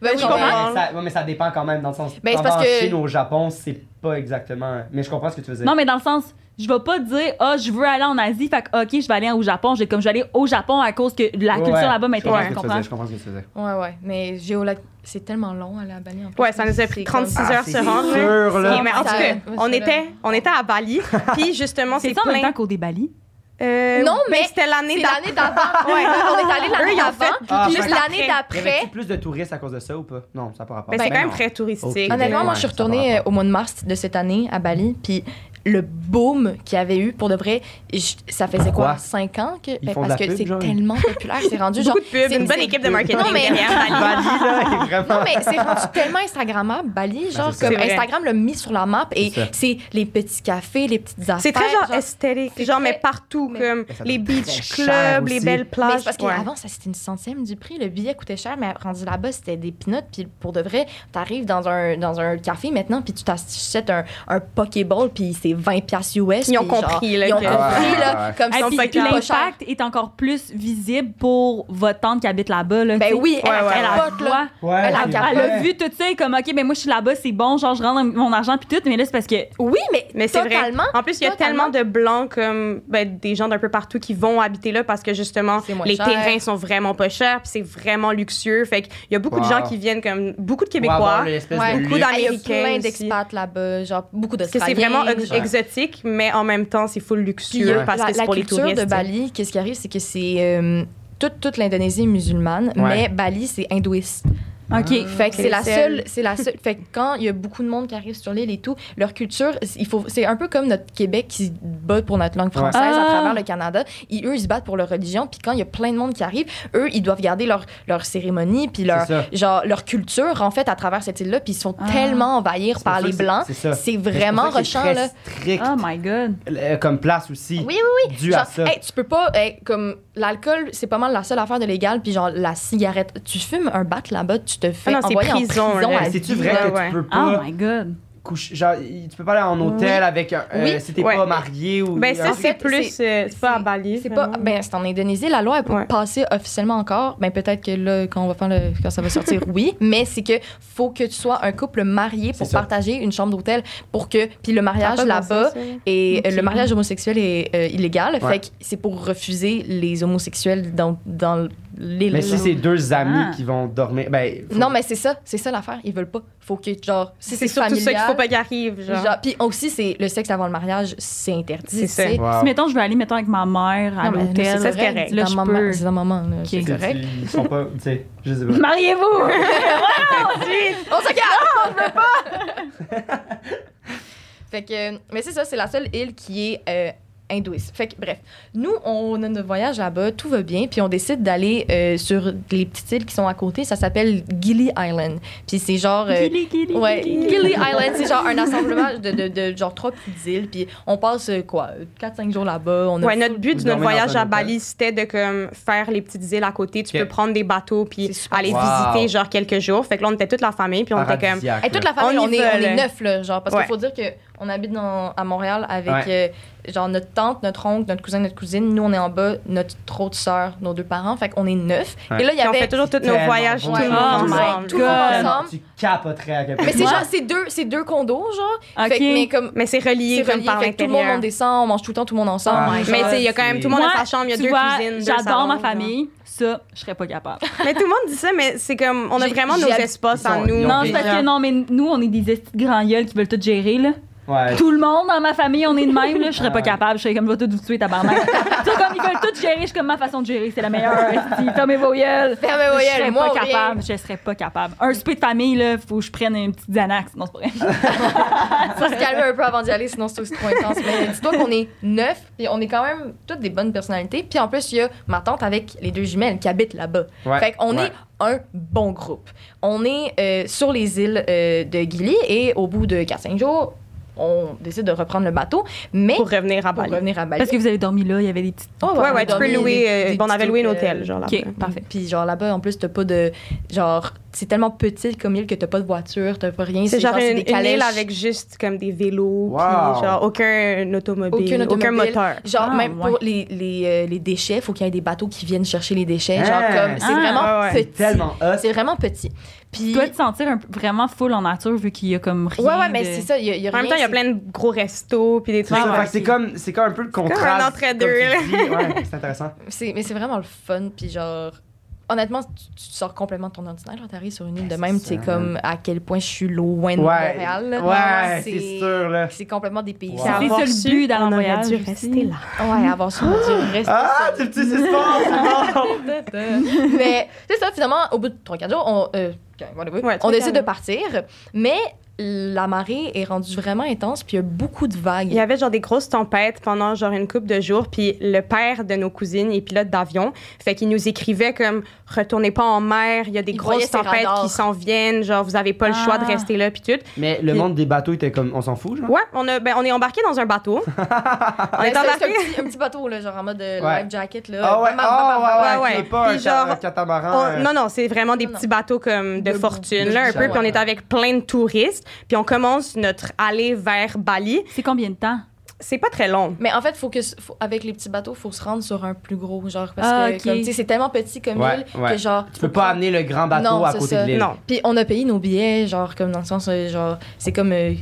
S4: Ben oui,
S3: je comprends.
S4: ben,
S1: Ouais, mais ça, ouais, mais ça dépend quand même dans le sens.
S4: Ben, c'est
S1: quand
S4: parce
S1: en
S4: que-
S1: Chine ou au Japon, c'est pas exactement. Mais je comprends ce que tu veux dire.
S2: non, mais dans le sens, je vais pas dire, ah, je veux aller en Asie, fait que, ok, je vais aller au Japon. J'ai comme, je vais aller au Japon à cause que la
S1: Ouais,
S2: culture
S1: ouais. Je
S2: là-bas
S1: comprends
S2: m'intéresse,
S1: ce que
S2: tu
S1: tu veux
S2: comprends?
S1: dire, Je comprends ce que tu veux dire.
S4: Ouais ouais, mais géola c'est tellement long aller à Bali en plus.
S3: Ouais, ça nous a pris
S4: C'est
S3: 36
S4: comme-
S3: heures
S1: c'est
S3: se rendre,
S1: sûr, là.
S3: Ok, mais en tout
S4: Ça-
S3: cas,
S4: moi,
S3: on
S4: c'est
S3: était, on était à Bali, puis justement,
S2: C'est
S3: c'est
S2: ça en même
S3: plein...
S2: temps qu'au Débali.
S3: Euh,
S5: Non, mais
S3: c'était l'année
S5: C'est
S3: d'avant.
S5: l'année d'avant.
S3: Ouais.
S5: On est allé
S3: Eux,
S5: l'année
S3: ils ont
S5: d'avant.
S3: fait
S1: Ah,
S5: Plus
S1: fait-
S5: l'année
S1: Y avait-tu
S5: d'après.
S1: plus de touristes à cause de ça ou pas? Non, ça n'a pas rapport.
S3: Ben, c'est
S1: Ben
S3: quand même
S1: non.
S3: très touristique.
S1: Ok.
S4: Honnêtement, moi,
S1: Ouais,
S4: je
S1: ça
S4: suis
S1: va
S4: retournée
S1: pas.
S4: euh, au mois de mars de cette année à Bali, puis le boom qu'il y avait eu pour de vrai, je- ça faisait
S1: Pourquoi?
S4: quoi, 5 ans que
S1: Ils
S4: Ben,
S1: font de
S4: parce
S1: la
S4: que
S1: pub,
S4: c'est
S1: genre?
S4: tellement populaire, c'est rendu genre
S3: Beaucoup de pubs,
S4: c'est-
S3: une bonne
S4: c'est-
S3: équipe de marketing
S4: Non, mais-
S3: derrière Bali.
S1: Bali, là, est
S4: Non,
S1: vraiment.
S4: mais c'est rendu tellement Instagrammable, Bali, genre,
S1: c'est ça.
S4: comme
S3: Ben, C'est vrai.
S4: Instagram l'a mis sur la map et
S1: C'est ça.
S4: c'est les petits cafés, les petites affaires.
S3: C'est très genre
S4: genre-
S3: esthétique,
S4: c'est
S3: genre,
S4: très-
S3: mais partout,
S4: mais-
S3: comme
S1: Mais ça
S3: les
S1: doit être
S3: beach
S1: très cher
S3: clubs, les
S1: aussi.
S3: belles
S4: Mais
S3: plages.
S4: c'est parce
S3: ouais.
S4: qu'avant, ça c'était une centième du prix. Le billet coûtait cher, mais rendu là-bas, c'était des peanuts. Puis pour de vrai, t'arrives dans un, dans un café maintenant, puis tu t'achètes un, un Pokéball, puis c'est 20$ piastres US.
S3: Ils ont
S4: puis genre,
S3: compris, là,
S4: Ils ont
S3: que-
S4: compris,
S1: Ouais,
S4: là.
S1: ouais.
S4: Comme
S2: Ah,
S4: ça,
S2: puis
S3: pas
S4: c'est pas cher.
S2: L'impact est encore plus visible pour votre tante qui habite là-bas. Là, tu
S4: Ben
S2: sais.
S4: oui, elle,
S3: Ouais, ouais,
S4: elle,
S2: Elle
S4: a
S2: a
S4: pote, là.
S2: voit.
S1: Ouais,
S4: Elle a-
S1: c'est
S2: Elle
S1: vrai.
S2: a vu tout ça et comme, OK, ben moi, je suis là-bas, c'est bon, genre, je rends mon argent puis tout, mais là, c'est parce que.
S4: Oui, mais,
S3: Mais c'est vrai.
S4: totalement.
S3: En plus, il y a
S4: Totalement.
S3: tellement de blancs comme ben, des gens d'un peu partout qui vont habiter là parce que justement
S4: C'est moins
S3: les
S4: cher.
S3: terrains sont vraiment pas chers, puis c'est vraiment luxueux. Fait qu'il y a beaucoup
S1: Wow.
S3: de gens qui viennent comme beaucoup de
S1: Pour avoir
S3: Québécois.
S1: l'espèce
S4: Ouais.
S1: de
S3: Beaucoup
S1: luxe.
S3: d'années.
S4: Il y a
S3: Américains
S4: plein d'expats là-bas, genre beaucoup
S3: Parce que c'est
S4: d'Australiens.
S3: vraiment ex-
S4: genre.
S3: exotique, mais en même temps, c'est full
S4: Puis il y
S1: euh,
S3: luxueux
S4: a
S3: parce
S4: la,
S3: que c'est
S4: la
S3: pour les
S4: culture
S3: touristes.
S4: de Bali, qu'est-ce qui arrive, c'est que c'est euh, toute, toute l'Indonésie est musulmane,
S1: Ouais.
S4: mais Bali c'est hindouiste.
S2: OK.
S4: Fait que c'est la
S3: C'est
S4: seule, c'est la seule. Fait que quand il y a beaucoup de monde qui arrive sur l'île et tout, leur culture, il faut, c'est un peu comme notre Québec qui se bat pour notre langue française
S2: Ouais.
S4: à
S2: Ah.
S4: travers le Canada. Ils, eux, ils se battent pour leur religion. Puis quand il y a plein de monde qui arrive, eux, ils doivent garder leur leur cérémonie puis
S1: C'est
S4: leur
S1: ça.
S4: genre leur culture en fait à travers cette île-là. Puis ils sont
S2: Ah.
S4: tellement envahir
S1: C'est
S4: par
S1: pour
S4: les
S1: ça que
S4: blancs.
S1: C'est ça.
S4: C'est vraiment
S1: Mais c'est pour
S4: rechant
S1: ça
S4: là.
S1: qu'il est très strict
S2: Oh my God.
S1: euh, comme place aussi.
S4: Oui, oui,
S1: oui. Dû à
S4: Genre,
S1: ça.
S4: hey, tu peux pas, hey, comme l'alcool, c'est pas mal la seule affaire de légal, puis genre la cigarette. Tu fumes un bat là-bas, tu te fais
S3: Ah non, c'est
S4: envoyer
S3: prison,
S4: en prison.
S3: là.
S4: à
S1: C'est-tu
S4: vie,
S1: vrai
S4: là.
S1: que
S3: ouais.
S1: tu peux
S2: Oh
S1: pas
S2: my God.
S1: coucher, genre, y- tu peux pas aller en hôtel avec un, euh,
S4: Oui.
S1: si t'es
S3: Ouais.
S1: pas marié ou.
S3: Ben
S1: un-
S3: ça, c'est
S4: fait,
S3: plus. euh, C'est pas à Bali.
S4: hein. C'est pas,
S3: vraiment.
S4: ben c'est en Indonésie, la loi elle peut
S3: Ouais.
S4: passer officiellement encore. Ben peut-être que là, quand on va faire le, quand ça va sortir, oui. Mais c'est que faut que tu sois un couple marié pour
S1: C'est ça.
S4: partager une chambre d'hôtel pour que, puis le
S3: Ça a
S4: mariage
S3: pas de
S4: là-bas.
S3: sens, ça.
S4: Et euh,
S2: Ok.
S4: le mariage homosexuel est euh, illégal,
S1: Ouais.
S4: fait que c'est pour refuser les homosexuels dans, dans l'île.
S1: Mais si c'est deux amis
S2: Ah.
S1: qui vont dormir, ben. faut-
S4: Non, mais c'est ça, c'est ça l'affaire. Ils veulent pas. Faut que, genre, si
S3: C'est
S4: c'est
S3: surtout
S4: familial.
S3: ça qu'il faut pas qu'il arrive. Genre.
S4: genre, Puis aussi, c'est le sexe avant le mariage, c'est interdit.
S3: C'est ça.
S4: tu sais.
S1: Wow.
S2: Si, mettons, je veux aller, mettons, avec ma mère à
S4: Non, mais
S2: l'hôtel.
S3: ça, c'est correct.
S2: Là,
S4: C'est
S2: je
S4: un
S2: peux.
S4: moment, c'est un moment, là, c'est
S1: C'est-
S4: correct.
S1: Ils sont pas. Tu sais, je sais pas.
S2: Mariez-vous!
S4: On se calme, on veut pas. fait que, mais c'est ça, c'est la seule île qui est euh, hindouiste. Fait que, bref, nous, on a notre voyage là-bas, tout va bien, puis on décide d'aller euh, sur les petites îles qui sont à côté. Ça s'appelle Gili Island. Puis c'est genre. euh,
S2: Guili, guili,
S4: Ouais,
S2: guili.
S4: Gili Island, c'est genre un assemblement de, de, de genre trois petites îles, puis on passe euh, quoi, 4-5 jours là-bas. On a
S3: Ouais,
S4: full-
S3: notre but de
S1: Dormir
S3: notre
S1: dans
S3: voyage
S1: un
S3: à
S1: hôtel.
S3: Bali, c'était de comme, faire les petites îles à côté. Tu
S1: Ok.
S3: peux prendre des bateaux puis
S4: C'est super.
S3: aller
S1: Wow.
S3: visiter genre quelques jours. Fait que là, on était toute la famille puis on était comme.
S1: Paradisiaque,
S4: Et toute la
S1: là.
S4: famille,
S3: On
S4: on,
S3: y
S4: est,
S3: va,
S4: on est
S3: là.
S4: neuf, là, genre, parce
S3: Ouais.
S4: qu'il faut dire qu'on habite dans- à Montréal avec, euh, genre, notre tante, notre oncle, notre cousin, notre cousine. Nous, on est en bas, notre autre sœur, nos deux parents. Fait qu'on est neuf.
S1: Ouais.
S4: Et là, il y
S3: Puis on
S4: avait...
S3: fait toujours tous nos
S1: Tellement
S3: voyages, tout
S1: bon.
S3: le
S1: Ouais.
S3: monde
S1: Oh my
S3: ensemble.
S4: tout le monde
S2: God.
S4: ensemble.
S1: Tu capoterais à quel point.
S4: Mais c'est
S2: Ouais.
S4: genre, c'est deux, c'est deux condos, genre.
S2: OK.
S4: Fait que- mais comme...
S3: Mais c'est relié
S4: C'est
S3: comme
S4: relié,
S3: par
S4: fait que tout le monde on
S3: l'intérieur.
S4: descend, on mange tout le temps tout le monde ensemble.
S1: Ah,
S3: Mais tu sais, il y a quand même tout le monde
S2: Moi,
S3: a sa chambre, il y a
S2: tu
S3: deux
S2: vois,
S3: cuisines, deux
S2: J'adore
S3: salons,
S2: ma
S3: genre.
S2: famille. Ça, je serais pas capable.
S3: Mais tout le monde dit ça, mais c'est comme on a
S4: J'ai-
S3: vraiment
S4: j'ai
S3: nos
S4: hab-
S3: espaces
S1: Ils
S3: à
S1: sont-
S3: nous.
S1: ils ont
S2: Non,
S1: des
S2: c'est parce
S1: gens.
S2: que non, mais nous, on est des estis de grands gueules qui veulent tout gérer, là.
S1: Ouais.
S2: Tout le monde dans ma famille, on est de même, là. Je serais
S1: Ah ouais.
S2: pas capable. Je serais comme, va tout de suite à barman. Tu sais, comme ils veulent tout gérer, je suis comme, ma façon de gérer, c'est la meilleure. esti. Fermez vos gueules.
S4: Fermez vos
S2: Je
S4: gueules,
S2: serais
S4: moi,
S2: pas
S4: rien.
S2: capable. Je serais pas capable. Un souper de famille, là, faut que je prenne une petite Xanax. Non, c'est pas vrai.
S4: faut se calmer un peu avant d'y aller, sinon c'est aussi trop intense. Mais dis-toi qu'on est neuf, puis on est quand même toutes des bonnes personnalités. Puis en plus, il y a ma tante avec les deux jumelles qui habitent là-bas.
S1: Ouais,
S4: Fait qu'on
S1: ouais.
S4: est un bon groupe. On est euh, sur les îles euh, de Gili et au bout de 4-5 jours, on décide de reprendre le bateau, mais
S3: Pour
S4: pour,
S3: revenir à Bali.
S4: revenir à Bali.
S2: Parce que vous avez dormi là, il y avait des petites.
S4: Oh, on
S3: Ouais, ouais, tu
S4: a
S3: peux
S4: dormi
S3: louer.
S4: des-
S3: euh,
S4: des
S3: bon, on
S4: petits
S3: avait loué un
S4: trucs,
S3: hôtel,
S4: euh,
S3: genre là.
S2: ok.
S4: Parfait. Puis genre là-bas, en plus, t'as pas de. Genre, c'est tellement petit comme île que t'as pas de voiture, t'as pas rien.
S3: C'est genre une,
S4: des
S3: une île
S4: calèches.
S3: avec juste comme des vélos, puis
S1: Wow.
S3: genre aucun automobile, aucun,
S4: automobile.
S3: moteur.
S4: Genre,
S2: Ah,
S4: même
S2: ouais.
S4: pour les, les, euh, les déchets, faut qu'il y ait des bateaux qui viennent chercher les déchets.
S1: Hein?
S4: euh, Genre, comme, c'est
S2: Ah,
S4: vraiment
S3: ouais, ouais.
S4: petit.
S1: Tellement hot.
S4: C'est vraiment petit.
S2: Tu
S4: Puis.
S2: dois te sentir un peu- vraiment full en nature vu qu'il y a comme rien.
S4: Ouais, ouais, mais
S2: de-
S4: c'est ça. Il y a, il y a
S3: En même
S4: rien,
S3: temps, il y a
S4: c'est-
S3: plein de gros restos, puis des
S1: C'est
S3: trucs.
S1: ça,
S3: Ouais.
S1: fait que c'est comme, c'est comme un peu le
S3: un
S1: contraste.
S3: entre-deux,
S1: comme tu dis. Ouais, c'est intéressant.
S4: c'est- Mais c'est vraiment le fun. Puis genre. honnêtement, tu, tu sors complètement de ton ordinaire quand t'arrives sur une île de
S1: Ouais,
S4: même.
S1: c'est
S4: C'est
S1: ça.
S4: comme à quel point je suis loin de Montréal. là.
S1: ouais, c'est sûr, là.
S4: C'est complètement des pays.
S1: Wow.
S4: Ouais,
S2: C'est ça le but d'aller en
S3: on aurait
S2: voyage
S3: dû
S2: aussi.
S3: rester là.
S4: avoir son du reste.
S1: Ah, du petit suspense, c'est bon!
S4: euh. mais c'est ça, finalement, au bout de 3-4 jours, on, euh, whatever,
S3: Ouais,
S4: on
S3: trois,
S4: décide
S3: quatre
S4: de
S3: jours.
S4: partir. Mais la marée est rendue vraiment intense, puis il y a beaucoup de vagues.
S3: Il y avait genre des grosses tempêtes pendant genre une couple de jours, puis le père de nos cousines est pilote d'avion, fait qu'il nous écrivait comme retournez pas en mer, il y a des
S4: Il voyait
S3: grosses
S4: ses
S3: tempêtes
S4: radars.
S3: qui s'en viennent, genre vous avez pas le choix de
S2: Ah.
S3: rester là puis tout.
S1: Mais le monde des bateaux était comme, on s'en fout, genre?
S3: Ouais, on a ben, on est embarqué dans un bateau. on
S4: Mais
S3: est
S4: c'est- c'est
S3: embarqué.
S4: un, petit, un petit bateau, là, genre en mode euh,
S1: Ouais.
S4: life jacket. Là.
S1: Ah ouais,
S4: Bam, bam, bam, bam,
S1: ah
S4: bam.
S1: ouais, ouais, ouais.
S3: ouais, ouais.
S1: C'est pas un
S3: Puis genre,
S1: ca- catamaran.
S2: Ah
S3: On-
S1: euh,
S3: non, non, c'est vraiment des
S4: Non, non.
S3: petits bateaux comme de
S4: De-
S3: fortune,
S4: de-
S3: là, un peu.
S1: ouais.
S3: Puis on est avec plein de touristes. Puis on commence notre allée vers Bali.
S2: C'est combien de temps?
S3: C'est pas très long.
S4: Mais en fait, faut que, s- faut- avec les petits bateaux, faut se rendre sur un plus gros, genre, parce
S2: Ah,
S4: que
S2: ok.
S4: comme, tu sais, c'est tellement petit comme
S1: Ouais,
S4: île
S1: ouais.
S4: que genre.
S1: Tu peux pas amener le grand bateau
S4: Non,
S1: à
S4: c'est
S1: côté
S4: ça.
S1: de l'île.
S3: Non.
S4: Puis on a payé nos billets, genre, comme dans le sens, euh, genre, c'est comme. euh,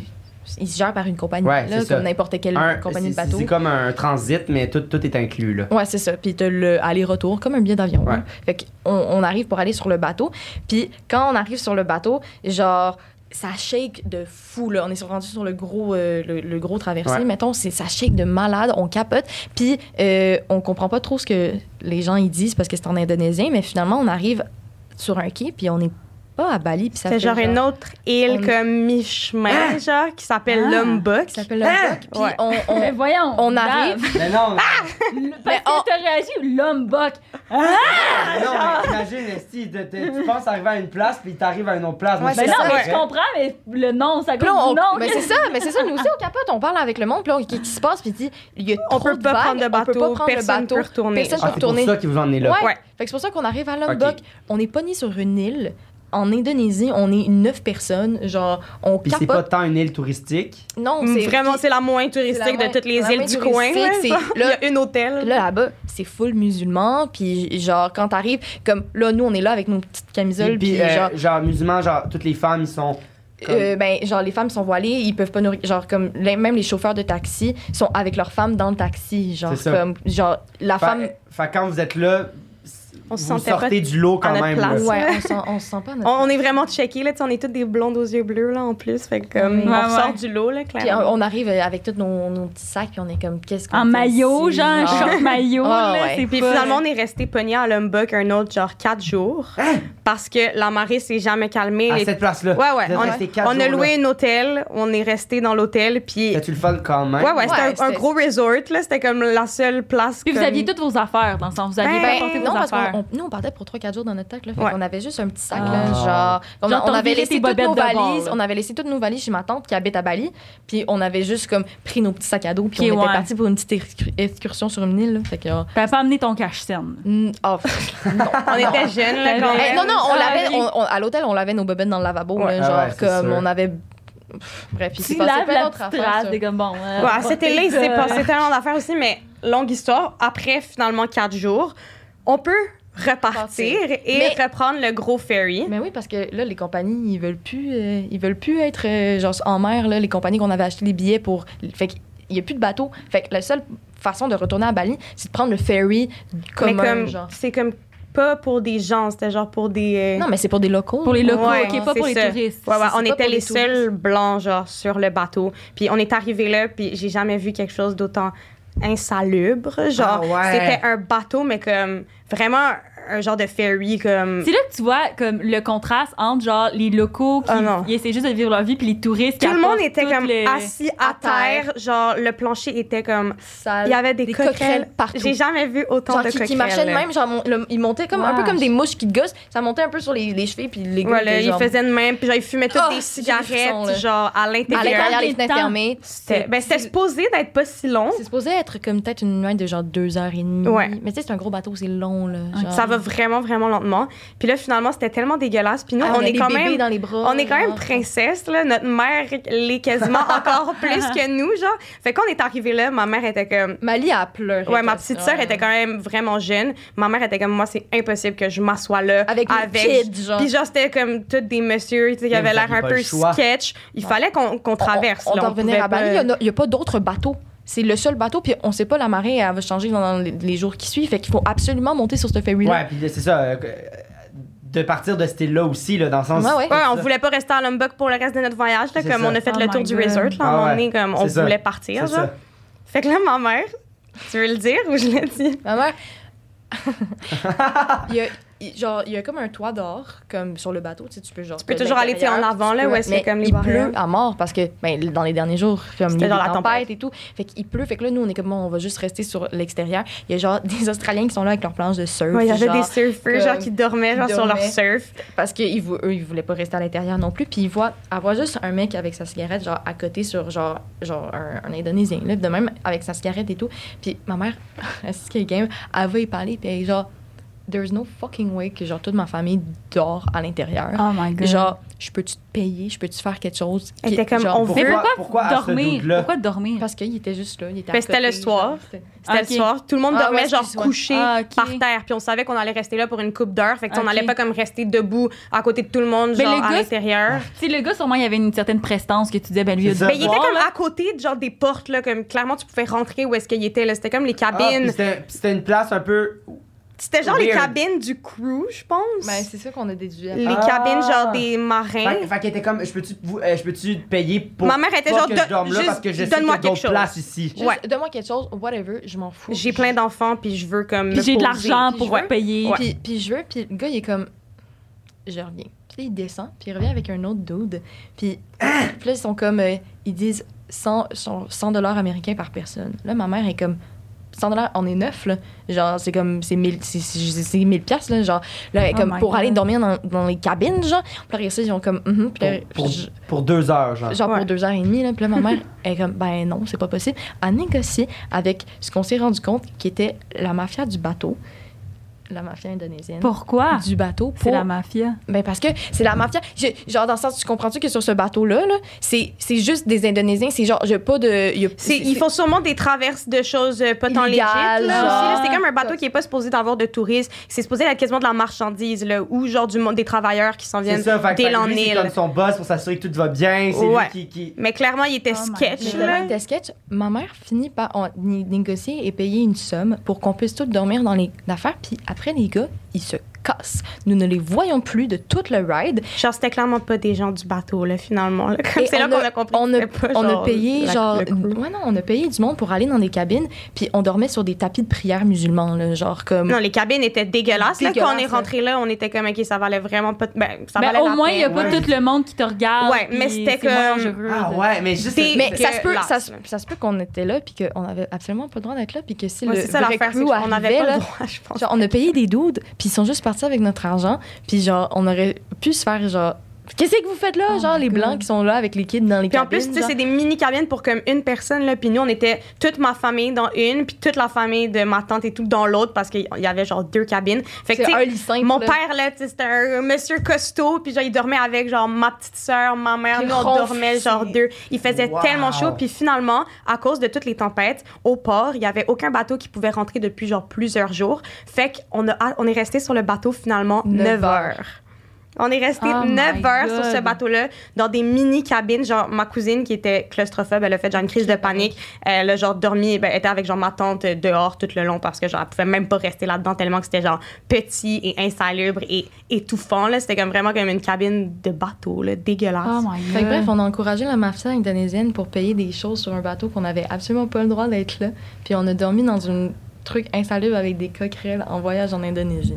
S4: ils se gèrent par une compagnie,
S1: Ouais,
S4: là,
S1: c'est ça.
S4: comme n'importe quelle
S1: Un-
S4: compagnie
S1: Hein? c'est-
S4: de bateau.
S1: C'est comme un transit, mais tout, tout est inclus, là.
S4: Ouais, c'est ça. Puis t'as le aller-retour, comme un billet d'avion.
S1: Ouais.
S4: hein. Fait qu'on on arrive pour aller sur le bateau. Puis quand on arrive sur le bateau, genre, ça shake de fou, là. On est sur- rendu sur le gros, euh, le, le gros traversier,
S1: Ouais.
S4: mettons. C'est, ça shake de malade, on capote. Puis euh, on comprend pas trop ce que les gens ils disent parce que c'est en indonésien, mais finalement, on arrive sur un quai, puis on n'est pas à Bali. Puis ça
S3: C'est
S4: fait
S3: genre une autre île
S4: on-
S3: comme mi-chemin, genre, qui s'appelle
S2: Hein? Ah.
S3: Lombok.
S4: qui s'appelle le Lombok. Puis
S3: Ouais.
S4: on, Hein? on-
S2: Mais voyons.
S4: on
S2: Dave,
S4: arrive.
S1: Mais non,
S2: le-
S4: Mais
S2: Parce que
S4: on-
S2: t'as réagi l'homme boc.
S1: mais non, mais imagine, Esti, de- de- tu penses arriver à une place, puis t'arrives à une autre place.
S4: Ouais,
S1: Moi,
S4: c'est
S2: Mais
S1: je
S2: Ben non,
S1: suis
S4: ça,
S2: mais
S1: d'accord.
S2: je comprends, mais le nom, ça
S4: Puis
S2: goûte
S4: là, on-
S2: du nom.
S4: mais c'est ça, mais c'est ça, nous aussi on capote, on parle avec le monde, puis là, on- qu'est-ce qui se passe, puis il dit, il y a
S3: On
S4: trop
S3: peut
S4: de
S3: pas
S4: vagues,
S3: prendre de
S4: on peut pas
S3: bateau,
S4: prendre
S3: personne
S4: le bateau.
S3: peut retourner.
S4: Personne
S1: Ah,
S4: peut
S1: c'est pour
S4: retourner.
S1: ça qu'ils vous emmenez là.
S4: Ouais.
S3: Ouais.
S4: Fait que c'est pour ça qu'on arrive à Lombok,
S1: Ok.
S4: on est pogné sur une île, en Indonésie, on est neuf personnes, genre, on
S1: Puis c'est
S4: capote.
S1: pas tant une île touristique.
S4: Non,
S3: Mm,
S4: c'est
S3: Vraiment, c'est la moins
S4: c'est
S3: touristique
S4: la moins-
S3: de toutes les
S4: la
S3: îles
S4: moins
S3: du coin.
S4: touristique,
S3: là.
S4: c'est-
S3: Il y
S4: là-
S3: a un hôtel.
S4: Là, là-bas, c'est full musulman, puis genre, quand t'arrives, comme là, nous, on est là avec nos petites camisoles, puis,
S1: Puis, euh,
S4: genre,
S1: genre, musulmans, genre, toutes les femmes, ils sont. comme-
S4: Euh, ben, genre, les femmes sont voilées, ils peuvent pas nourrir. Genre, comme, les- même les chauffeurs de taxi sont avec leurs femmes dans le taxi. Genre,
S1: C'est ça.
S4: comme, genre, la
S1: Fait-
S4: femme.
S1: Fait quand vous êtes là,
S3: On se
S1: vous
S3: sentait
S1: sortez
S3: pas
S1: du lot
S3: à
S1: quand
S3: notre
S1: même. là.
S3: place.
S4: Ouais, on s'en- on se sent pas. à
S3: On,
S4: notre-
S3: on est vraiment checkés, là, tu sais, on est toutes des blondes aux yeux bleus, là, en plus. Fait que, comme,
S2: Ouais,
S3: on sort
S2: ouais.
S3: du lot, là,
S4: Puis
S3: clairement.
S4: on on arrive avec tous nos, nos petits sacs, puis on est comme, qu'est-ce qu'on
S2: En
S4: fait
S2: maillot,
S4: ici,
S2: genre, un short maillot, là,
S4: Ah, ouais.
S2: c'est
S3: Puis
S2: pas-
S3: finalement, on est resté pogné à Lombok un autre, genre, quatre jours.
S1: Hein?
S3: Parce que la marée s'est jamais calmée.
S1: À
S3: Les-
S1: cette place-là.
S3: Ouais, ouais.
S1: Ah, Vous êtes
S3: On,
S1: restés quatre
S3: on a
S1: jours, là.
S3: loué un hôtel, on est resté dans l'hôtel, puis.
S1: T'as-tu le fun quand même?
S3: Ouais, ouais,
S4: Ouais,
S3: c'était un- un,
S4: c'était-
S3: gros resort, là. C'était comme la seule place.
S2: Puis vous
S3: comme-
S2: aviez toutes vos affaires, dans le sens. Vous aviez
S3: Ben,
S2: pas apporté
S4: Non,
S2: vos
S4: parce
S2: affaires.
S4: qu'on on- nous, on partait pour 3-4 jours dans notre tac. Là, fait
S3: Ouais.
S4: qu'on avait juste un petit sac.
S1: Ah.
S4: Là, genre, on,
S2: Genre,
S4: on
S2: t'as
S4: avait
S2: viré tes
S4: laissé toutes
S2: bobettes
S4: nos
S2: de bord,
S4: valises.
S2: là.
S4: on avait laissé toutes nos valises chez ma tante qui habite à Bali. Puis on avait juste comme pris nos petits sacs à dos. Puis
S2: Ok,
S4: on était
S2: ouais.
S4: partis pour une petite excru- excursion sur une île. là. Fait que. genre,
S2: T'avais pas amené ton cash scène.
S4: mm, oh, pff, non.
S3: On était jeunes, là, quand
S2: Ben,
S4: Eh,
S3: même.
S4: non, non, on
S2: Ah,
S4: l'avait.
S2: ok.
S4: on- on- à l'hôtel, on lavait nos bobettes dans le lavabo.
S1: Ouais.
S4: là,
S1: Ah
S4: genre,
S1: ouais, c'est
S4: comme
S1: sûr.
S4: on avait. Pff, Bref, il s'est
S2: Tu
S4: passé
S2: laves
S4: plein
S2: la
S4: d'autres
S2: petite
S4: affaires.
S2: trace,
S4: ça.
S2: t'es comme bon. euh,
S3: Ouais, c'était là, il s'est
S2: euh,
S3: passé tellement d'affaires aussi, mais longue histoire. Après, finalement, quatre jours, on peut repartir et
S4: Mais-
S3: reprendre le gros ferry.
S4: Mais oui, parce que là, les compagnies, ils veulent plus, euh, ils veulent plus être euh, genre en mer. Là, les compagnies qu'on avait acheté les billets pour, fait qu'il y a plus de bateau. Fait que la seule façon de retourner à Bali, c'est de prendre le ferry
S3: Mais
S4: commun,
S3: comme,
S4: genre.
S3: c'est comme pas pour des gens, c'était genre pour des. euh,
S4: Non, mais c'est pour des locaux.
S2: Pour les locaux,
S3: Ouais,
S2: ok, pas
S3: c'est
S2: pour les
S3: ça.
S2: touristes.
S3: Ouais, ouais,
S4: c'est- c'est
S3: on
S4: pas
S3: était
S4: pour
S3: les
S4: les touristes.
S3: seuls blancs, genre, sur le bateau. Puis on est arrivé là, puis j'ai jamais vu quelque chose d'autant insalubre. Genre,
S1: Ah ouais.
S3: c'était un bateau, mais comme vraiment un genre de ferry, comme.
S2: C'est là que tu vois comme le contraste entre genre les locaux qui
S3: Ah non.
S2: ils essaient juste de vivre leur vie puis les touristes qui
S3: Tout le monde
S2: apportent
S3: était
S2: toutes
S3: comme
S2: les-
S3: assis à
S4: à terre.
S3: terre, genre, le plancher était comme
S4: Sales.
S3: Il y avait des,
S4: Des
S3: coquerelles.
S4: coquerelles partout.
S3: J'ai jamais vu autant
S4: Genre
S3: de
S4: qui,
S3: coquerelles.
S4: qui marchaient de même, genre mon- le- ils montaient comme un peu
S2: Wesh.
S4: comme des mouches qui te gossent, ça montait un peu sur les, les chevilles puis les gars
S3: Voilà,
S4: étaient
S3: ils
S4: genre-
S3: faisaient de même, puis genre, ils fumaient toutes
S4: Oh,
S3: des
S4: j'ai des frissons,
S3: cigarettes,
S4: là.
S3: genre à
S4: à
S3: l'intérieur.
S4: l'intérieurs
S2: Combien
S4: les
S2: de
S4: fenêtres
S2: temps?
S4: fermées.
S3: C'était ben, c'était supposé d'être pas si long.
S4: C'est supposé être comme peut-être une nuit de genre deux heures et demie.
S3: Ouais.
S4: Mais tu sais, c'est un gros bateau, c'est long là. genre.
S3: Ça va vraiment, vraiment lentement. Puis là, finalement, c'était tellement dégueulasse. Puis nous,
S4: Ah,
S3: on,
S4: a
S3: est
S4: des
S3: quand
S4: bébés
S3: même.
S4: dans les bras,
S3: On est quand même
S4: genre.
S3: princesse, là. Notre mère l'est quasiment encore plus que nous, genre. Fait qu'on est arrivé là, ma mère était comme.
S4: Mali a pleuré.
S3: Ouais, ma petite sœur était quand même vraiment jeune. Ma mère était comme, moi, c'est impossible que je m'assoie là.
S4: euh, Avec, les kids, genre.
S3: Puis genre, c'était comme tous des messieurs tu sais, qui
S1: Mais
S3: avaient
S1: vous
S3: l'air
S1: aviez
S3: un
S1: pas le
S3: peu
S1: choix.
S3: sketch. Il
S4: Non.
S3: fallait qu'on qu'on traverse.
S4: On, on
S3: là,
S4: doit
S3: pouvait
S4: revenir à Bali.
S3: pas- euh,
S4: Il n'y a, pas d'autres bateaux. C'est le seul bateau, puis on sait pas, la marée, elle va changer dans les, les jours qui suivent. Fait qu'il faut absolument monter sur ce ferry-là.
S1: Ouais, puis c'est ça. euh, de partir de cette île-là aussi, là, dans le sens.
S4: Ouais, ouais.
S1: c'est
S3: Ouais, on
S1: ça.
S3: voulait pas rester à Lombok pour le reste de notre voyage, là,
S1: C'est
S3: comme
S1: ça.
S3: on a fait
S2: Oh
S3: le
S2: my
S3: tour du
S2: God.
S3: resort, là, à un
S1: Ah
S3: moment
S1: ouais.
S3: donné, comme on
S1: C'est ça.
S3: voulait partir,
S1: C'est
S3: genre.
S1: ça.
S3: Fait que là, ma mère, tu veux le dire ou je le dis?
S4: Ma mère. Ah il y a, il- genre, il y a comme un toit d'or, comme sur le bateau, tu sais, tu peux genre. Tu
S3: peux toujours aller, tu sais, en avant, là, où est-ce qu'il y a comme les
S4: il
S3: barrières.
S4: pleut à mort parce que ben, dans les derniers jours, comme il y
S3: C'était
S4: a
S3: dans
S4: des
S3: la tempête.
S4: tempêtes et tout. Fait qu'il pleut, fait que là, nous, on est comme bon, on va juste rester sur l'extérieur. Il y a genre des Australiens qui sont là avec leurs planches de surf.
S3: Ouais, il y avait
S4: genre,
S3: des surfers, genre,
S4: comme-
S3: qui dormaient, genre,
S4: qui
S3: sur leur
S4: dormaient.
S3: surf.
S4: Parce qu'ils vou- eux, ils voulaient pas rester à l'intérieur non plus. Puis ils voient, elle voit juste un mec avec sa cigarette, genre à côté sur genre, genre un, un Indonésien, là, de même avec sa cigarette et tout. Puis ma mère, est-ce qu'elle est game, elle va y parler, puis elle est genre, there's no fucking way que genre toute ma famille dort à l'intérieur.
S2: Oh my god.
S4: Genre, je peux-tu te payer, je peux-tu faire quelque chose?
S3: Elle
S4: Qui-
S3: était comme,
S4: genre,
S3: on
S2: mais
S3: veut-
S2: pourquoi,
S1: pourquoi à ce
S2: dormir?
S1: dude-là?
S2: Pourquoi dormir?
S4: Parce qu'il était juste là, il était à
S3: Ben, c'était
S4: côté,
S3: le soir.
S4: genre, c'était-
S3: C'était
S2: Ok.
S3: le soir. Tout le monde
S4: Ah,
S3: dormait,
S4: ouais,
S3: genre,
S4: excuse-moi.
S3: couché
S2: Ah, ok.
S3: par terre. Puis on savait qu'on allait rester là pour une coupe d'heure. Fait que, tu sais,
S2: Ok.
S3: on allait pas, comme, rester debout à côté de tout le monde,
S2: Mais
S3: genre,
S2: le
S3: à
S2: gars,
S3: l'intérieur.
S2: Si le gars, sûrement, il y avait une certaine prestance que tu disais, ben lui, il a
S1: C'est ça.
S2: du
S3: Mais il était
S2: pouvoir,
S3: comme
S2: là.
S3: à côté de genre des portes là, comme clairement tu pouvais rentrer où est-ce qu'il était là. C'était comme les
S1: Ah, puis
S3: cabines.
S1: c'était- puis c'était une place un peu.
S3: C'était genre les
S1: weird.
S3: cabines du crew, je pense.
S4: Ben, c'est ça qu'on a déduit.
S3: les
S1: Ah.
S3: cabines genre des marins.
S1: Fait, fait qu'elle était comme, je peux-tu vous- euh, je peux-tu te payer pour.
S3: Ma mère était
S1: pas
S3: genre,
S1: que
S3: don-
S1: je dorme là
S3: juste
S1: parce que je sais qu'il y
S3: donne-moi
S1: a d'autres
S3: quelque chose.
S1: places ici.
S4: Juste,
S3: Ouais.
S4: Donne-moi quelque chose, whatever, je m'en fous.
S3: J'ai plein d'enfants puis je veux comme
S2: Puis
S3: me
S2: j'ai de
S3: poser.
S2: l'argent
S4: puis
S2: pour
S4: je veux.
S2: payer.
S4: Puis, puis je veux, puis le gars, il est comme, je reviens. Puis là, il descend, puis il revient avec un autre dude. Puis, puis là, ils sont comme, euh, ils disent 100, sont 100 dollars américains par personne. Là, ma mère est comme, 100 dollars, on est neuf, là. Genre, c'est comme, c'est 1000, c'est- c'est c'est 1000 piastres, là. Genre, là, elle est
S2: Oh
S4: comme,
S2: my
S4: pour
S2: God.
S4: aller dormir dans, dans les cabines, genre. Puis là, ça, ils ont comme, Mhm. Puis là,
S1: Pour, pour,
S4: je-
S1: pour deux heures, genre.
S4: genre
S3: Ouais.
S4: pour deux heures et demie. Là. Puis là, ma mère est comme, ben non, c'est pas possible. À négocier avec ce qu'on s'est rendu compte qui était la mafia du bateau, la mafia indonésienne.
S3: Ah,
S2: Pourquoi?
S4: Du bateau
S2: C'est
S4: pour.
S2: la mafia.
S4: Ben parce que c'est la mafia. Je- genre, dans le sens, tu comprends-tu que sur ce bateau-là, là, c'est c'est juste des Indonésiens. C'est genre, j'ai pas de. y a-
S3: C'est- ils font sûrement des traverses de choses euh, pas tant légites. là,
S4: Illégales,
S3: aussi,
S4: genre.
S3: là. C'est comme un bateau qui est pas supposé d'avoir de touristes. C'est supposé être quasiment de la marchandise là, ou genre du monde des travailleurs qui s'en
S1: C'est
S3: viennent
S1: ça, fait que- fait
S3: dès
S1: que
S3: l'en
S1: lui, c'est comme
S3: île.
S1: son boss pour s'assurer que tout va bien. C'est
S3: Ouais.
S1: lui qui. qui-
S3: Mais clairement, il était
S2: Oh my
S3: sketch
S2: God.
S4: Mais
S3: là.
S4: tellement de sketch, ma mère finit par en né- négocier et payer une somme pour qu'on puisse tous dormir dans les affaires. Puis après, les gars, ils se cassent. Nous ne les voyons plus de tout le ride.
S3: Genre, c'était clairement pas des gens du bateau, là, finalement. là. Comme
S4: Et
S3: c'est là
S4: on
S3: qu'on
S4: a-
S3: a compris.
S4: on
S3: que
S4: a,
S3: c'était pas,
S4: on
S3: genre,
S4: a payé
S3: la-
S4: genre
S3: le crew.
S4: ouais non on a payé du monde pour aller dans des cabines puis on dormait sur des tapis de prière musulmans là, genre comme
S3: Non, les cabines étaient dégueulasses. là, quand on
S4: Dégueulasses,
S3: est rentré là, on était comme, OK, ça valait vraiment pas. Ben, ça
S2: Mais
S3: valait
S2: au
S3: la
S2: moins, il
S3: peine.
S2: n'y a pas
S1: ouais.
S2: tout le monde qui te regarde.
S3: Ouais, mais
S2: puis
S3: c'était
S2: c'est moins
S3: comme-
S2: dangereux
S1: Ah
S2: de-
S1: ouais, mais juste.
S3: T'es-
S4: mais
S3: que
S4: ça se peut ça,
S3: lasse,
S4: se-
S3: là.
S4: ça se peut qu'on était là puis qu'on avait absolument pas le droit d'être là puis que si
S3: Ouais,
S4: le
S3: c'est ça
S4: vrai
S3: l'affaire, c'est
S4: crew
S3: qu'on n'avait
S4: arrivait
S3: pas
S4: là
S3: le droit, je pense.
S4: genre on a payé des doudes puis ils sont juste partis avec notre argent puis genre on aurait pu se faire genre qu'est-ce que vous faites là
S2: Oh
S4: genre
S2: my
S4: les
S2: God.
S4: blancs qui sont là avec les kids dans les
S3: Puis en
S4: cabines
S3: plus, tu sais,
S4: genre.
S3: c'est des mini cabines pour comme une personne, là. Puis nous, on était toute ma famille dans une, puis toute la famille de ma tante et tout dans l'autre, parce qu'il y avait genre deux cabines. Fait que, tu
S4: c'est
S3: sais,
S4: un lit simple
S3: Mon
S4: là.
S3: père, là, tu sais, c'était un monsieur costaud, puis genre, il dormait avec, genre, ma petite sœur, ma mère,
S4: Puis
S3: nous, on
S4: ronfle,
S3: dormait, genre,
S4: c'est-
S3: deux. Il faisait
S1: Wow.
S3: tellement chaud, puis finalement, à cause de toutes les tempêtes, au port, il y avait aucun bateau qui pouvait rentrer depuis, genre, plusieurs jours. Fait qu'on a, ah, on est resté sur le bateau, finalement,
S4: Neuf
S3: 9 heures. On est resté
S2: Oh my
S3: 9 heures sur ce
S2: God.
S3: bateau-là, dans des mini-cabines. Genre, ma cousine qui était claustrophobe, elle a fait genre une crise de panique. Elle a Euh, genre dormi, ben, était avec genre ma tante dehors tout le long parce que genre, elle pouvait même pas rester là-dedans tellement que c'était genre petit et insalubre et étouffant. là. C'était comme vraiment comme une cabine de bateau, là, dégueulasse.
S2: Oh my god.
S4: Fait que bref, on a encouragé la mafia indonésienne pour payer des choses sur un bateau qu'on avait absolument pas le droit d'être là. Puis on a dormi dans un truc insalubre avec des coquerelles en voyage en Indonésie.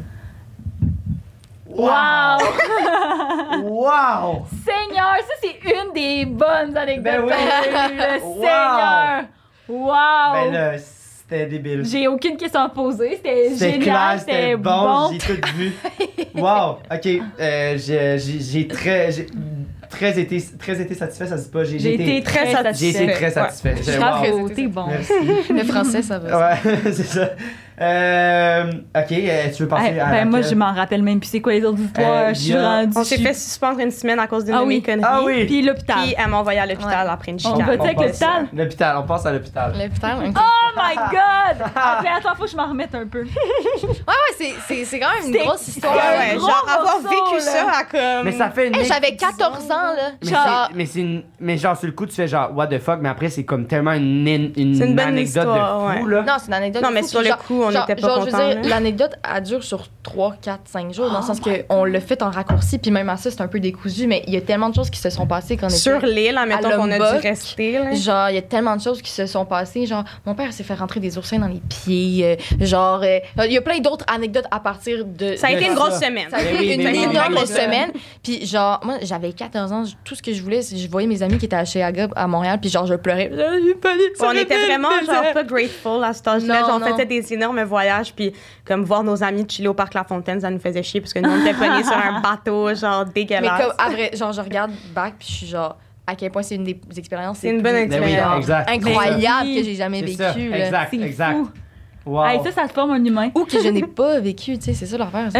S1: Wow! wow!
S2: Seigneur, ça c'est une des bonnes anecdotes
S1: Ben oui.
S2: qu'on a eues, le
S1: Wow.
S2: Seigneur. Wow.
S1: Ben là, c'était débile.
S2: J'ai aucune question à poser, c'était
S1: C'était
S2: génial,
S1: clair, c'était bon,
S2: bon.
S1: j'ai tout vu. wow! Ok, euh, j'ai- j'ai j'ai très, j'ai très été, très été satisfait, ça se dit pas. J'ai
S2: J'ai été très
S1: j'ai été
S2: satisfaite.
S1: très satisfait. J'ai- wow.
S2: Bravo, t'es bon.
S1: Merci.
S4: Le français, ça va.
S1: Ouais, c'est ça. Euh, ok, euh, tu veux passer
S2: Eh,
S1: à.
S2: ben, moi,
S1: laquelle?
S2: je m'en rappelle même plus c'est quoi les autres histoires.
S1: Euh,
S2: je
S1: il
S2: suis
S1: y a-
S2: rendue.
S3: On s'est fait suspendre une semaine à cause d'une
S2: Ah
S3: de mes
S2: oui.
S3: conneries.
S1: Ah oui!
S2: Puis l'hôpital.
S3: Puis elle m'a envoyée à l'hôpital
S4: Ouais.
S3: après une
S2: On
S3: chicane.
S2: va-tu avec
S1: passe-
S2: l'hôpital?
S1: L'hôpital, on passe à l'hôpital.
S4: L'hôpital,
S3: Ah,
S4: ok.
S2: Oh my god! Ok, attends, faut que je m'en remette un peu.
S4: Ouais, ouais, c'est- c'est- c'est quand même une
S2: C'est-
S4: grosse
S3: Ouais,
S4: histoire.
S2: c'est
S4: là.
S3: ouais,
S2: gros
S3: genre avoir
S2: morceau,
S3: vécu
S2: là.
S3: ça à comme.
S1: Mais ça fait une.
S4: Hey, J'avais 14 ans, là.
S1: Mais
S4: Genre,
S1: c'est- mais c'est une- mais genre sur le coup tu fais genre what the fuck mais après c'est comme tellement une une,
S3: C'est une bonne
S1: anecdote
S3: histoire,
S1: de fou
S3: ouais.
S1: là.
S4: Non, c'est une anecdote.
S3: Non,
S4: de
S3: mais
S4: fou,
S3: sur
S4: puis
S3: le
S4: genre-
S3: coup, on
S4: genre-
S3: n'était pas
S4: genre, je veux
S3: contents.
S4: dire,
S3: là. Oh
S4: l'anecdote, elle dure sur 3, 4, 5 jours, dans le sens qu'on le fait en raccourci, puis même à ça, c'est un peu décousu, mais il y a tellement de choses qui se sont passées qu'on est
S3: Sur l'île, admettons qu'on a
S4: Lombok.
S3: dû rester. là.
S4: Genre, il y a tellement de choses qui se sont passées. Genre, mon père s'est fait rentrer des oursins dans les pieds. euh, genre, euh, il y a plein d'autres anecdotes à partir de.
S3: Ça a été
S1: Mais
S3: une
S1: ça-
S3: grosse semaine.
S4: Ça a
S1: Mais
S4: été
S1: oui,
S4: une
S3: ben
S1: mais oui,
S4: énorme
S1: mais oui.
S4: semaine. Puis genre, moi, j'avais 14 ans. je- Tout ce que je voulais, c'est je voyais mes amis qui étaient à chez Aga à Montréal. Puis genre, je pleurais. Ah, j'ai pas dit ça,
S3: On
S4: j'ai pas
S3: était
S4: dit
S3: vraiment
S4: ça.
S3: genre pas grateful à cet âge-là.
S4: Non,
S3: Genre, on
S4: non.
S3: faisait des énormes voyages, puis comme voir nos amis chiller au parc La Fontaine, ça nous faisait chier parce que nous on était pognés sur un bateau, genre
S4: Mais
S3: dégueulasse.
S4: comme, après, genre, je regarde back, puis je suis genre, à quel point c'est une des expériences.
S3: C'est une bonne
S4: plus-
S1: Ben oui,
S3: expérience.
S1: exact.
S4: Incroyable
S2: Mais oui.
S4: que j'ai jamais
S1: C'est
S4: vécu.
S1: ça,
S4: là.
S1: exact,
S2: C'est
S1: exact.
S2: fou.
S1: Wow.
S2: Hey, ça, ça te forme un humain.
S4: Ou que je n'ai pas vécu, tu sais, c'est ça l'affaire. ça.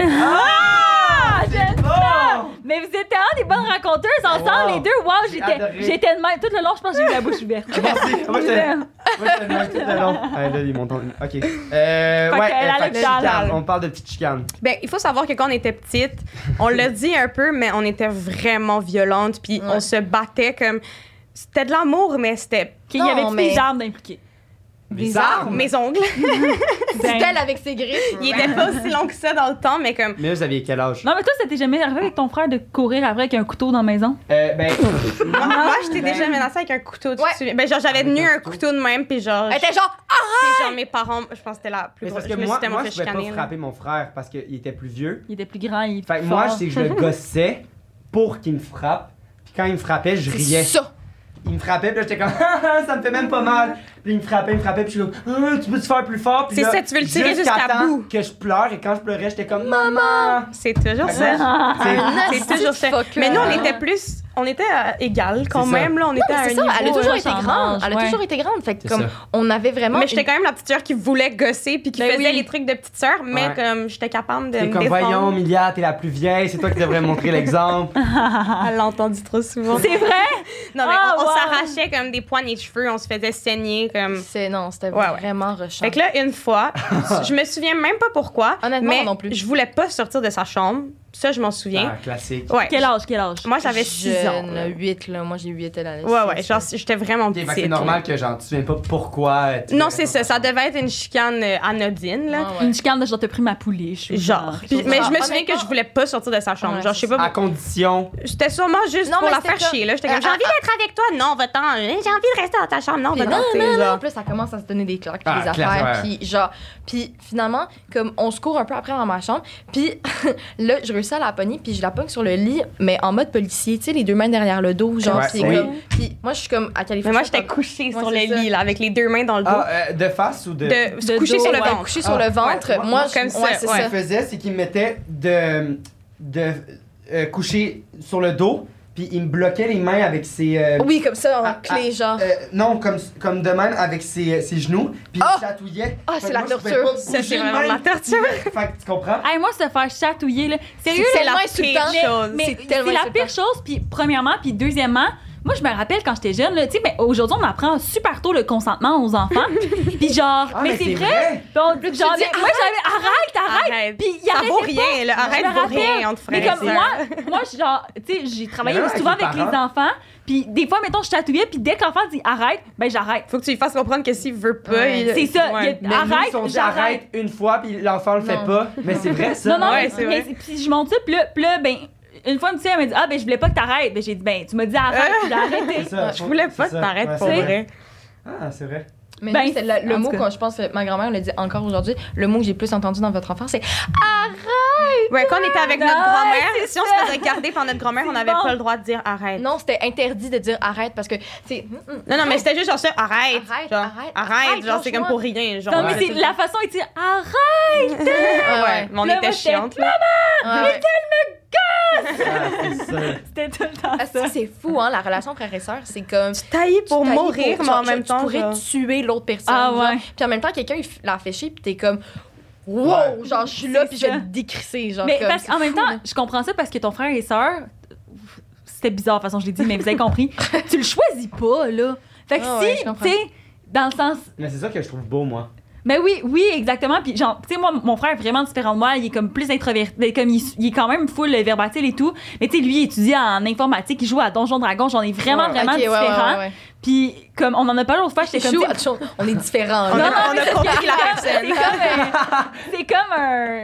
S2: Ah! Je-
S1: Oh!
S2: Mais vous étiez tellement des bonnes raconteuses ensemble,
S1: Wow.
S2: les deux. Wow,
S1: J'ai adoré.
S2: j'étais j'étais de même. Tout le long, je pense que j'ai eu la bouche ouverte.
S1: Merci. Ah, Moi, j'étais- moi, j'étais le mec tout le long. Ah, là, ils m'ont tombé. Ok. Euh,
S2: Fait
S1: ouais,
S2: qu'elle
S1: euh,
S2: a
S1: fait que
S2: l'hôpital.
S1: chicane. On parle de petites chicanes.
S3: Ben, il faut savoir que quand on était petite, on le dit un peu, mais on était vraiment violente, puis
S4: Ouais.
S3: on se battait comme. C'était de l'amour, mais c'était
S2: Qu'il y avait
S4: Non,
S2: des
S4: mais-
S2: armes impliquées.
S1: Des armes?
S3: mes ongles.
S2: Ben.
S4: Tel avec ses griffes.
S3: Il était pas aussi long que ça dans le temps, mais comme.
S1: Mais là, vous aviez quel âge?
S2: Non, mais toi, ça t'est jamais arrivé avec ton frère de courir après avec un couteau dans la maison?
S1: Euh, ben,
S3: Moi, moi, je t'ai
S1: Ben.
S3: déjà menacée avec un couteau. tu
S4: Ouais.
S3: te souviens? Ben, genre, j'avais
S1: Avec
S3: tenu
S1: un
S3: un couteau de même, puis genre.
S4: Elle était genre, ah,
S3: Puis genre, mes parents, je pense que c'était la plus
S1: mais c'est
S3: grosse.
S1: parce
S3: Je
S1: que
S3: me
S1: moi,
S3: suis tellement
S1: moi
S3: fait
S1: je pouvais
S3: chicaner.
S1: pas
S3: là.
S1: frapper mon frère parce qu'il était plus vieux.
S2: Il était plus grand, il était
S1: Fait que
S2: plus
S1: moi,
S2: fort.
S1: c'est que je le gossais pour qu'il me frappe. Puis quand il me frappait, je
S4: c'est
S1: riais.
S4: ça.
S1: Il me frappait, puis là, j'étais comme, Ah, ah, ça me fait même pas mal. Puis il me frappait, il me frappait, puis je suis comme, Ah, tu peux te faire plus fort. Puis
S3: C'est
S1: là,
S3: ça, tu veux le tirer jusqu'à
S1: temps
S3: bout.
S1: Que je pleure, et quand je pleurais, j'étais comme, maman!
S3: C'est toujours ça.
S1: Là, Ah, c'est-
S3: C'est toujours ça. Mais nous, on était plus. On était euh, égales quand
S1: C'est
S3: même, là. On était à un
S4: C'est ça, elle a
S2: niveau,
S4: toujours
S2: là,
S4: été
S2: ça en
S4: grande.
S2: mange,
S4: Elle a
S2: ouais.
S4: toujours été grande. Fait que
S1: C'est
S4: comme,
S1: ça.
S4: on avait vraiment.
S3: Mais j'étais
S4: une-
S3: quand même la petite sœur qui voulait gosser puis qui
S4: Ben
S3: faisait
S4: oui.
S3: les trucs de petite sœur, mais
S1: Ouais.
S3: comme j'étais capable de
S1: T'es
S3: me
S1: comme, voyons,
S3: défendre.
S1: Milia, t'es la plus vieille, c'est toi qui devrais montrer l'exemple.
S3: Elle l'a entendu trop souvent.
S2: C'est vrai?
S3: Non, mais
S2: Ah,
S3: on, on
S2: wow.
S3: s'arrachait comme des poignées de cheveux, on se faisait saigner comme.
S4: C'est non, c'était
S3: Ouais, ouais.
S4: vraiment rushant.
S3: Fait que là, une fois, je me souviens même pas pourquoi,
S4: Honnêtement,
S3: mais
S4: moi non plus.
S3: je voulais pas sortir de sa chambre. Ça, je m'en souviens.
S1: Ah, classique.
S3: Ouais.
S2: Quel âge, quel âge?
S3: Moi, j'avais 6 ans. là.
S4: 8, là. Moi, j'ai 8 l'année.
S3: Ouais, ouais, genre, j'étais vraiment
S1: Ok, fait
S3: petite.
S1: que c'est normal que, genre, tu te souviens pas pourquoi. euh, tu-
S3: Non, c'est ça. Ça devait être une chicane euh, anodine, là.
S2: Une chicane de genre, t'as pris ma poulie. Je suis
S3: Genre. Puis- mais je me souviens que
S4: Honnêtement-
S3: je voulais pas sortir de sa chambre.
S4: Ouais,
S3: genre, je sais
S4: c'est
S1: À
S3: pas.
S1: condition.
S3: J'étais sûrement juste
S4: Non,
S3: pour
S4: mais
S3: la
S4: c'était
S3: faire
S4: comme-
S3: chier, là. J'étais
S4: Euh,
S3: comme, j'ai
S4: ah,
S3: envie d'être avec toi. Non, va-t'en. Hein, J'ai envie de rester dans ta chambre. Non,
S4: Puis
S3: va-t'en.
S4: non,
S3: tu sais,
S4: non,
S3: genre.
S4: non, plus ça commence à se donner des claques puis
S1: Ah,
S4: des
S1: claque,
S4: affaires
S1: ouais.
S4: puis genre puis finalement comme on se court un peu après dans ma chambre puis là je réussis à la pogner puis je la pogne sur le lit mais en mode policier tu sais les deux mains derrière le dos genre
S1: Ouais,
S4: puis
S1: oui.
S4: comme puis moi je suis comme à Californie
S3: Mais moi, j'étais couchée
S4: Ouais,
S3: sur le
S4: c'est ça.
S3: lit, là, avec les deux mains dans le dos.
S1: Ah, euh, de face ou de.
S3: de,
S2: de
S3: couchée
S2: dos,
S3: sur le
S2: ouais.
S3: ventre.
S4: couché sur
S1: Ah,
S4: le ventre
S1: ouais,
S4: moi,
S1: moi,
S3: moi,
S4: je-
S3: comme ça,
S4: ouais,
S1: Ce
S4: c'est ça
S1: qu'il faisait, c'est qu'il me mettait de. de. euh, couché sur le dos, puis il me bloquait les mains avec ses. euh,
S4: oui comme ça en
S1: Ah,
S4: clé genre
S1: Euh, non, comme, comme de même avec ses, ses genoux, puis
S4: Ah!
S1: il chatouillait.
S4: Ah,
S1: Fait
S4: c'est
S1: que
S4: la
S1: moi, je pouvais
S4: torture.
S1: pas
S3: Ça,
S1: bouger
S3: c'est
S1: de
S3: vraiment
S1: même.
S3: la torture.
S1: Fait que tu comprends?
S2: Hey, moi, se faire chatouiller, là. Sérieux,
S4: C'est
S2: là,
S4: la
S2: moi,
S4: pire
S2: tout le temps,
S3: chose.
S2: Mais
S4: C'est
S2: c'est
S4: tellement
S2: la
S4: insultant.
S2: pire chose, puis premièrement, puis deuxièmement, moi, je me rappelle quand j'étais jeune, là, tu sais, mais aujourd'hui, on apprend super tôt le consentement aux enfants. puis genre,
S1: Ah,
S2: mais, c'est vrai. Puis on-
S4: Plus tu
S2: genre,
S4: dis,
S2: mais- moi, j'avais arrête, arrête.
S3: Arrête.
S2: Puis il
S3: Ah, Ça vaut
S2: arrêtait
S3: rien, là.
S2: Je
S3: Arrête,
S2: me
S3: vaut
S2: rappelle.
S3: rien, on te ferait
S2: Mais comme
S3: ça.
S2: moi, moi, je- genre, tu sais, j'ai travaillé
S1: Mais non,
S2: souvent
S1: avec
S2: avec
S1: les
S2: les
S1: parents.
S2: enfants, puis des fois, mettons, je chatouillais, puis dès que l'enfant dit arrête, ben j'arrête.
S3: Faut que tu lui fasses comprendre que s'il veut pas,
S4: Ouais.
S3: il-
S2: C'est ça,
S3: Ouais.
S2: il y a-
S1: ah.
S2: arrête, j'arrête.
S1: j'arrête une fois, puis l'enfant le fait
S4: Non.
S1: pas. Mais c'est vrai, ça.
S2: Non, non,
S3: Ouais,
S2: mais-
S3: c'est
S2: mais
S3: vrai.
S2: puis je monte ça, puis là, puis là, ben, une fois, une petite, elle m'a dit ah, ben, je voulais pas que t'arrêtes. Ben, j'ai dit ben, tu m'as dit arrête,
S4: Ah.
S2: puis j'ai arrêté.
S1: C'est ça,
S3: Je voulais
S1: c'est
S3: pas que
S1: ça.
S3: t'arrêtes
S1: Ouais,
S3: pour
S1: c'est
S3: vrai.
S1: Ah, c'est vrai.
S4: mais
S2: Ben,
S4: nous, c'est le, le
S2: en
S4: mot
S2: tout cas.
S4: que je pense que ma grand-mère le dit encore aujourd'hui le mot que j'ai plus entendu dans votre enfant c'est Ah,
S3: Ouais, quand on était avec
S2: Non,
S3: notre grand-mère,
S2: c'est
S3: si on se
S2: ça.
S3: faisait garder par notre grand-mère, on n'avait
S2: bon.
S3: pas le droit de dire arrête.
S4: non c'était interdit de dire arrête parce que mm, c'est
S3: Non, non, mais c'était juste genre ça, arrête.
S4: Arrête,
S3: genre,
S4: arrête,
S3: arrête. Genre,
S4: arrête,
S3: c'est comme pour rien. Genre,
S2: Non, mais
S1: Ouais.
S2: c'est la façon, il dit arrête.
S3: Ouais, ouais, mais on
S2: Là,
S3: était
S2: moi, j'étais-
S3: chiantes. là.
S4: Ah, Ouais.
S1: Ah, c'est ça.
S2: C'était tout le temps
S4: Ah,
S2: ça.
S4: c'est- c'est fou, hein, la relation frère et sœur. C'est comme.
S3: Tu taillis pour
S4: tu t'haïs
S3: mourir, mais en
S4: genre,
S3: même
S4: tu
S3: temps.
S4: pourrais
S3: genre-
S4: tuer l'autre personne.
S2: Ah,
S4: genre.
S2: ouais.
S4: Puis en même temps, quelqu'un, il f- la fait chier, puis t'es comme, wow,
S1: Ouais.
S4: genre je suis là
S2: C'est
S4: puis je vais
S2: ça.
S4: te décrisser genre
S2: Mais
S4: comme,
S2: parce
S4: c'est
S2: qu'en même
S4: fou,
S2: temps,
S4: là.
S2: je comprends ça parce que ton frère et sœur, c'était bizarre de toute façon, je l'ai dit, mais vous avez compris. tu le choisis pas, là. Fait que
S4: Ah ouais,
S2: si,
S4: je comprends.
S2: tu sais, dans le sens.
S1: Mais c'est ça que je trouve beau, moi.
S2: Mais Ben oui, oui, exactement. Puis, genre, tu sais, moi, mon frère est vraiment différent de moi. Il est comme plus introverti. ben, Comme il, il est quand même full verbatil et tout. Mais, tu sais, lui, il étudie en informatique. Il joue à Donjon Dragon. J'en ai vraiment,
S4: Ouais,
S2: vraiment
S4: ok, ouais,
S2: différent.
S4: ouais, ouais, ouais.
S2: Puis, comme, on en a pas l'autre fois, j'étais comme.
S4: Chou,
S2: tu sais,
S4: autre chose. on est différents
S3: On
S4: là.
S3: a, on a compris la
S2: C'est
S3: personne.
S2: comme, euh, c'est comme un.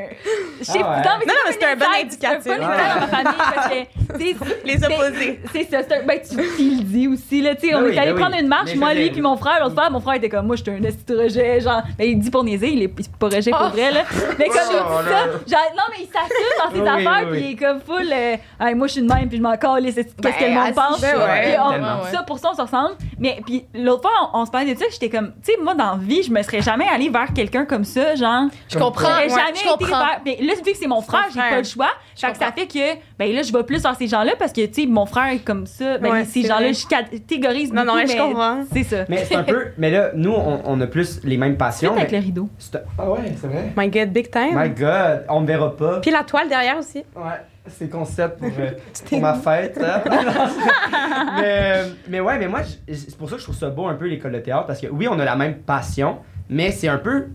S2: je sais-
S1: Ah ouais.
S2: non, mais
S3: Non, non, mais
S2: comme
S3: c'est un bon
S2: insight, c'est
S3: indicatif.
S2: un bon insight dans ma famille parce que, tu sais,
S3: Les
S2: c'est-
S3: opposés.
S2: C'est ça. c'est un- Ben, tu, tu le dis aussi, là. Tu sais,
S1: Ben
S2: on
S1: oui,
S2: est allé
S1: ben oui.
S2: prendre une marche,
S1: Mais
S2: moi,
S1: je
S2: lui,
S1: l'ai- Mm.
S2: puis mon frère. L'autre fois, mon frère était comme, moi, j'étais un esti de rejet. Genre, mais il dit pour niaiser, il est il est pas rejet pour
S4: Oh.
S2: vrai, là. Mais comme
S1: Oh,
S2: il dit ça,
S1: là.
S2: genre, non, mais il s'assume dans
S1: Oui,
S2: ses
S1: oui,
S2: affaires,
S1: oui.
S2: puis il est comme full. euh, Hey, moi, je suis de même, puis je m'en calisse. c'est- Qu'est-ce que le monde
S4: Ben, assis,
S2: pense?
S4: ben
S1: ouais,
S2: Puis on-
S1: tellement.
S2: Ça, pour ça, on se ressemble. Mais puis l'autre fois, on, on se parlait de ça, j'étais comme, tu sais, moi, dans la vie, je me serais jamais allée vers quelqu'un comme ça, genre.
S4: je comprends
S2: J'aurais
S4: ouais,
S2: jamais
S4: je
S2: été
S4: comprends
S2: vers- Mais là, vu que c'est mon frère, j'ai
S3: frère.
S2: pas le choix.
S4: Je
S2: Fait que ça
S4: comprends.
S2: fait que, ben là, je vais plus vers ces gens-là parce que, tu sais, mon frère est comme ça. Ben,
S3: Ouais,
S2: ces
S3: c'est
S2: gens-là,
S3: vrai.
S2: je catégorise
S3: Non, non,
S2: beaucoup,
S3: je
S2: mais
S3: comprends.
S2: C'est ça.
S1: Mais c'est un peu. Mais là, nous, on, on a plus les mêmes
S2: Faites
S1: passions.
S2: avec le
S1: mais-
S2: rideau.
S1: c'est- Ah ouais, c'est vrai.
S3: My God, big time.
S1: My God, on me verra pas.
S3: Puis la toile derrière aussi.
S1: Ouais, c'est concept pour, euh, pour ma fête. hein. mais, euh, mais ouais, mais moi, je- c'est pour ça que je trouve ça beau un peu l'école de théâtre parce que oui, on a la même passion, mais c'est un peu.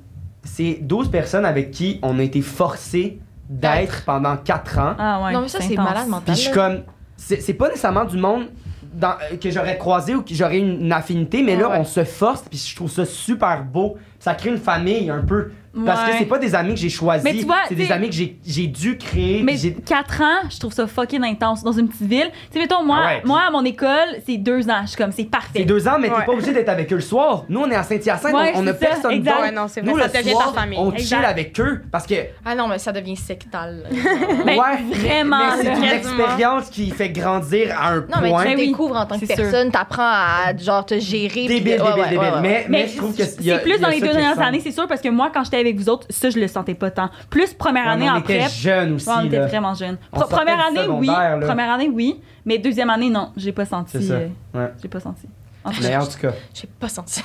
S1: C'est 12 personnes avec qui on a été forcé d'être pendant 4 ans.
S2: Ah ouais.
S4: non mais ça c'est
S2: intense.
S4: malade mental
S1: Puis je suis
S4: là.
S1: comme. C'est c'est pas nécessairement du monde dans- euh, que j'aurais croisé ou que j'aurais une, une affinité, mais
S4: Ouais,
S1: là,
S2: Ah
S4: ouais.
S1: on se force, puis je trouve ça super beau. Ça crée une famille un peu. Parce que
S2: Ouais.
S1: c'est pas des amis que j'ai
S2: Mais tu
S1: choisis,
S2: vois,
S1: c'est
S2: tu
S1: des
S2: sais-
S1: amis que j'ai- j'ai dû créer.
S2: Mais
S1: j'ai-
S2: 4 ans, je trouve ça fucking intense dans une petite ville. Tu sais, mettons, moi,
S1: Ah ouais, puis-
S2: moi à mon école, c'est 2 ans. Je suis comme, c'est
S1: C'est
S2: parfait.
S1: deux ans, mais t'es
S3: Ouais.
S1: pas obligé d'être avec eux le soir. Nous, on est à Saint-Hyacinthe,
S2: Ouais,
S1: on- on a
S2: c'est ça,
S1: personne
S2: exact.
S1: d'autre.
S3: Ouais, non, c'est vrai,
S1: Nous,
S3: ça
S1: le
S3: devient
S1: soir,
S3: ta famille.
S1: on
S2: Exact.
S1: chill avec eux parce que
S4: ah non mais ça devient sectal
S2: Ben,
S1: ouais, mais
S2: vraiment,
S1: c'est
S2: là.
S1: une
S3: Quasiment.
S1: expérience qui fait grandir à un
S4: non mais
S1: point
S4: tu
S2: Mais oui,
S4: découvres en tant que
S2: c'est sûr.
S4: personne t'apprends à genre te gérer puis-
S1: débile, débile,
S4: ouais, ouais,
S1: débile.
S4: ouais, ouais.
S1: Mais, mais
S2: Mais
S1: je trouve que
S2: c'est c'est plus dans les deux dernières années, c'est sûr, parce que moi, quand j'étais avec vous autres, ça, je le sentais pas tant. Plus première année
S1: on
S2: en
S1: était
S2: prep,
S1: jeunes aussi.
S2: Ouais, on était
S1: là.
S2: vraiment jeune.
S1: On sortait
S2: première
S1: du
S2: année, oui.
S1: secondaire, là.
S2: Première année, oui. Mais deuxième année, non, j'ai pas senti.
S1: C'est ça.
S2: euh,
S1: Ouais.
S2: j'ai pas senti. En tout
S1: Mais
S2: cas,
S1: en tout cas,
S4: j'ai pas senti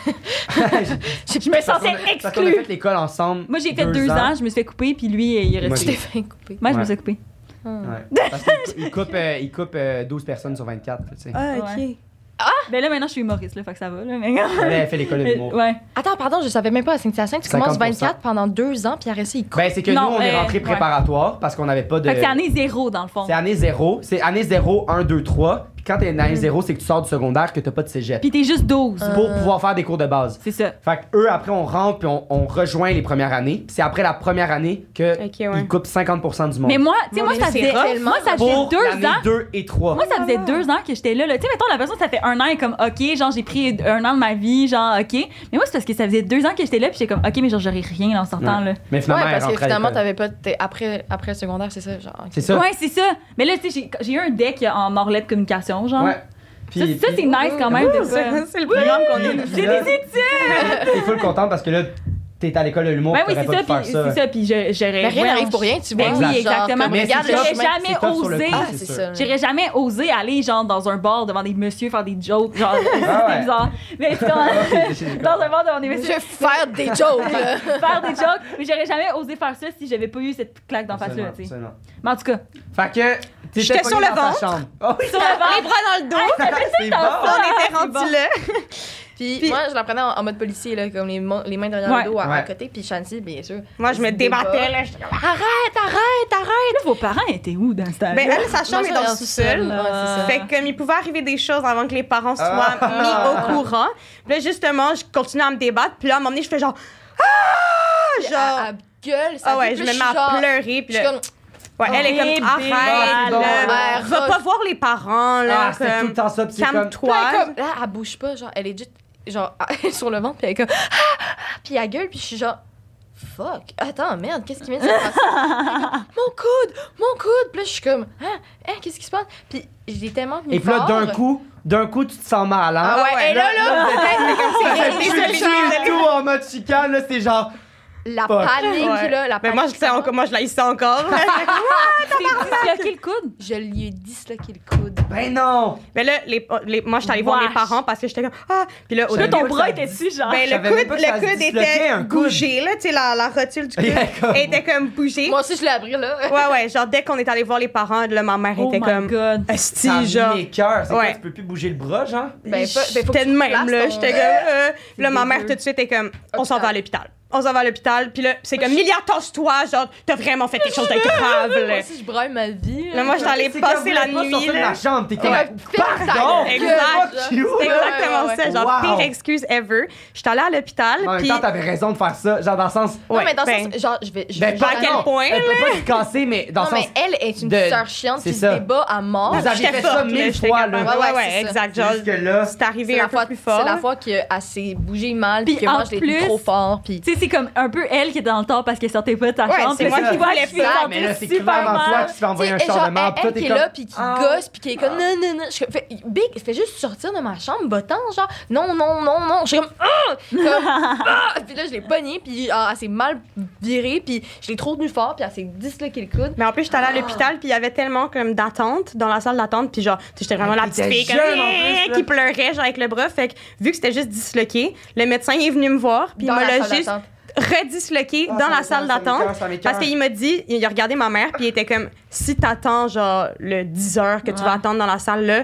S2: je me sentais
S1: parce qu'on a
S2: exclue.
S1: fait l'école ensemble.
S2: Moi, j'ai fait deux ans. je me suis fait couper, puis lui, il est
S1: Moi,
S2: resté.
S4: tu t'es fait couper
S2: Moi, je me
S1: Ouais.
S2: suis coupé.
S1: Ouais. Parce qu'il coupe, euh, il coupe euh, 12 personnes sur 24. Tu sais.
S3: Ah, ok.
S2: Ouais. Mais Ah! Ben là, maintenant, je suis humoriste, là, fait que ça va. Là, mais... Euh,
S1: Elle a fait l'école de l'humour.
S2: ouais.
S4: attends pardon je savais même pas à Saint-Hyacinthe tu commences
S1: 50%.
S4: 24 pendant deux ans puis après ça il coupe
S1: Ben, c'est que
S2: Non,
S1: nous, on est
S2: euh,
S1: rentrés
S2: ouais.
S1: préparatoire parce qu'on n'avait pas de.
S2: Fait que c'est année zéro, dans le fond.
S1: C'est année 0. C'est année 0, 1, 2, 3. Puis quand t'es en année 0, c'est que tu sors du secondaire, que t'as pas de cégep.
S2: Mm. Puis euh, t'es juste 12.
S4: Ah.
S1: Pour pouvoir faire des cours de base.
S2: C'est ça.
S1: Fait que eux, après, on rentre puis on, on rejoint les premières années. Puis c'est après la première année que
S3: Ok, ouais.
S1: ils coupent 50% du monde.
S2: Mais moi, tu sais,
S4: Mon
S2: moi,
S4: Dieu,
S2: ça
S4: c'est
S2: faisait.
S4: rough.
S2: Moi, ça faisait
S1: pour
S2: deux ans.
S1: 2 et 3.
S2: Moi, ça faisait deux ans que j'étais là. là. Tu sais, mettons, la personne, ça fait un an, elle est comme, OK, genre, j'ai pris un an de ma vie, genre, OK. Mais moi, c'est parce que ça faisait deux ans que j'étais là, puis j'étais comme, OK, mais genre, j'aurais rien là, en sortant, là.
S1: Mais
S4: ouais
S1: finalement, elle
S4: parce que
S1: rentre à
S4: finalement
S1: l'école.
S4: t'avais pas t'es- après après le secondaire c'est ça genre
S1: C'est ça.
S2: Ouais, c'est ça. Mais là, tu sais, j'ai- j'ai eu un deck en morlaix de communication, genre.
S1: Ouais.
S2: ça,
S1: Puis,
S2: ça, c'est
S1: puis-
S2: nice quand même. de quoi.
S3: C'est le programme qu'on a.
S1: puis
S2: J'ai
S1: là,
S2: des études!
S1: T'es full content parce que là, t'es à l'école de l'humour.
S2: Ben oui,
S1: t'aurais
S2: c'est
S1: pas
S2: ça,
S1: pu faire
S2: puis c'est ça, puis je- j'aurais.
S4: Mais rien
S2: ouais,
S4: n'arrive
S2: on-
S4: pour rien, tu vois.
S2: Ben
S1: Exact.
S2: oui, exactement.
S4: comme,
S1: Mais
S4: regarde
S1: c'est
S4: le
S1: tough,
S2: J'aurais
S4: chemin.
S1: c'est
S2: jamais
S1: tough sur le
S2: osé.
S1: coup,
S4: Ah,
S1: c'est
S4: c'est
S1: sûr.
S4: ça.
S2: J'aurais jamais osé aller, genre, dans un bar devant des messieurs faire des jokes, genre,
S1: Ah ouais. Ah
S2: c'était bizarre. Mais dans, dans un bar devant des
S4: Je
S2: messieurs,
S4: vais faire des jokes, là.
S2: faire des jokes, mais j'aurais jamais osé faire ça si j'avais pas eu cette claque d'en face là, tu sais.
S1: Absolument,
S2: Mais en tout cas,
S1: absolument. Fait que. t'étais
S3: J'étais sur
S1: pogné
S3: le
S1: dans ta
S3: ventre.
S1: chambre. Oh oui,
S2: sur le bar,
S3: Les bras dans le dos.
S1: c'est bon.
S3: On était rendus là.
S4: Puis,
S3: Puis-
S4: moi, je la prenais en, en mode policier, là, comme les, mon- les mains derrière
S2: Ouais.
S4: le dos à, à
S1: Ouais.
S4: côté. Puis Shanti, bien sûr.
S3: Moi, je me
S4: Elle se débat.
S3: débattais, là. J'étais comme,
S4: Arrête, arrête, arrête.
S2: là, vos parents étaient où dans ce temps-là?
S3: Ben, elle, sa chambre
S4: Moi,
S3: est dans
S4: j'étais
S3: le sous-sol. Ah,
S4: là, ouais, c'est ça.
S3: Fait que comme il pouvait arriver des choses avant que les parents soient
S1: Ah.
S3: mis au courant. Puis là, justement, je continuais à me débattre. Puis là, à un moment donné, je fais genre... Ah!
S4: Puis
S3: Genre...
S4: elle- elle gueule, ça
S3: Ah ouais,
S4: fait
S3: je
S4: plus
S3: me mets à
S4: genre-
S3: pleurer. Puis
S4: Je suis
S3: là,
S4: comme,
S3: ouais, elle est
S2: Bébé,
S3: comme, arrête,
S1: bon,
S3: là,
S4: ouais,
S3: va
S4: Rose.
S3: pas voir les parents, là,
S1: Ah, c'était tout le
S3: comme,
S1: temps ça. Puis c'est comme.
S3: calme-toi.
S4: Puis elle est comme- là, elle bouge pas, genre, elle est juste, genre, sur le ventre, puis elle est comme, ah, ah, puis elle gueule, puis je suis genre, fuck, attends, merde, qu'est-ce qui vient de se passer? mon coude, mon coude, puis là, je suis comme, hein, hein, qu'est-ce qui se passe? Puis j'ai tellement tenu
S1: Et puis là,
S4: fort.
S1: d'un coup, d'un coup, tu te sens mal, hein?
S4: ah ouais, et là, là,
S1: Là,
S4: là,
S1: c'est
S3: désolée,
S1: plus du tout en mode chicane, là, c'est genre.
S4: la
S1: Fuck.
S4: panique,
S3: Ouais.
S4: là, la
S3: Mais
S4: panique.
S3: moi, je sais encore, moi, je la hisse encore.
S2: T'es disloqué le coude.
S4: Je lui ai disloqué le coude.
S1: Ben non!
S3: mais là, les, les- moi, je suis allée voir mes
S2: Wesh.
S3: parents parce que j'étais comme, ah, puis là, au
S2: Là,
S1: J'avais
S3: début,
S2: ton
S1: pas que
S2: bras
S1: ça
S2: était
S1: dis-
S2: dessus, genre.
S3: ben,
S1: je
S3: le
S1: savais même
S3: coude,
S1: pas que ça
S3: le
S1: se
S3: coude
S1: disloquait,
S3: était
S1: un coude.
S3: bougé, là, tu sais, la, la rotule du coude
S1: Yeah, comme-
S3: était comme bougée.
S4: Moi aussi, je l'ai appris, là.
S3: Ouais, ouais, genre, dès qu'on est allé voir les parents, là, ma mère
S2: Oh my
S3: était comme,
S2: god.
S1: Ça a
S3: Asti,
S1: mis
S3: genre.
S1: mes cœurs. C'est quoi,
S3: Ouais.
S1: tu peux plus bouger le bras, genre?
S4: Ben, fa- ben, faut que
S3: J'étais
S4: tu
S3: de même,
S4: places
S3: là.
S4: ton-
S3: J'étais comme, euh, puis là, ma
S4: dégueu.
S3: mère, tout de suite, est comme, on s'en va à
S4: Hôpital.
S3: l'hôpital. On s'en va à l'hôpital. Puis là, c'est comme, Milliard, tasse-toi, genre, t'as vraiment fait quelque chose de grave,
S4: Moi
S3: là.
S4: aussi, je braille ma vie.
S3: Là, moi, je suis allée
S1: C'est
S3: passer
S1: comme
S3: la
S1: vous voulez pas
S3: nuit,
S1: sortir de
S3: là.
S1: ma chambre, t'es
S4: T'es
S1: comme...
S4: comme, ferme ta
S1: Pardon!
S4: gueule,
S3: Exact.
S4: genre.
S1: Fuck you!
S3: C'est
S1: là.
S3: exactement
S4: ouais,
S3: ça,
S4: ouais.
S3: genre,
S1: Wow.
S3: pire excuse ever. J'étais allée à l'hôpital,
S1: En même
S3: puis.
S1: temps, t'avais raison de faire ça. Genre, dans le sens...
S4: Non,
S3: Ouais,
S4: mais dans le
S3: ben,
S4: sens, genre, je vais. Je
S1: Ben,
S4: je-
S1: pas
S3: à
S1: non,
S3: quel point,
S1: Elle peut pas se casser, mais dans
S4: Non,
S1: le sens...
S4: mais elle est une
S1: de-
S4: sœur chiante
S1: c'est
S4: qui se
S1: ça.
S4: débat à mort.
S1: Vous avez
S3: j'étais
S1: fait ça
S3: forte,
S1: mille
S3: là, j'étais
S1: fois,
S3: capable.
S1: là.
S3: Ouais, ouais,
S4: Ouais, c'est ça.
S3: exact. Genre,
S1: Jusque là...
S3: c'est arrivé
S4: C'est
S3: un
S4: la,
S3: peu
S4: fois,
S3: plus
S4: c'est
S3: fort.
S4: la fois qu'elle s'est bougée mal, puis
S2: Puis
S4: que moi,
S2: en
S4: je l'ai
S2: plus-
S4: pris trop fort. Puis
S2: Tu sais, c'est comme un peu elle qui est dans le tort parce qu'elle sortait pas de sa
S3: Ouais,
S2: chambre.
S3: c'est
S2: Puis
S1: moi
S2: là, tu
S1: qui
S2: vois,
S3: voulais
S2: elle
S3: faire
S2: fait
S3: ça,
S1: mais
S2: sentir
S1: là, c'est
S2: super
S1: clairement toi
S2: mal.
S1: qui se fait envoyer un
S4: Tu sais,
S1: char de
S4: genre,
S1: marde.
S4: elle-
S1: Toi,
S4: Elle qui
S1: t'es
S4: est
S1: comme...
S4: là, puis qui
S1: Ah.
S4: gosse, puis qui est comme, non, non, non. Je fais, Big, fais juste sortir de ma chambre, bottant, genre, non, non, non, non. Je suis comme, ah! Comme, ah! Puis là, je l'ai pognée, puis ah, elle s'est mal virée, puis je l'ai trop tenue fort, puis elle s'est disloqué le coude.
S3: Mais en plus, j'étais
S4: Ah.
S3: allée à l'hôpital, puis il y avait tellement comme d'attente dans la salle d'attente, puis genre, tu sais, j'étais vraiment
S1: Ah,
S3: la petite
S1: t'étais
S3: fille comme, Eh,
S1: jeune, en plus, là.
S3: qui pleurait genre avec le bras. Fait que vu que c'était juste disloqué, le médecin est venu me voir, puis il
S4: dans la
S3: m'a
S4: salle
S3: juste
S4: d'attente. Ah,
S3: redisloqué
S1: Ah,
S3: dans la salle d'attente. Parce qu'il m'a dit, il a regardé ma mère, puis il était comme, si t'attends genre le 10 heures que tu
S2: Ouais.
S3: vas attendre dans la salle là,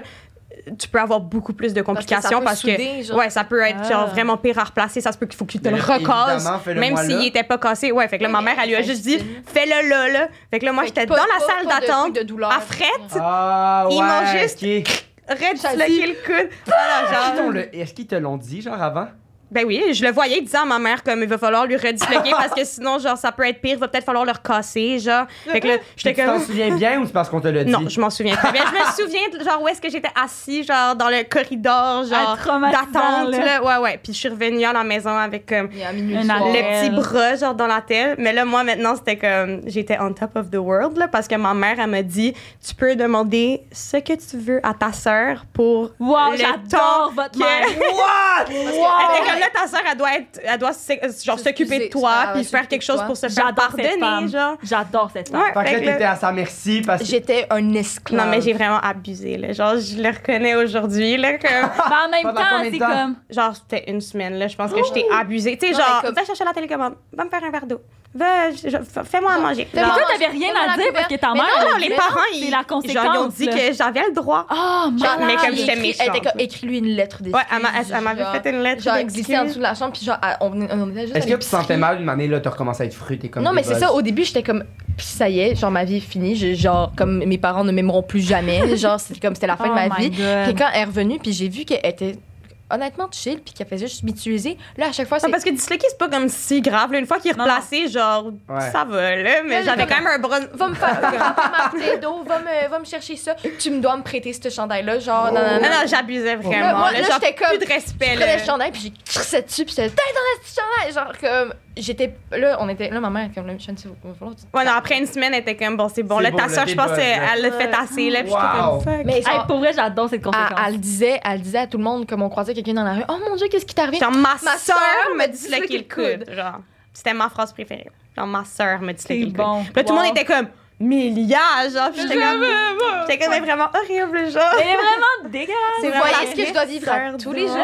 S3: tu peux avoir beaucoup plus de
S4: Parce que ça
S3: complications
S4: peut
S3: parce que,
S4: souder, genre.
S3: ouais, ça peut être
S2: Ah.
S3: genre vraiment pire à replacer. Ça se peut qu'il faut que tu te
S1: Mais
S3: le
S1: là,
S3: recasses,
S1: évidemment, fais-le
S3: même
S1: moi
S3: s'il
S1: là.
S3: était pas cassé. Ouais, fait que là, ma
S4: Oui,
S3: mère, elle lui a
S4: mais
S3: juste
S4: c'est
S3: dit, fais-le là, là. Fait que là, moi,
S4: Fait que
S3: j'étais dans
S4: pas-
S3: la
S4: pas-
S3: salle
S4: pas de
S3: d'attente,
S4: trucs de douleur.
S3: à frette,
S1: Ah, ouais,
S3: Ils m'ont juste-
S1: ok.
S3: redisloquer le coude. Voilà,
S1: Est-ce qu'ils
S3: genre.
S1: t'ont le- Est-ce qu'ils te l'ont dit, genre, avant?
S3: Ben oui, je le voyais disant à ma mère comme il va falloir lui redisloquer parce que sinon genre ça peut être pire, va peut-être falloir le recasser genre. Fait
S1: Tu
S3: que là, j'étais
S1: t'en
S3: comme
S1: souviens bien ou c'est parce qu'on te l'a dit?
S3: non, je m'en souviens très bien. Je me souviens de- genre où est-ce que j'étais assis genre dans le corridor genre
S2: Ah, traumatisant,
S3: d'attente
S2: là.
S3: là. ouais ouais, puis je suis revenue à la maison avec euh, comme
S4: Il est à minuit
S2: Un
S4: du soir.
S2: alerte.
S3: le petit
S2: Elle.
S3: bras genre dans la tête mais là moi maintenant c'était comme j'étais on top of the world là, parce que ma mère elle m'a dit tu peux demander ce que tu veux à ta sœur pour
S2: Wow,
S3: le
S2: j'adore
S3: temps
S2: votre
S3: que-
S2: mère.
S1: What?
S3: Elle
S2: Wow!
S3: était comme là, ta soeur, elle doit être, elle doit s'oc- genre s'occuper de toi,
S4: Ah,
S3: puis
S4: s'occuper
S3: faire quelque
S4: de
S3: chose
S4: toi.
S3: pour se faire
S2: J'adore cette
S3: pardonner,
S2: femme.
S3: genre.
S2: J'adore cette femme.
S3: Ouais,
S1: Fait que là,
S3: fait que là-
S1: t'étais à sa merci parce que.
S4: J'étais un esclave.
S3: non, mais j'ai vraiment abusé, là. Genre, je le reconnais aujourd'hui, là, que,
S2: Mais en même
S1: Pendant
S2: temps,
S1: combien de
S2: c'est
S1: temps?
S2: comme.
S3: genre, c'était une semaine, là, je pense que je t'ai abusée. Tu sais,
S4: Non,
S3: genre,
S4: mais comme-
S3: va chercher la télécommande, va me faire un verre d'eau, va, je- je- f- fais-moi à manger.
S4: Fais-moi
S3: Genre,
S2: Toi,
S4: Non,
S2: t'avais
S4: je suis
S2: rien
S4: pas
S2: à
S4: dans la
S2: dire parce que ta
S4: couverture.
S2: mère.
S4: Mais non,
S3: non,
S2: elle
S3: Oh, les
S2: disait,
S3: parents,
S2: C'est
S3: ils,
S2: la
S3: genre, ils ont
S2: conséquence.
S3: dit
S2: là.
S3: que j'avais le droit.
S2: Oh,
S4: Genre,
S3: Mais comme
S4: il
S3: j'étais
S4: écrit-
S3: méchante.
S4: Elle était Ah, comme, écris-lui une lettre d'excuse.
S3: Ouais, elle m'a- elle- elle m'avait
S4: genre.
S3: fait une lettre
S4: Genre, elle
S3: d'excuse.
S4: glissait en dessous de la chambre, puis genre, elle- on, on était juste.
S1: Est-ce
S4: à
S1: que tu te
S4: l'épicerie.
S1: sentais mal une année, là, t'as recommencé à être fruit, t'es comme.
S4: Non, mais c'est
S1: dégueulasse.
S4: ça. Au début, j'étais comme, Pis ça y est, genre, ma vie est finie. Je- genre, comme mes parents ne m'aimeront plus jamais. genre, c'était comme, c'était la fin
S2: Oh
S4: de ma
S2: my
S4: vie.
S2: God.
S4: Puis quand elle est revenue, puis j'ai vu qu'elle était honnêtement chill, puis qu'elle faisait juste m'utiliser. Là, à chaque fois,
S3: Non,
S4: c'est.
S3: Ah, parce que disloquer, c'est pas comme si grave. là. Une fois qu'il est
S2: Non, non.
S3: replacé, genre,
S1: Ouais.
S3: ça va, là. Mais
S4: Ouais,
S3: j'avais
S4: mais
S3: quand même un bras.
S4: Va me faire va me marquer d'eau, va me, va me chercher ça. Tu me dois me prêter ce chandail-là. Genre, non,
S3: Non,
S4: non, non.
S3: non, j'abusais Oh. vraiment.
S4: Là, moi,
S3: là,
S4: là,
S3: genre,
S4: j'étais comme-
S3: plus de respect,
S4: Je prenais
S3: là.
S4: le chandail, puis j'ai crissé dessus, puis j'étais, t'es dans le chandail! Genre, comme, j'étais. Là, on était. Là, ma mère, comme, là, Michonne, il va falloir. que tu te
S3: Ouais, non, après une semaine, elle était comme, bon, c'est bon.
S1: C'est
S3: Là,
S1: bon,
S3: ta
S1: le
S3: soeur, je pense,
S1: débat, là.
S3: elle l'a fait
S4: Ouais.
S3: assez, là. Puis
S1: Wow.
S3: j'étais comme, fuck.
S4: Mais
S2: Hey,
S4: genre,
S2: pour vrai, j'adore cette
S4: elle,
S2: conséquence.
S4: elle le disait, elle le disait à tout le monde, comme on croisait quelqu'un dans la rue, oh mon dieu, qu'est-ce qui t'arrive?
S3: Genre, ma,
S4: Ma
S3: soeur
S4: sœur
S3: me
S4: me
S3: disloqué le
S4: disloqué le
S3: coude. Genre, c'était ma phrase préférée. Genre, ma soeur me disloqué
S2: C'est
S3: le coude.
S2: bon.
S3: Puis là, tout le
S2: Wow.
S3: monde était comme, milliard, genre. Puis j'étais comme, j'étais comme, mais vraiment horrible, genre.
S2: Elle est vraiment dégueulasse.
S3: C'est
S4: Vous
S3: vraiment
S4: voyez
S3: la
S4: ce que je dois vivre à
S3: sœur
S4: tous
S3: de-
S4: les jours?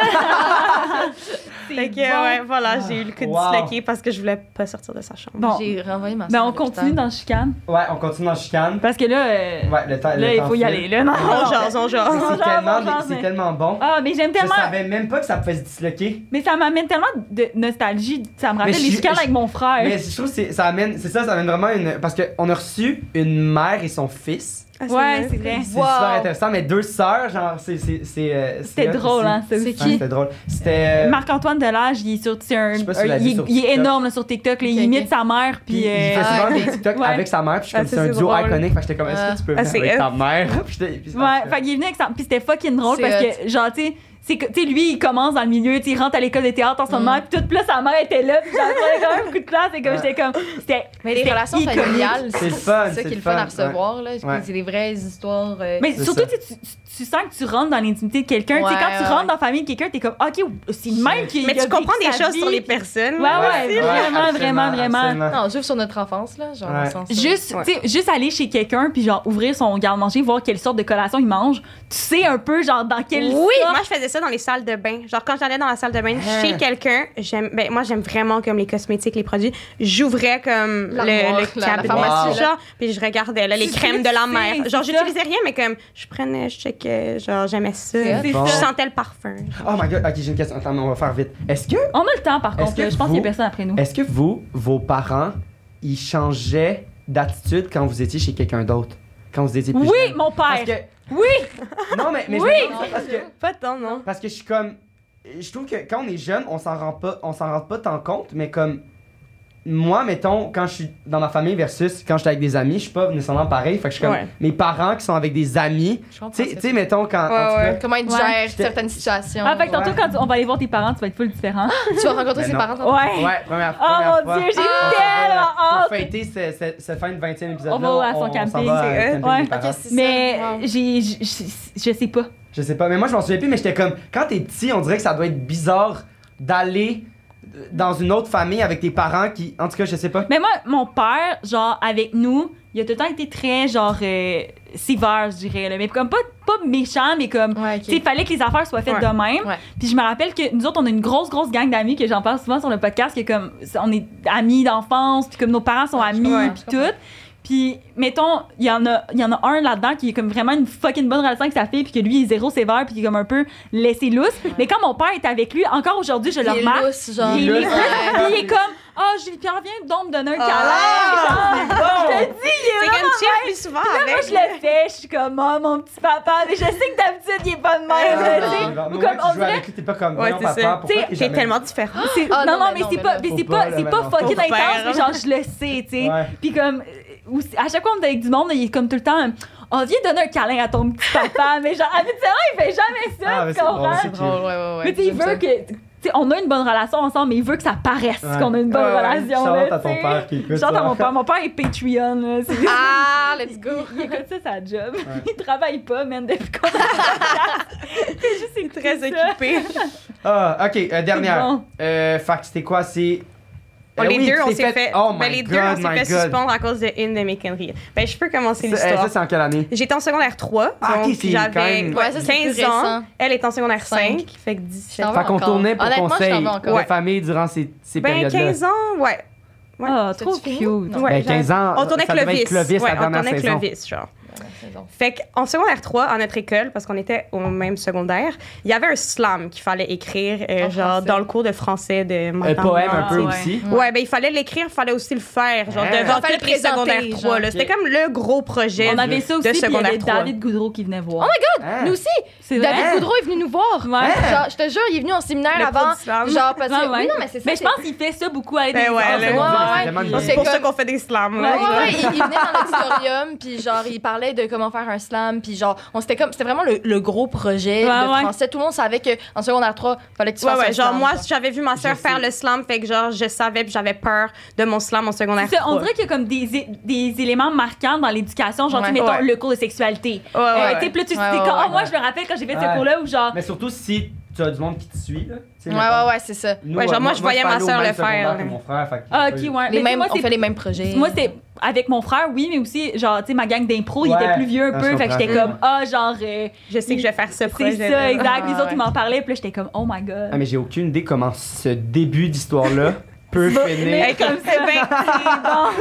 S3: Fait que,
S2: bon.
S3: ouais, voilà, j'ai eu le coude
S1: Wow.
S3: disloqué parce que je voulais pas sortir de sa chambre.
S2: Bon.
S4: J'ai renvoyé ma
S2: Ben,
S4: sœur
S2: on
S4: à l'hôpital.
S2: continue dans le chicane.
S1: Ouais, on continue en chicane.
S2: Parce que là. euh,
S1: Ouais, le temps.
S2: Là,
S1: le
S2: il
S1: temps
S2: faut y
S1: file.
S2: aller. Là,
S4: Ah,
S2: non.
S3: On jase, on
S1: Mais
S3: jase.
S2: On
S1: C'est
S2: jase, on
S1: tellement,
S2: jase,
S1: c'est
S2: mais-
S1: tellement bon.
S2: Ah, mais j'aime
S1: Je
S2: tellement.
S1: savais même pas que ça pouvait se disloquer.
S2: Mais ça m'amène tellement de nostalgie. Ça me rappelle
S1: je
S2: les
S1: suis-
S2: chicanes
S1: je-
S2: avec mon frère.
S1: Mais je trouve que c'est- ça amène, c'est ça, ça amène vraiment une. Parce qu'on a reçu une mère et son fils.
S3: Ah, c'est
S2: ouais,
S3: vrai.
S2: c'est vrai.
S1: C'est
S4: Wow.
S1: super intéressant, mais deux sœurs, genre, c'est. c'est- c'est, euh, c'est
S2: C'était
S1: hot
S2: drôle,
S1: aussi.
S2: hein, ça
S4: C'est
S2: aussi.
S1: Ouais,
S4: qui?
S1: c'était drôle. C'était. euh,
S2: Marc-Antoine Delage, il est sur, c'est un,
S1: Je sais pas si tu l'as
S2: un-
S1: vu
S2: il,
S1: sur
S2: il est
S1: TikTok.
S2: énorme là, sur TikTok. là, il
S4: Ok, ok.
S2: imite sa mère,
S1: Puis
S2: puis.
S1: il
S2: euh,
S1: fait souvent
S4: Ah,
S1: des
S4: ok.
S1: TikTok
S2: Ouais.
S1: avec sa mère, puis je suis
S3: Ah,
S1: comme
S3: ça,
S1: c'est un
S3: c'est
S1: duo
S3: drôle.
S1: iconique, fait que j'étais comme est-ce
S4: Ah.
S1: que tu peux
S3: Ah,
S1: venir
S3: c'est
S1: avec
S3: hot.
S1: ta mère Puis j'étais- puis
S2: Ouais, fait qu'il est venu avec sa. Puis c'était fucking drôle
S4: C'est
S2: parce que, genre, tu sais, c'est que, tu sais, lui, il commence dans le milieu, tu sais, il rentre à l'école de théâtre en
S1: Mm.
S2: ce moment, puis toute là, sa mère était là, puis j'avais quand même beaucoup de place, et comme
S1: Ouais.
S2: j'étais comme. C'était.
S4: Mais les
S2: c'était
S4: relations
S2: iconique.
S4: familiales,
S1: C'est le fun,
S4: ça
S1: c'est
S4: qui est
S1: le
S4: le fun
S1: fun,
S4: à recevoir. là. C'est-
S1: Ouais.
S4: C'est des vraies histoires. euh,
S2: Mais
S1: C'est
S2: surtout,
S1: ça.
S2: tu, sais, tu, tu- tu sens que tu rentres dans l'intimité de quelqu'un. Tu sais,
S4: Ouais,
S2: quand tu
S4: ouais,
S2: rentres
S4: ouais.
S2: dans la famille de quelqu'un, t'es comme, OK, c'est le même qui
S3: Mais
S2: il a
S3: tu comprends
S2: vécu
S3: des
S2: sa
S3: choses sur
S2: vie.
S3: les personnes.
S2: ah Ouais, ouais, vraiment, vraiment, vraiment.
S4: Non, on joue sur notre enfance, là. Genre,
S1: Ouais.
S4: on sent ça.
S2: Juste,
S3: Ouais.
S2: tu sais, juste aller chez quelqu'un puis genre ouvrir son garde-manger, voir quelle sorte de collation il mange. Tu sais un peu genre dans quelle
S3: oui,
S2: sorte.
S3: moi je faisais ça dans les salles de bain. Genre quand j'allais dans la salle de bain
S1: Hein.
S3: chez quelqu'un, j'aime ben moi j'aime vraiment comme les cosmétiques, les produits, j'ouvrais comme le,
S4: L'armoire,
S3: le
S4: la- la
S3: cabinet
S1: pharmacie,
S3: genre puis je regardais là, les
S2: Tu
S3: crèmes de la
S2: sais,
S3: mer.
S2: c'est
S3: Genre
S2: ça.
S3: j'utilisais rien mais comme je prenais, je checkais, genre j'aimais ça.
S4: C'est
S2: C'est
S1: Bon.
S3: Je
S2: ça.
S3: sentais le parfum.
S1: Oh my god, ok, j'ai une question. Attends, mais on va faire vite. Est-ce que,
S2: On a le temps par
S1: Est-ce
S2: contre.
S1: que
S2: là. Je pense qu'il y a
S1: vous-
S2: personne après nous.
S1: est-ce que vous, vos parents, ils changeaient d'attitude quand vous étiez chez quelqu'un d'autre? Quand vous étiez plus
S2: Oui,
S1: jeune?
S2: mon père.
S1: Parce que,
S2: Oui.
S1: non, mais, mais je
S2: Oui!
S1: me demande ça parce que,
S3: Pas tant non.
S1: parce que je suis comme, je trouve que quand on est jeune, on s'en rend pas, on s'en rend pas tant compte, mais comme moi, mettons, quand je suis dans ma famille versus quand j'étais avec des amis, je suis pas nécessairement pareil. Fait que je suis comme,
S3: Ouais.
S1: mes parents qui sont avec des amis,
S4: Je comprends
S1: tu
S4: ce
S1: sais-
S4: que
S1: tu sais, mettons quand, en tout
S3: Ouais,
S1: cas,
S3: ouais.
S4: Comment ils
S2: Ouais.
S4: gèrent
S1: J'étais-
S4: certaines situations.
S2: Ah, fait que
S1: Ouais.
S2: tantôt, quand tu- on va aller voir tes parents, tu vas être full différent.
S4: tu vas rencontrer
S1: Mais
S4: ses
S1: Ben non.
S3: Ah,
S4: parents. tantôt.
S2: Ouais.
S1: Ouais, première,
S2: Oh
S1: première
S2: mon
S1: fois. Ah!
S2: Dieu, j'ai
S1: On s'en va
S2: tellement
S1: là,
S2: hâte.
S1: Pour fêter ce, ce, ce fin de 20e épisode-là,
S2: On va à son
S1: on- on s'en
S2: camping.
S1: va, euh,
S3: C'est
S1: camping
S2: hot.
S1: des parents.
S4: Ok, c'est ça.
S2: Mais
S4: Wow.
S2: j'ai, j- j- je sais pas.
S1: Je sais pas, mais moi je m'en souviens plus, mais j'étais comme, quand t'es petit, on dirait que ça doit être bizarre d'aller dans une autre famille avec tes parents qui, en tout cas, je sais pas.
S2: Mais moi, mon père, genre, avec nous, il a tout le temps été très, genre, euh, sévère, je dirais. là. Mais comme pas, pas méchant, mais comme.
S4: Ouais,
S2: Tu sais,
S4: ok.
S2: il fallait que les affaires soient faites
S3: Ouais.
S2: de même.
S4: Ouais.
S2: Puis je me rappelle que nous autres, on a une grosse, grosse gang d'amis que j'en parle souvent sur le podcast, qui est comme, on est amis d'enfance, puis comme nos parents sont
S4: Ouais, je
S2: amis,
S4: comprends,
S2: puis
S4: je comprends.
S2: tout. Puis, mettons, il y, en a, il y en a un là-dedans qui est comme vraiment une fucking bonne relation avec sa fille, puis que lui, il est zéro sévère, puis qui est comme un peu laissé lousse. Mais quand mon père est avec lui, encore aujourd'hui, je le
S4: Il est
S2: remarque.
S4: lousse, genre.
S2: Il est
S1: lousse.
S4: Ouais.
S2: Puis il est comme, ah, Julie Pierre, viens donc me donner un
S3: Ah!
S2: câlin. genre. Je te dis, il est
S3: C'est
S2: vraiment
S3: comme chill plus souvent avec.
S2: moi, je le fais, je suis comme, oh, mon petit papa, mais je sais que d'habitude, il est pas de même, là,
S4: Ah,
S2: tu sais.
S4: non.
S1: Au
S2: Ou
S1: moment
S2: comme,
S1: que
S2: on
S1: tu joues
S2: dirait-
S1: avec lui, t'es pas comme,
S3: Ouais,
S1: voyons
S3: c'est
S1: papa,
S3: ça.
S1: pourquoi
S2: T'sais,
S1: t'es
S3: T'es
S1: jamais-
S3: tellement différent.
S2: C'est-
S4: Ah,
S2: non,
S4: non,
S2: non,
S4: mais
S2: mais,
S4: non,
S2: c'est
S4: mais
S2: pas,
S4: là,
S2: mais
S1: faut
S2: c'est
S1: pas,
S2: pas,
S1: là,
S2: c'est
S1: mais
S2: pas
S1: non.
S2: fucking
S3: Faut faire,
S2: intense, mais
S3: hein.
S2: genre, je le sais, tu sais.
S1: Ouais.
S2: Puis comme, euh, aussi, à chaque fois qu'on est avec du monde, il est comme tout le temps, oh, viens donner un câlin à ton petit papa, mais genre, habituellement, il fait jamais ça,
S1: Ah, mais
S2: tu
S1: c'est drôle,
S2: comprends?
S1: c'est
S4: C'est drôle, ouais, ouais, ouais.
S2: mais tu sais, il
S4: J'aime ça.
S2: veut que, tu sais, on a une bonne relation ensemble, mais il veut que ça paraisse
S1: Ouais.
S2: qu'on a une bonne
S3: Ouais, ouais.
S2: relation, là,
S1: Chante à
S2: tu
S1: ton
S2: sais.
S1: père qui écoute.
S2: Chante à
S1: ça.
S2: mon père. Mon père est Patreon, là. C'est-
S4: Ah, let's go.
S2: Il, il écoute ça, sa job. Il travaille pas, man, depuis qu'on C'est juste une
S3: Très occupé.
S1: Ah, ok, euh, dernière.
S2: Bon.
S1: Euh, fact, c'était quoi? C'est. Euh,
S3: Bon, Oh, les
S1: oui,
S3: deux,
S1: tu
S3: on
S1: t'es
S3: s'est fait,
S1: Oh
S3: ben,
S1: my
S3: les
S1: god,
S3: deux, on s'est
S1: my
S3: fait
S1: God.
S3: suspendre à cause de une de mes conneries. Ben, je peux commencer
S1: C'est- euh,
S3: l'histoire.
S1: Ça, c'est en quelle année?
S3: J'étais en secondaire 3,
S1: Ah, ok,
S3: donc
S1: c'est quand
S3: j'avais
S1: même-
S4: Ouais, ça, c'est plus
S3: 15 ans.
S4: récent.
S3: Elle est en secondaire 5,
S4: Cinq.
S3: fait que 17
S4: T'en veux
S1: Fait qu'on
S4: encore.
S1: tournait pour
S4: Honnêtement,
S1: conseil
S4: je t'en veux
S1: de
S4: encore.
S1: famille durant ces, ces
S3: Ben,
S1: périodes-là.
S3: 15 ans, ouais. Ouais.
S2: Ah,
S4: T'as-tu
S2: trop
S4: fini?
S2: cute.
S4: Non.
S3: Ouais,
S1: Ben, 15 ans.
S3: On tournait
S1: ça devait
S3: Clovis.
S1: être Clovis
S3: ouais,
S1: la
S3: on
S1: dernière
S3: tournait
S1: saison.
S3: Clovis, genre.
S4: Ouais, c'est bon.
S3: Fait qu'en secondaire 3, à notre école, parce qu'on était au même secondaire, il y avait un slam qu'il fallait écrire, euh,
S4: En
S3: genre,
S4: français.
S3: dans le cours de français de
S1: Un
S3: Madame
S1: Euh, poème un
S3: Martin.
S1: peu
S2: ouais.
S1: aussi.
S3: Ouais, ben il fallait l'écrire, il fallait aussi le faire, genre
S1: Ah.
S3: devant
S4: Fallait
S3: toutes les
S4: présenter,
S3: secondaires 3.
S4: genre.
S3: là. C'était comme le gros projet.
S2: On avait ça
S3: de
S2: aussi, puis il y
S3: secondaire
S2: avait
S3: trois.
S2: David Goudreau qui venait voir.
S4: Oh
S1: Hein?
S4: Nous aussi,
S2: c'est vrai.
S4: David Goudreau est venu nous voir.
S2: Ah. Ouais. Ah,
S4: Genre, je te jure, il est venu en séminaire
S3: Le cours
S4: avant.
S3: du slam.
S4: Genre, parce que.
S2: Ouais, ouais.
S4: Oui, non, mais c'est ça.
S2: Mais je
S4: c'est-
S2: pense qu'il fait ça beaucoup à
S3: Ben ouais, là.
S1: Ouais,
S3: C'est
S1: C'est
S3: pour
S4: comme-
S3: ça qu'on fait des slams.
S4: Ouais,
S3: là,
S4: ouais,
S3: genre.
S4: ouais, il, il venait dans l'auditorium, puis genre, il parlait de comment faire un slam, puis genre, on s'était comme, c'était vraiment le, le gros projet
S2: Ouais,
S4: de
S2: ouais.
S4: français. Tout le monde savait qu'en secondaire 3, fallait que tu
S3: Ouais,
S4: fasses
S3: ouais,
S4: un
S3: genre
S4: slam,
S3: moi, j'avais vu ma
S1: Je
S3: soeur
S1: sais.
S3: faire le slam, fait que genre, je savais puis j'avais peur de mon slam en secondaire.
S2: on
S3: trois.
S2: dirait qu'il y a comme des, é- des éléments marquants dans l'éducation, genre, tu
S4: Ouais.
S2: sais, mettons,
S3: Ouais.
S2: le cours de sexualité.
S3: Ouais, ouais,
S2: Euh,
S3: ouais.
S2: tu sais, puis là, tu te
S4: Ouais,
S2: dis,
S4: ouais,
S2: quand-
S4: ouais.
S2: oh, moi, je me rappelle quand j'ai fait
S1: Ouais.
S2: ce cours-là où, genre,
S1: Mais surtout si tu as du monde qui te suit. Là,
S4: Ouais, ouais, ouais, c'est ça.
S3: Ouais,
S1: euh,
S3: genre, moi, je voyais ma sœur le faire,
S1: Avec
S3: là.
S1: mon frère, fait que-
S2: ah, ok, ouais.
S4: Les
S2: Mais
S4: mêmes,
S2: moi,
S4: on
S2: c'est-
S4: fait les mêmes projets.
S2: Moi, c'est avec mon frère, oui, mais aussi, genre, tu sais, ma gang d'impro, il
S1: Ouais.
S2: était plus vieux un
S1: Ah,
S2: peu,
S1: je
S2: fait que
S1: comprends.
S2: j'étais comme, ah, genre, euh,
S3: Je sais que je vais faire ce projet.
S2: c'est ça, exact. Les
S4: Ah,
S2: autres,
S4: ouais.
S2: ils m'en parlaient, puis là, j'étais comme, oh my god.
S1: Ah, mais j'ai aucune idée comment ce début d'histoire-là peut finir.
S3: Mais comme ça, ben,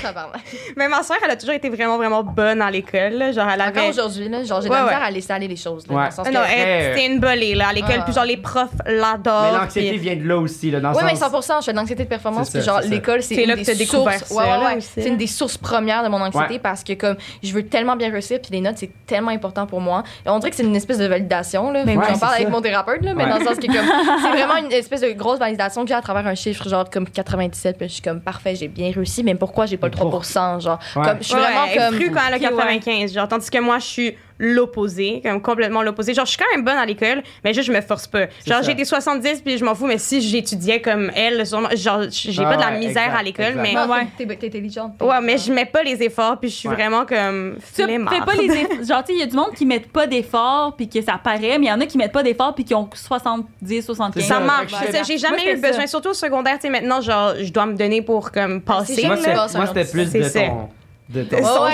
S4: ça parle.
S3: mais ma soeur, elle a toujours été vraiment, vraiment bonne à l'école. là. Genre, elle
S4: Encore
S3: avait.
S4: aujourd'hui, là, genre, j'ai
S3: Ouais,
S4: de la misère
S3: ouais.
S4: à laisser aller les choses. Là,
S1: Ouais.
S4: dans le sens
S3: Ah
S4: que-
S3: Non,
S1: elle-
S3: elle-
S1: Euh,
S3: c'était une bolée là, à l'école,
S4: Ah.
S3: puis genre les profs
S1: Mais
S3: l'adorent.
S1: l'anxiété
S3: puis-
S1: vient de là aussi, là, dans
S4: Oui,
S1: le
S4: Oh, mais
S1: sens...
S4: 100 je fais de l'anxiété de performance.
S1: C'est
S4: Puis
S1: ça,
S4: genre,
S1: c'est ça.
S4: l'école, c'est
S3: C'est
S4: une
S3: là que
S4: des
S3: t'as découvert
S4: sources.
S3: ça,
S4: ouais, ouais,
S3: là,
S4: ouais.
S3: aussi.
S4: C'est une des sources premières de mon anxiété
S1: Ouais.
S4: parce que comme je veux tellement bien réussir, puis les notes, c'est tellement important pour moi. Et on dirait que c'est une espèce de validation. Là.
S2: Mais
S1: ouais,
S4: J'en
S1: c'est
S4: parle avec
S1: ça.
S4: mon thérapeute, là, mais
S1: Ouais.
S4: dans le sens que comme, c'est vraiment une espèce de grosse validation que j'ai à travers un chiffre, genre comme 97. Puis je suis comme parfait, j'ai bien réussi, mais pourquoi j'ai pas le
S1: Mais pour-
S4: 3 genre
S1: Ouais.
S4: Comme, Je suis
S3: Ouais,
S4: vraiment
S3: elle est
S4: comme.
S3: crue quand elle a
S2: Ok, ouais.
S3: 95, genre, tandis que moi, je suis l'opposé, comme complètement l'opposé. Genre, je suis quand même bonne à l'école, mais juste, je me force pas.
S1: C'est
S3: Genre,
S1: ça.
S3: j'ai des 70, puis je m'en fous, mais si j'étudiais comme elle, sûrement- genre, j'ai
S1: Ah
S3: pas de la
S1: ouais,
S3: misère
S1: exact,
S3: à l'école,
S1: exact.
S3: mais.
S4: Non,
S2: Ouais.
S4: t'es t'es intelligente.
S3: Ouais, mais je mets pas les efforts, puis je suis
S1: Ouais.
S3: vraiment comme.
S2: Tu fais
S3: flemmarde.
S2: pas les eff- Genre, tu sais, il y a du monde qui mettent pas d'efforts puis que ça paraît, mais il y en a qui mettent pas d'efforts puis qui ont 70, 75.
S3: Ça
S1: Ouais,
S3: marche.
S1: ouais,
S3: C'est
S1: ouais.
S3: ça, J'ai
S2: Moi,
S3: jamais eu
S2: c'était
S3: besoin,
S2: ça.
S3: surtout au secondaire. Tu sais, maintenant, genre, je dois me donner pour comme passer.
S4: J'aime
S1: Moi,
S4: le
S1: c'était-
S4: boss,
S1: moi, c'était
S4: un
S1: plus de
S3: C'est
S1: ton. De ton.
S3: Ils
S4: Ouais,
S3: sont
S4: ouais,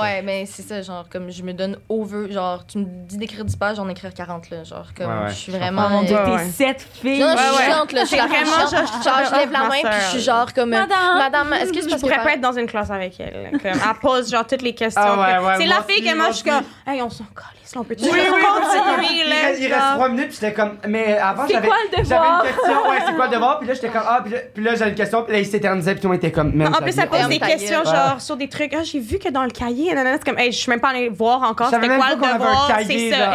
S4: ouais, ouais, mais c'est ça, genre, comme je me donne over, genre, tu me dis d'écrire 10 pages, j'en écrire 40, là, genre, comme,
S1: Ouais, ouais,
S4: je suis
S1: je comprends.
S2: Oh
S4: vraiment...
S2: mon dieu,
S3: Ouais,
S2: t'es
S3: ouais.
S2: sept filles.
S4: Non,
S3: Ouais,
S4: je
S3: ouais.
S4: suis chiante, là, je suis la
S3: Vraiment,
S4: vraiment
S3: genre,
S4: genre,
S3: je-
S4: je lève la
S3: ma
S4: main, puis
S3: sœur.
S4: je suis genre, comme, euh,
S2: Madame.
S4: madame, est-ce que c'est
S3: Je
S4: parce que...
S3: pourrais
S4: par-
S3: pas être dans une classe avec elle. Comme, elle pose genre toutes les questions.
S1: Ah ouais,
S3: que-
S1: ouais,
S3: c'est
S1: moi
S3: la fille
S1: aussi,
S3: que moi,
S1: moi
S3: je suis comme, hey, on s'en calisse, là, on peut
S1: Oui, oui, oui.
S3: continuer,
S1: Il
S3: là.
S1: reste- il reste
S3: genre.
S1: trois minutes, puis j'étais comme. Mais avant,
S2: C'est
S1: j'avais.
S2: quoi le
S1: J'avais
S2: devoir?
S1: une question, ouais, c'est quoi le devoir? Puis là, j'étais comme, ah, puis là, puis là, j'avais une question, puis là, il s'éternisait, puis tout le monde était comme, man,
S3: En plus,
S1: ça
S3: elle Ah, pose
S1: vient-
S3: des
S4: Ta gueule.
S3: questions
S1: Ouais.
S3: genre sur des trucs. Ah, j'ai vu que dans le cahier, nanana, c'est comme, hey, je suis même pas allée voir encore
S1: Je savais
S3: c'était
S1: même
S3: quoi le
S1: pas qu'on avait un
S3: devoir.
S1: cahier,
S3: C'est ça,
S1: genre.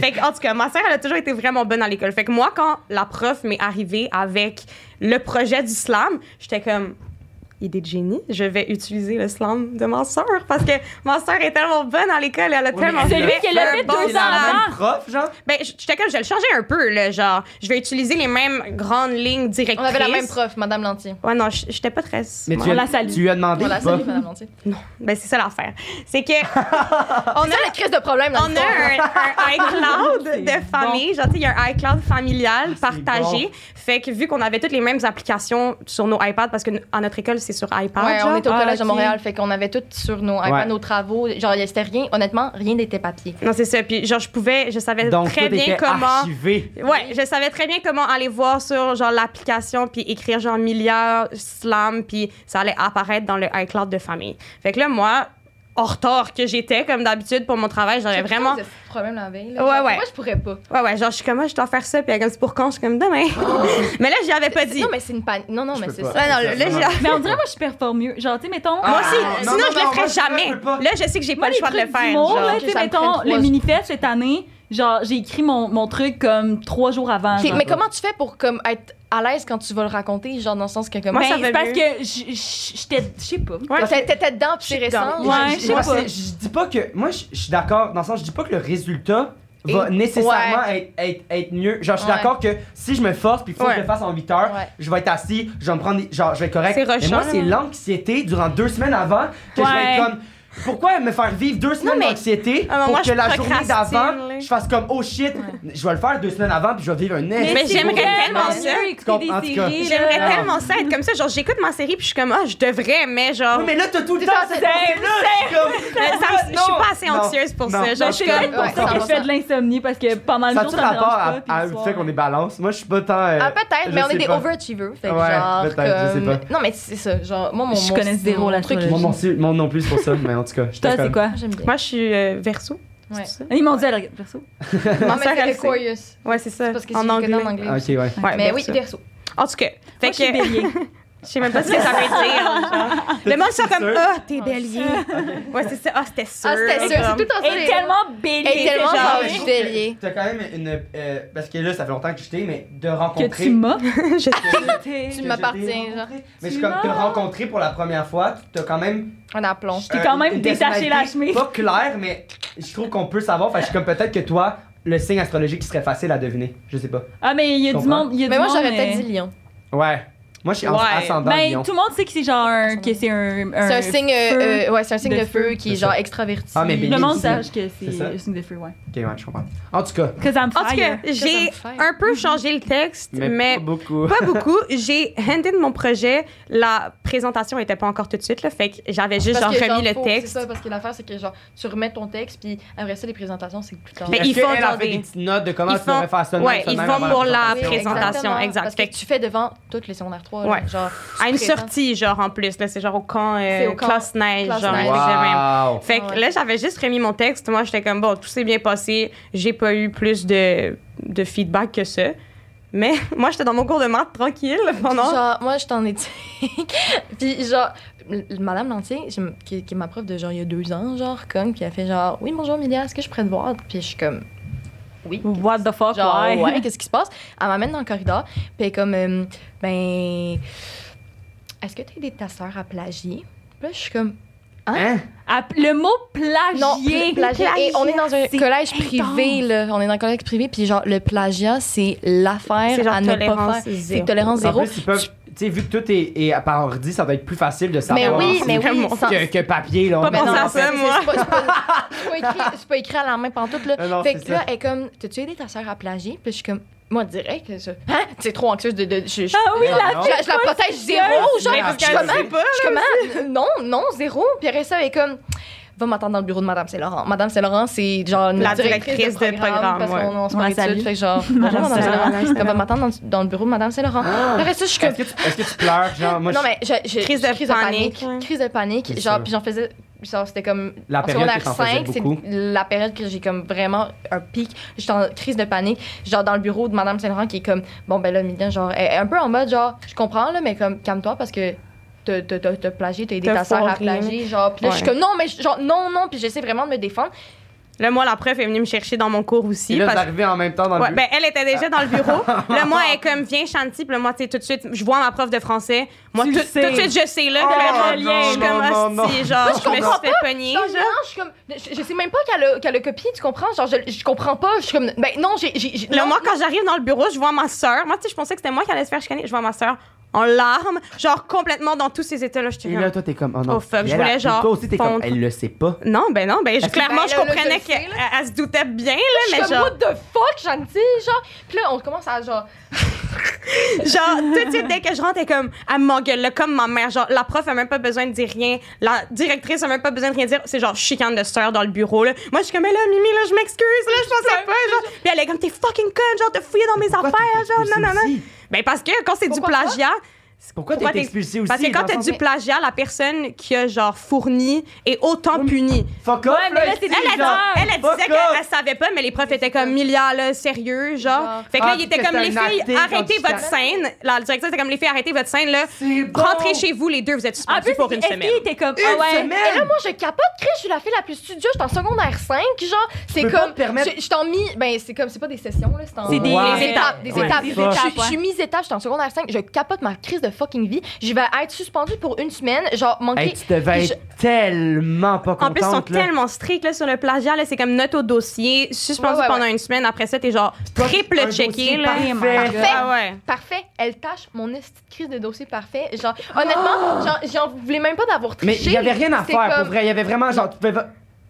S3: Fait que, en tout cas, ma sœur, elle a toujours été vraiment bonne à l'école. Fait que moi, quand la prof m'est arrivée avec le projet du slam, j'étais comme, idée de génie, je vais utiliser le slam de ma sœur parce que ma sœur est tellement bonne à l'école, elle a
S1: mais
S3: tellement.
S1: c'est lui
S2: qui l'a fait
S3: un bon
S2: deux ans
S1: C'est la
S3: slam.
S2: avant.
S1: même prof, genre?
S3: Ben, j- j'étais comme, je vais le changer un peu, là, genre, je vais utiliser les mêmes grandes lignes directrices.
S4: On avait la même prof, madame Lantier.
S3: Ouais, non, j- j'étais pas très.
S1: Mais tu,
S2: On
S1: as-
S2: la salue.
S1: tu lui as
S3: Ah,
S1: demandé
S4: Voilà,
S1: ou pas?
S4: salut, madame Lantier.
S3: Ben, c'est ça l'affaire. C'est que. Ah, on
S4: On a la crise de problème, là,
S3: On a un, un iCloud
S2: C'est
S3: de famille. Genre, tu sais, il y a un iCloud familial
S1: Ah, c'est
S3: partagé. Fait que vu qu'on avait toutes les mêmes applications sur nos iPads, parce que n- à notre école, c'est sur iPad.
S4: Ouais, on
S3: genre.
S4: était au
S2: Ah,
S4: collège de
S2: ok.
S4: Montréal, fait qu'on avait tout sur nos,
S1: Ouais.
S4: nos travaux. Genre, il y a- c'était rien, honnêtement, rien n'était papier.
S3: Non, c'est ça. Puis, genre, je pouvais, je savais
S1: Donc,
S3: très
S1: tout
S3: bien
S1: était
S3: comment.
S1: archivé.
S3: Ouais, je savais très bien comment aller voir sur genre l'application puis écrire genre milliard slam puis ça allait apparaître dans le iCloud de famille. Fait que là moi, en retard que j'étais comme d'habitude pour mon travail, j'avais vraiment
S4: C'est ce problème la veille. là.
S3: Ouais,
S4: Genre,
S3: ouais.
S4: Moi, je pourrais pas.
S3: Ouais, ouais, genre, je suis comme, ah, je dois faire ça, puis elle est comme, c'est pour quand? Je suis comme, demain. mais là, j'y avais pas dit.
S4: Non, mais c'est une panne. Non, non, mais c'est ça.
S3: Ouais, non, là, j'ai-
S2: Mais on dirait, moi, je performe mieux. Genre, tu sais, mettons.
S1: Ah,
S3: Moi aussi,
S1: non,
S3: sinon,
S1: non,
S3: je le
S1: non, moi,
S3: ferais
S1: je- moi,
S3: jamais.
S1: je peux pas.
S3: Là, je sais que j'ai
S2: Moi,
S3: pas le
S2: les
S3: choix de le
S2: trucs
S3: faire.
S2: d'humour,
S3: genre.
S2: là,
S4: Ok,
S2: tu
S4: ça
S2: sais,
S4: me
S2: mettons,
S4: prend trois-
S2: le mini-fest cette année, genre, j'ai écrit mon, mon truc comme trois jours avant.
S4: Ok,
S2: genre.
S4: mais comment tu fais pour comme, être à l'aise quand tu vas le raconter? Genre, dans le sens que comme.
S3: Moi,
S2: Ben,
S3: ça
S2: c'est
S3: va
S2: parce
S3: mieux.
S2: que j- j- j'étais. Je sais pas.
S3: Ouais,
S4: T'es- T'étais dedans, puis c'est
S3: Je suis
S4: récent.
S3: dedans.
S2: Ouais,
S4: genre,
S2: je
S1: Je-
S2: sais
S1: moi,
S2: pas.
S1: c'est- Je dis pas que. Moi, je je suis d'accord, dans le sens, je dis pas que le résultat va
S4: Et-
S1: nécessairement être, être, être mieux. Genre, je suis
S4: Ouais.
S1: d'accord que si je me force puis faut que
S3: Ouais.
S1: je le fasse en 8 heures,
S4: Ouais.
S1: je vais être assis, je vais me prendre. des- Genre, je vais être correct.
S3: C'est
S1: Mais moi,
S3: rushant,
S1: c'est
S3: là.
S1: l'anxiété durant deux semaines avant que je vais
S2: Ouais.
S1: être comme. Pourquoi me faire vivre deux semaines
S4: mais-
S1: d'anxiété
S3: Ah, mais
S1: pour
S3: moi,
S1: que
S3: je
S1: la journée
S3: procrastine,
S1: d'avant,
S3: là.
S1: je fasse comme oh shit, je vais le faire deux semaines avant puis je vais vivre un nez.
S3: Mais
S2: c'est
S3: j'aimerais
S2: vrai,
S3: tellement
S2: mieux
S3: ça.
S2: écouter des
S1: En tout cas,
S2: séries,
S3: J'aimerais
S2: là.
S3: tellement ça être comme ça. Genre, j'écoute ma série, puis je suis comme, ah, je devrais, mais genre.
S1: Oui, Oh, mais là, t'as tout le temps cette
S2: c'est-
S1: pensée-là, je suis comme-
S3: mais ça me- je suis pas assez
S1: Non,
S3: anxieuse pour
S1: non,
S3: ça.
S1: non,
S3: Genre, je
S2: C'est
S3: suis comme.
S2: peut-être pour
S4: Ouais,
S2: ça que je
S4: 100%.
S2: fais de l'insomnie parce que pendant le
S1: Ça
S2: jour,
S1: a-tu
S2: ça me dérange
S1: rapport à,
S2: pas. puis
S1: à
S2: le
S1: le
S2: soir,
S1: fait qu'on est balance? Moi, je suis pas tant. euh,
S4: Ah, peut-être,
S1: je
S4: mais on
S1: sais
S4: est des
S1: pas.
S4: overachievers. Fait que
S1: Ouais,
S4: genre.
S1: peut-être, je sais
S4: comme- Non, mais c'est ça. Genre, moi, mon.
S2: Je
S4: mon-
S2: connais zéro
S4: mon
S2: la
S4: truc.
S2: chose.
S1: Moi non, plus- moi non plus c'est pour ça, mais en tout cas, je
S2: Toi, c'est quoi?
S4: J'aime bien.
S3: Moi, je suis euh, verso.
S4: Ouais.
S3: C'est ça?
S2: Ils m'ont dit à la perso.
S3: Ma
S4: Non, mais
S3: sœur,
S4: c'est
S3: elle sait.
S4: Aquarius.
S3: Ouais, c'est ça.
S4: Parce que c'est
S3: En anglais.
S4: en anglais.
S1: Ah, Ok, ouais.
S3: Ouais,
S4: Mais oui,
S3: verso.
S4: verso.
S3: En tout cas, fait
S2: Fait
S3: que.
S2: que.
S3: Je sais même pas ce que ça veut dire. genre. Le monde sont comme,
S1: sûr?
S3: ah, t'es bélier. Ouais, c'est ça. Ah, c'était sûr.
S4: Ah, c'était sûr. C'est tout en
S2: Elle est tellement belle.
S4: Elle est tellement
S3: genre,
S1: Ah,
S4: genre
S3: je-
S4: bélier.
S1: T'as quand même une. euh, parce que là, ça fait longtemps que je t'ai, mais de rencontrer.
S2: Que tu m'as.
S3: Je sais.
S4: Tu
S1: que je
S4: m'appartiens,
S1: t'ai rencontré.
S4: genre.
S1: Mais je suis
S2: Tu
S1: comme te
S2: m'as.
S1: rencontrer pour la première fois, t'as quand même.
S4: Un aplomb.
S2: T'es quand même
S1: une
S2: détaché la
S1: personnalité
S2: chemise.
S1: Euh, Pas clair, mais je trouve qu'on peut savoir. Fait que je suis comme peut-être que toi, le signe astrologique serait facile à deviner. Je sais pas.
S2: Ah, mais il y a
S1: Je
S2: du
S1: comprends.
S2: monde. il y a
S4: Mais
S2: du
S4: moi,
S2: monde,
S4: j'aurais
S2: euh,
S4: peut-être dit lion.
S1: Ouais. Moi, je suis en
S3: Ouais.
S1: ascendant
S2: Ben,
S1: lion.
S2: tout le monde sait que c'est genre un. que c'est un.
S4: C'est un signe, euh, euh, ouais, c'est un signe
S2: de
S4: de,
S2: feu.
S4: feu qui est
S1: C'est ça.
S4: genre extraverti.
S1: Ah, mais bélier.
S2: Le monde
S1: aussi.
S2: sache que
S1: C'est
S2: c'est
S1: ça.
S2: un signe de feu, ouais.
S1: Ok, ouais, je comprends. En tout cas,
S2: Cause I'm
S3: En tout
S2: fire.
S3: cas, j'ai
S4: fire.
S3: un peu changé le texte,
S1: mais,
S3: mais
S1: pas beaucoup.
S3: pas beaucoup. J'ai handed mon projet. La présentation était pas encore tout de suite, là, fait que j'avais juste genre,
S4: Parce que,
S3: remis
S4: genre,
S3: le
S4: faut-
S3: texte.
S4: C'est ça, parce que l'affaire, c'est que genre, tu remets ton texte, puis après ça, les présentations, c'est plus tard.
S3: Mais
S1: Est-ce
S3: ils font
S1: qu'elle a
S3: genre
S1: fait
S3: des-
S1: des petites notes de comment
S3: ils
S1: tu devrais
S3: font-
S1: faire ça. de
S3: ouais,
S1: même, ça de
S3: ils
S1: même
S3: font
S1: avant
S3: pour la
S4: Oui,
S1: présentation.
S3: présentation,
S4: exactement.
S3: exact.
S4: Parce
S3: Fait
S4: que
S3: que-
S4: tu fais devant toutes les secondaires 3.
S3: Ouais.
S4: Genre,
S3: À une
S4: tu présentes-
S3: sortie, genre en plus, là, c'est genre au camp, euh,
S4: C'est au camp.
S3: classe neige,
S4: Classe
S3: genre.
S4: neige. Ah
S3: fait que j'ai même-
S1: Wow.
S3: Fait que
S4: Ouais.
S3: là, j'avais juste remis mon texte. Moi, j'étais comme, bon, tout s'est bien passé. J'ai pas eu plus de, de feedback que ça. Mais moi, j'étais dans mon cours de maths tranquille pendant.
S4: Genre, moi, je t'en ai dit. puis, genre, l- Madame Lantier, j'aime- qui, qui est ma prof de genre il y a deux ans, genre, comme, puis elle fait genre, oui, bonjour, Emilia, est-ce que je pourrais te voir? Puis, je suis comme, oui.
S2: What the fuck,
S4: Genre, ouais,
S2: ouais.
S4: qu'est-ce qui se passe? Elle m'amène dans le corridor, puis elle est comme, euh, ben, est-ce que t'as aidé ta soeur à plagier? Puis là, je suis comme,
S1: Hein?
S2: Ah, le mot
S4: Non,
S2: plagier.
S4: plagiat. Et on est dans un
S2: C'est intense.
S4: collège privé, là. On est dans un collège privé, puis genre, le plagiat, c'est l'affaire
S3: C'est genre
S4: à ne pas
S3: tolérance
S4: faire. C'est
S3: zéro.
S4: tolérance
S1: En
S4: zéro.
S1: plus, ils peuvent. Tu sais, vu que tout est, est par ordi, ça va être plus facile de
S4: Mais
S1: savoir
S4: oui,
S1: si-
S4: mais oui,
S3: vraiment
S4: sans-
S1: que, que papier. Là, on
S3: Pas
S1: met
S3: pensé
S1: dans-
S3: à ça.
S4: c'est-
S3: moi.
S4: C'est pas, c'est pas- c'est pas écrit- c'est pas écrit à la main pantoute, là.
S1: Non, non,
S4: fait
S1: c'est
S4: que là,
S1: ça.
S4: elle est comme, t'as-tu aidé ta soeur à plagier? Puis je suis comme, moi, direct, que ça. Hein? C'est trop anxieuse de. de- je, je-
S2: Ah oui,
S1: Non,
S2: la
S1: non.
S4: je la- je la protège zéro, genre.
S1: Mais
S4: Je
S1: parce
S4: suis
S1: qu'elle
S4: comme,
S1: sait
S4: hein? Je suis comme, ah, non, non, zéro. Puis après ça, elle est comme, va m'attendre dans le bureau de Madame Saint-Laurent. Madame Saint-Laurent, c'est genre notre
S3: La directrice de programme,
S4: parce
S3: ouais.
S4: qu'on on se
S2: On la
S4: parle
S2: salue.
S4: études, fait que genre, bonjour Madame
S3: Saint-Laurent.
S4: Saint-Laurent. Elle va m'attendre dans- dans le bureau de Madame Saint-Laurent.
S1: Ah.
S4: Après ça, je suis comme,
S1: Est-ce que, tu- est-ce que tu pleures? Genre, moi,
S4: non,
S1: je-
S4: mais je, je-
S3: Crise de panique, ouais.
S4: Crise de panique.
S1: C'est
S4: Genre,
S1: sûr.
S4: puis j'en faisais. Genre, c'était comme.
S1: La
S4: en
S1: période que
S4: secondaire
S1: t'en faisais
S4: 5, c'est
S1: beaucoup.
S4: la période que j'ai comme vraiment un pic. J'étais en crise de panique. Genre, dans le bureau de Madame Saint-Laurent qui est comme. Bon, ben là, Mylène, genre, elle est un peu en mode, genre, je comprends, là, mais comme, calme-toi parce que. T'as t'as- t'as- t'as plagié, t'as aidé
S3: T'as
S4: ta soeur à
S3: foiré.
S4: plagier. Genre, puis là, je suis
S3: Ouais.
S4: comme, non, mais je- genre, non, non, puis j'essaie vraiment de me défendre.
S3: Là, moi, la prof est venue me chercher dans mon cours
S1: Et
S3: aussi.
S1: là,
S3: parce-
S1: vous arrivez en même temps dans
S3: Ouais,
S1: le but.
S3: ben, elle était déjà dans le bureau. là, moi, elle est comme, viens, Chanty. Puis là, moi, tu sais, tout de suite, je vois ma prof de français. Moi,
S2: Tu
S3: tout,
S2: le sais.
S3: tout de suite, je sais, là.
S1: Oh,
S3: vraiment,
S1: non,
S3: je suis
S1: non,
S3: comme,
S1: non, non.
S3: hostie, genre,
S1: Moi, je
S3: je me
S4: comprends
S3: suis fait pogner.
S4: Non, je, non, je suis comme. Je, je sais même pas qu'elle a, qu'elle a copié, tu comprends? Genre, je, je comprends pas. Je suis comme. Ben non, j'ai. j'ai- j'ai-
S3: Là,
S4: non,
S3: moi, quand j'arrive dans le bureau, je vois ma sœur. Moi, tu sais, je pensais que c'était moi qui allais se faire chicaner. Je vois ma sœur en larmes, genre complètement dans tous ces états-là. Je
S1: Et là,
S3: te
S1: toi, t'es comme. Oh non.
S3: Oh, fuck, je
S1: Et elle,
S3: voulais,
S1: elle-
S3: genre,
S1: Toi aussi, t'es comme.
S3: fondre.
S1: Elle le sait pas.
S3: Non, ben non, ben je-
S1: Est-ce que-
S3: clairement,
S4: ben,
S3: je
S4: là, là,
S3: comprenais
S4: je le sais,
S3: qu'elle elle- elle se doutait bien, là,
S4: Je suis
S3: mais
S4: comme,
S3: genre,
S4: what the fuck, Shanti, genre. Puis là, on commence à genre.
S3: genre, tout de suite, dès que je rentre, elle est comme, elle m'engueule, là, comme ma mère. Genre, la prof a même pas besoin de dire rien. La directrice a même pas besoin de rien dire. C'est genre chicane de sœur dans le bureau, là. Moi, je suis comme, mais là, Mimi, là, je m'excuse, là, je pensais pas, genre. Puis elle est comme, t'es fucking conne, genre, de fouiller dans mes
S1: Pourquoi t'es
S3: affaires, genre,
S1: expulsée
S3: non, non, non.
S1: aussi?
S3: Ben parce que quand c'est du
S4: Pourquoi pas?
S3: plagiat,
S1: Pourquoi
S3: Pourquoi
S1: t'es
S3: t'es-
S1: expulsé aussi?
S3: Parce que
S1: dans
S3: quand
S1: le
S3: t'as
S1: sens-
S3: du plagiat, la personne qui a genre fourni est autant punie.
S1: Fuck
S2: Ouais,
S1: off,
S2: mais là, c'est
S1: ici,
S2: des
S3: Elle, elle,
S1: genre.
S3: elle, elle
S1: Ah, Fuck
S3: disait
S1: off.
S3: qu'elle elle savait pas, mais les profs étaient comme Milia, là, sérieux, genre.
S4: Genre.
S3: Fait que
S1: Ah,
S3: là, il était
S1: parce que
S3: comme les
S1: c'est un
S3: filles,
S1: acting
S3: arrêtez
S1: handicap.
S3: votre scène. La directrice était comme les filles, arrêtez votre scène, là.
S1: C'est bon.
S3: Rentrez chez vous, les deux, vous êtes
S2: En
S3: suspendus
S2: plus,
S3: pour une semaine.
S2: il était comme,
S1: Une
S2: ah ouais.
S1: semaine.
S4: Et là, moi, je capote, Chris, je suis la fille la plus studieuse, je suis en secondaire 5, genre, c'est
S1: peux
S4: comme.
S1: pas te permettre-
S4: Je, je t'en mis. Ben, c'est comme, c'est pas des sessions, là, c'est en.
S2: C'est des-
S1: Ouais.
S4: des étapes. Des
S1: Ouais.
S4: étapes.
S1: Des
S4: Je-
S1: étapes,
S4: je, je
S2: ouais.
S4: suis mise étape, je suis en secondaire 5, je capote ma crise de fucking vie. Je vais être suspendue pour une semaine, genre, manquer.
S1: Hey, tu devais
S4: Je-
S1: être tellement pas contente.
S3: En plus, ils sont
S1: là.
S3: tellement stricts là, sur le plagiat. là, C'est comme note au dossier, suspendu
S4: Ouais, ouais,
S3: pendant
S4: ouais.
S3: une semaine. Après ça, t'es genre
S1: Toi, un
S3: triple
S1: dossier
S3: checké. là.
S1: parfait.
S2: Parfait.
S3: Ah ouais.
S4: Parfait, elle tâche mon esti de crise de dossier parfait. Genre, honnêtement, genre, j'en voulais même pas d'avoir
S1: Oh! Mais
S4: triché.
S1: il y avait rien à
S4: C'était
S1: faire, pour
S4: comme-
S1: vrai. Il y avait vraiment genre. Tu pouvais pas.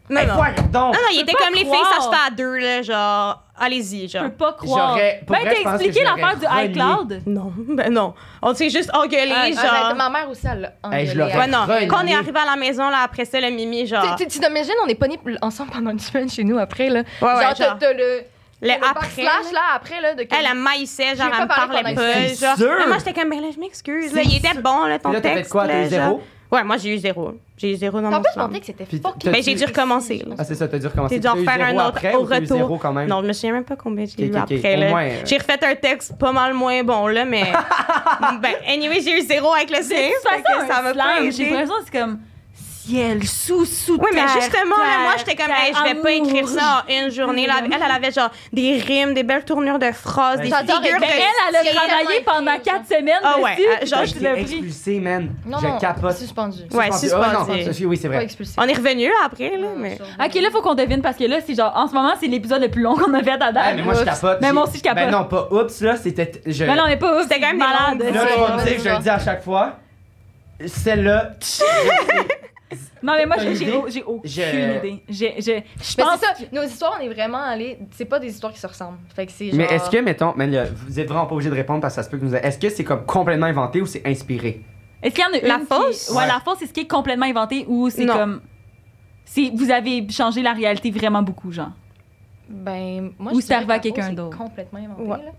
S3: Non,
S1: Hey,
S3: non.
S1: voyons donc.
S3: Non, non, il
S2: peux
S3: était
S2: pas
S3: comme les filles,
S2: croire.
S3: ça se fait à deux, là, genre, allez-y,
S2: Je
S3: genre.
S2: peux pas croire.
S1: J'aurais- pour
S2: Ben,
S1: vrai, je pense
S2: t'as
S1: que
S2: expliqué
S1: j'aurais
S2: l'affaire du
S1: relié.
S2: iCloud.
S3: Non, ben non. On s'est juste engueulé,
S4: Ah, arrête,
S3: genre.
S4: ma mère aussi, elle l'a
S1: Hey, je
S4: engueulée,
S1: l'aurais
S4: elle.
S3: Ouais, non.
S1: Relié.
S3: Quand on est arrivé à la maison, là, après ça, le mimi, genre.
S4: Tu- Tu t'imagines, on est pognés ensemble pendant une semaine chez nous après, là.
S3: Ouais, ouais,
S4: genre, t'as-
S3: genre.
S4: t'as le.
S3: Le
S4: le
S3: après.
S4: backslash, là, après, là, de que-
S3: Elle, elle maïssait, genre,
S4: J'ai
S3: elle
S4: pas
S3: me
S4: parlé
S3: parlait
S4: pendant
S1: une
S3: pas.
S1: semaine.
S3: Genre.
S1: C'est sûr.
S3: Mais moi, j'étais comme, ben là, je m'excuse. là,
S1: C'est
S3: Il était
S1: sûr.
S3: bon, là, ton
S1: Puis là, t'as fait
S3: texte.
S1: quoi?
S3: là,
S1: T'es zéro?
S3: genre. Ouais, moi, j'ai eu zéro. J'ai eu zéro dans
S4: T'as
S3: mon
S4: pas
S3: slam.
S4: demandé que c'était
S1: Puis
S4: fucking.
S1: t'as-
S3: Ben, j'ai dû recommencer, là.
S1: Ah, c'est ça, t'as dû recommencer.
S3: T'es dû en
S1: T'as eu
S3: faire
S1: zéro
S3: un autre
S1: après
S3: au
S1: ou t'as eu
S3: retour.
S1: zéro quand même.
S3: Non, je me souviens même pas combien j'ai
S1: Ok,
S3: eu
S1: ok, ok.
S3: après.
S1: Au
S3: là.
S1: moins, euh.
S3: J'ai refait un texte pas mal moins bon, là, mais. ben, anyway, j'ai eu zéro avec le
S2: De
S3: C.
S2: toute
S3: Fait
S2: façon,
S3: que ça
S2: un
S3: m'a pas
S2: slam, J'ai
S3: aidé.
S2: l'impression que c'est comme ciel, sous, sous.
S3: Oui, mais
S2: terre,
S3: justement, là, moi,
S2: terre,
S3: j'étais comme,
S2: terre,
S3: Hey, je vais pas
S2: amour.
S3: écrire ça en une journée. Là. Elle, elle avait genre des rimes, des belles tournures de phrases,
S1: Ouais.
S3: des
S4: J'adore,
S3: figures
S4: elle-
S3: de
S2: Ben, elle, elle
S4: C'est
S2: a travaillé
S4: tellement
S2: pendant
S4: écrit,
S2: quatre semaines.
S3: Ah ouais,
S2: dessus,
S3: euh,
S2: puis
S3: genre,
S2: t'as-
S1: J'ai
S3: je
S2: tu l'as
S1: été
S2: pris.
S1: expulsé, man.
S4: Non,
S1: je
S4: non,
S1: capote.
S4: Suspendu.
S3: Ouais,
S1: Ah, non,
S3: suspendu.
S1: c'est- oui, c'est
S4: Pas
S1: vrai.
S4: expulsé.
S3: On est revenu là, après, là,
S4: Non,
S3: mais...
S4: sur-
S2: Ok, là, faut qu'on devine parce que là, c'est genre, en ce moment, c'est l'épisode le plus long qu'on a fait à
S1: Ah,
S2: date.
S1: mais moi, je
S4: Oups.
S1: capote.
S2: Bah, Mais
S1: J'ai-
S2: moi aussi, je capote.
S1: Ben non, pas oups, là, c'était. Je...
S2: Mais Ben non, mais pas ouf.
S3: C'était quand même
S2: malade.
S3: des
S1: Là,
S4: Ouais,
S1: on va me
S4: ouais,
S1: dire que je
S4: ouais.
S1: le dis à chaque fois. Celle-là,
S2: Non, mais moi,
S1: T'as
S2: j'ai
S1: une
S2: j'ai
S1: idée?
S2: au- j'ai aucune
S1: Je-
S2: idée. J'ai- j'ai- Je
S4: Mais
S2: pense.
S4: c'est ça, nos histoires, on est vraiment allés. C'est pas des histoires qui se ressemblent. Fait que c'est genre.
S1: Mais est-ce que, mettons, man, là, vous êtes vraiment pas obligé de répondre parce que ça se peut que vous. Est-ce que c'est comme complètement inventé ou c'est inspiré?
S2: Est-ce qu'il y en a
S3: La
S2: une qui-
S3: fausse?
S2: Ouais,
S1: Ouais.
S2: la fausse, c'est ce qui est complètement inventé ou c'est
S3: Non.
S2: comme. c'est- Vous avez changé la réalité vraiment beaucoup, genre.
S4: Ben, moi,
S2: Ou
S4: je
S2: c'est
S4: dirais
S2: arrivé à
S4: que la
S2: quelqu'un
S4: fausse est
S2: d'autre.
S4: complètement inventé,
S3: Ouais.
S4: là.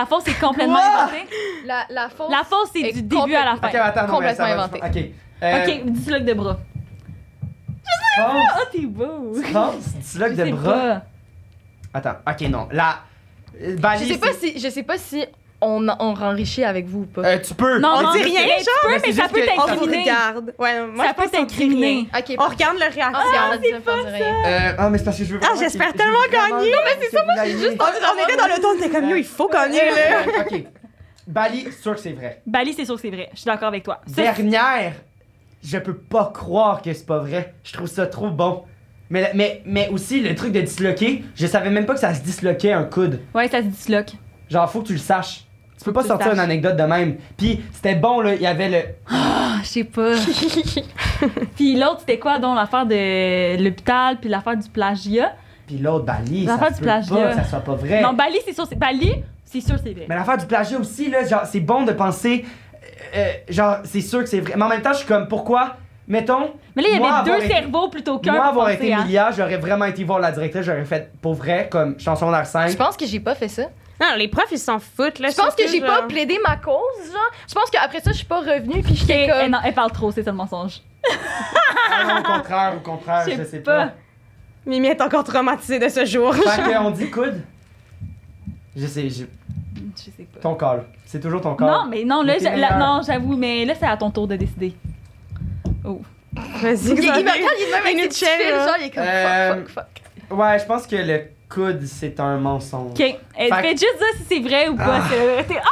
S2: La fausse, c'est complètement
S1: Quoi?
S2: inventé.
S4: La, la fausse.
S2: La fausse, c'est
S4: Et
S2: du début à la fin.
S1: Ok, attends, non, mais ça va-
S4: Complètement
S1: Ok. Euh,
S2: Ok, disloque de bras.
S1: pense,
S2: Ah, t'es beau!
S1: tu penses, disloque
S2: Je
S1: de
S2: sais
S1: bras.
S2: pas.
S1: Attends, ok, non. La. euh,
S4: Je
S1: Balise.
S4: sais pas si, je sais pas si on, on enrichit avec vous ou pas.
S1: Euh, tu peux.
S2: Non,
S3: On
S2: non,
S3: dit
S2: tu
S3: rien,
S2: peux,
S3: genre,
S2: tu peux,
S1: mais
S2: mais,
S1: c'est
S2: ça
S1: juste
S2: peut
S1: que-
S3: On vous
S2: t'incriminer.
S3: regarde. Ouais, non, moi,
S2: Ça
S3: je pense
S2: peut
S3: qu'on dit rien.
S2: t'incriminer.
S4: ok,
S3: On regarde leur réaction.
S4: Ah, c'est pas
S1: Euh, ah, mais c'est parce que je veux. vraiment
S3: j'espère
S1: qu'il-
S3: tellement
S1: je veux vraiment
S3: gagner.
S1: que vous l'ayez.
S3: on, on était dans le temps, on était comme, nous, il faut gagner, là.
S1: Euh,
S2: Ah,
S1: Ok. Bali, sûr que c'est vrai.
S2: Bali, c'est sûr que c'est vrai. Je suis d'accord avec toi. Ça,
S1: Dernière. je peux pas croire que c'est pas vrai. Je trouve ça trop bon. Mais, mais, mais aussi, le truc de disloquer, je savais même pas que ça se disloquait un coude.
S2: Ouais, ça se disloque.
S1: Genre, faut que tu le saches. Tu peux pas
S2: que tu
S1: sortir
S2: le
S1: une
S2: saches.
S1: anecdote de même. Puis c'était bon, là, il y avait le.
S2: Ah, je sais pas. puis l'autre, c'était quoi, donc, l'affaire de l'hôpital, puis l'affaire du plagiat?
S1: Puis l'autre, Bali.
S2: L'affaire
S1: Ça
S2: du
S1: se peut
S2: plagiat.
S1: pas, que ça soit pas vrai.
S2: Non, ben- Bali, c'est sûr, c'est Bali, c'est sûr, c'est vrai.
S1: Mais l'affaire du plagiat aussi, là, genre, c'est bon de penser. euh, genre, c'est sûr que c'est vrai. Mais en même temps, je suis comme, pourquoi Mettons,
S2: Mais là, il y
S1: Moi,
S2: avait
S1: avoir
S2: deux
S1: été-
S2: cerveaux plutôt qu'un.
S1: moi
S2: pour
S1: avoir
S2: penser hein.
S1: été
S2: à-
S1: Milia, j'aurais vraiment été voir la directrice, j'aurais fait pour vrai, comme chanson d'art 5.
S4: Je pense que j'ai pas fait ça.
S3: Non, les profs, ils s'en foutent. Là,
S4: Je pense que j'ai
S3: genre-
S4: pas plaidé ma cause, genre. Je pense qu'après ça, je suis pas revenue puis
S2: Ok,
S4: j'étais
S2: elle,
S4: comme.
S2: non, elle parle trop, c'est ça le mensonge.
S1: Ah non, au contraire, au contraire, je sais pas.
S3: Mimi est encore traumatisée de ce jour.
S1: Fait qu'on dit coude. Je sais, j'ai-
S2: Je sais pas.
S1: ton call. C'est toujours ton call.
S2: Non, mais non, là,
S1: Mais t'es
S2: j'a- là,
S1: meilleure.
S2: non, j'avoue, mais là, c'est à ton tour de décider.
S3: Vas-y,
S4: Il, il me
S3: Xavier.
S4: regarde, il est même avec ses
S3: Une
S4: petits
S3: chaîne,
S4: fils,
S3: là.
S4: genre, il est comme
S1: Euh,
S4: fuck, fuck, fuck.
S1: Ouais, je pense que le coude, c'est un mensonge.
S2: Ok, elle
S1: Fait-
S2: fait juste dire si c'est vrai ou pas.
S1: Ah.
S2: c'est- t'es- Ah!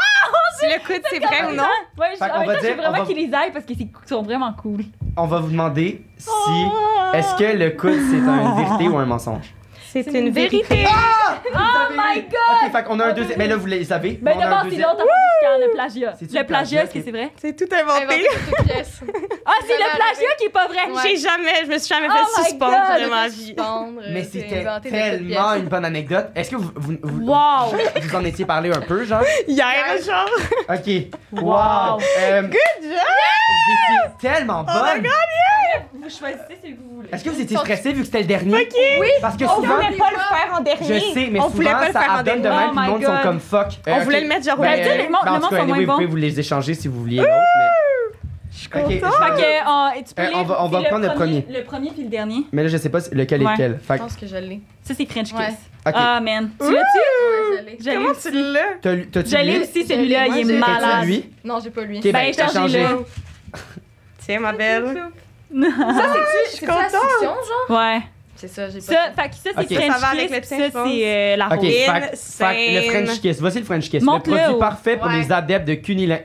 S3: Si le coude, c'est vrai ou non?
S2: Ouais, je-
S1: Fait qu'on
S2: en même
S1: va
S2: temps, je veux
S1: dire- on
S2: vraiment
S1: va-
S2: qu'ils les aillent parce qu'ils sont vraiment cool.
S1: On va vous demander si
S3: Oh!
S1: est-ce que le coude, c'est un vérité ou un mensonge.
S3: C'est une vérité.
S1: Oh
S2: my
S1: Ok, fait qu'on a un deuxième. Mais là, vous le savez.
S2: Ben
S1: on a un
S2: d'abord, c'est
S1: deuxième.
S2: l'autre après le plagiat.
S1: C'est-tu
S2: Le
S1: le plagiat
S2: plagiat, est-ce que
S1: qui-
S2: c'est vrai?
S3: C'est tout
S4: Inventer
S3: inventé.
S4: toutes les pièces.
S2: Ah, c'est
S4: m'avait
S2: le plagiat qui est pas vrai!
S4: Ouais.
S3: J'ai jamais, je me suis jamais
S2: Oh
S3: fait
S2: my God,
S3: suspendre de
S4: Inventer
S3: ma
S4: de
S3: vie.
S4: suspendre, euh,
S1: Mais
S4: de
S1: c'était
S4: inventer de toutes les
S1: tellement
S4: pièces.
S1: une bonne anecdote. Est-ce que vous, vous, vous,
S2: Wow!
S1: vous en étiez parlé un peu, genre?
S3: Hier, genre.
S1: Ok.
S2: Wow.
S1: Wow! Euh,
S3: job!
S1: vous étiez tellement
S3: Oh my
S1: bonne!
S2: Vous choisissez celui que vous voulez.
S1: Est-ce que vous étiez stressé vu que c'était le dernier?
S3: Oui.
S1: Parce que
S3: On
S1: souvent,
S3: voulait pas le faire en
S1: je
S3: dernier.
S1: sais, mais
S3: on voulait
S1: souvent,
S3: pas le
S1: ça
S3: faire en
S1: abonne de
S3: dernier.
S1: même,
S2: Oh
S1: puis
S2: my
S1: le monde
S2: God.
S1: sont comme fuck. Euh,
S3: On voulait le mettre genre au
S2: Ben,
S3: milieu.
S2: tu sais, le monde-
S1: ben,
S2: le
S1: en tout
S2: monde
S1: cas,
S2: sont moins
S1: anyway, vous
S2: bons.
S1: pouvez vous les échanger si vous vouliez l'autre.
S3: Je suis
S1: Mais... Ok,
S3: contente.
S1: je-
S2: Fait que, euh, tu peux
S1: Euh,
S2: lire-
S1: on va- on
S2: c'est
S1: va prendre le
S2: Le premier puis le dernier.
S1: Mais là, je sais pas si- lequel
S2: Ouais.
S1: est lequel. Fait
S4: Je
S1: que-
S4: pense que je l'ai.
S2: Ça, c'est French Kiss.
S4: Ouais.
S1: ok.
S2: Ah, man.
S3: Ouh!
S2: Tu l'as-tu?
S4: Ouais, je l'ai.
S2: Je l'ai
S3: Comment
S2: aussi.
S3: tu l'as?
S1: T'as lu- T'as-tu
S2: Je l'ai
S1: lu?
S2: aussi, celui-là,
S4: Moi,
S2: il
S4: j'ai-
S2: est
S1: T'as-tu
S2: malade.
S1: lui?
S4: Non, j'ai pas lu.
S1: Ok, ben,
S2: Ben,
S1: t'as
S2: changez-le.
S1: changé.
S3: Tiens, ma belle.
S4: Ça, c'est-tu
S3: suis
S4: c'est-tu la
S3: contente.
S4: fiction, genre?
S2: Ouais.
S4: C'est ça, j'ai pas.
S2: Ça, fait que ça, c'est
S1: Ok.
S2: French
S3: Ça va avec
S2: Kiss, ça,
S3: le petit,
S2: c'est
S3: je pense.
S2: euh, la
S1: Ok,
S2: rose.
S1: fait,
S3: Insane.
S1: que- fait que le French Kiss. Voici le French Kiss. Le
S2: Montre-le
S1: produit
S2: au-
S1: parfait pour
S4: Ouais.
S1: les adeptes de cunila-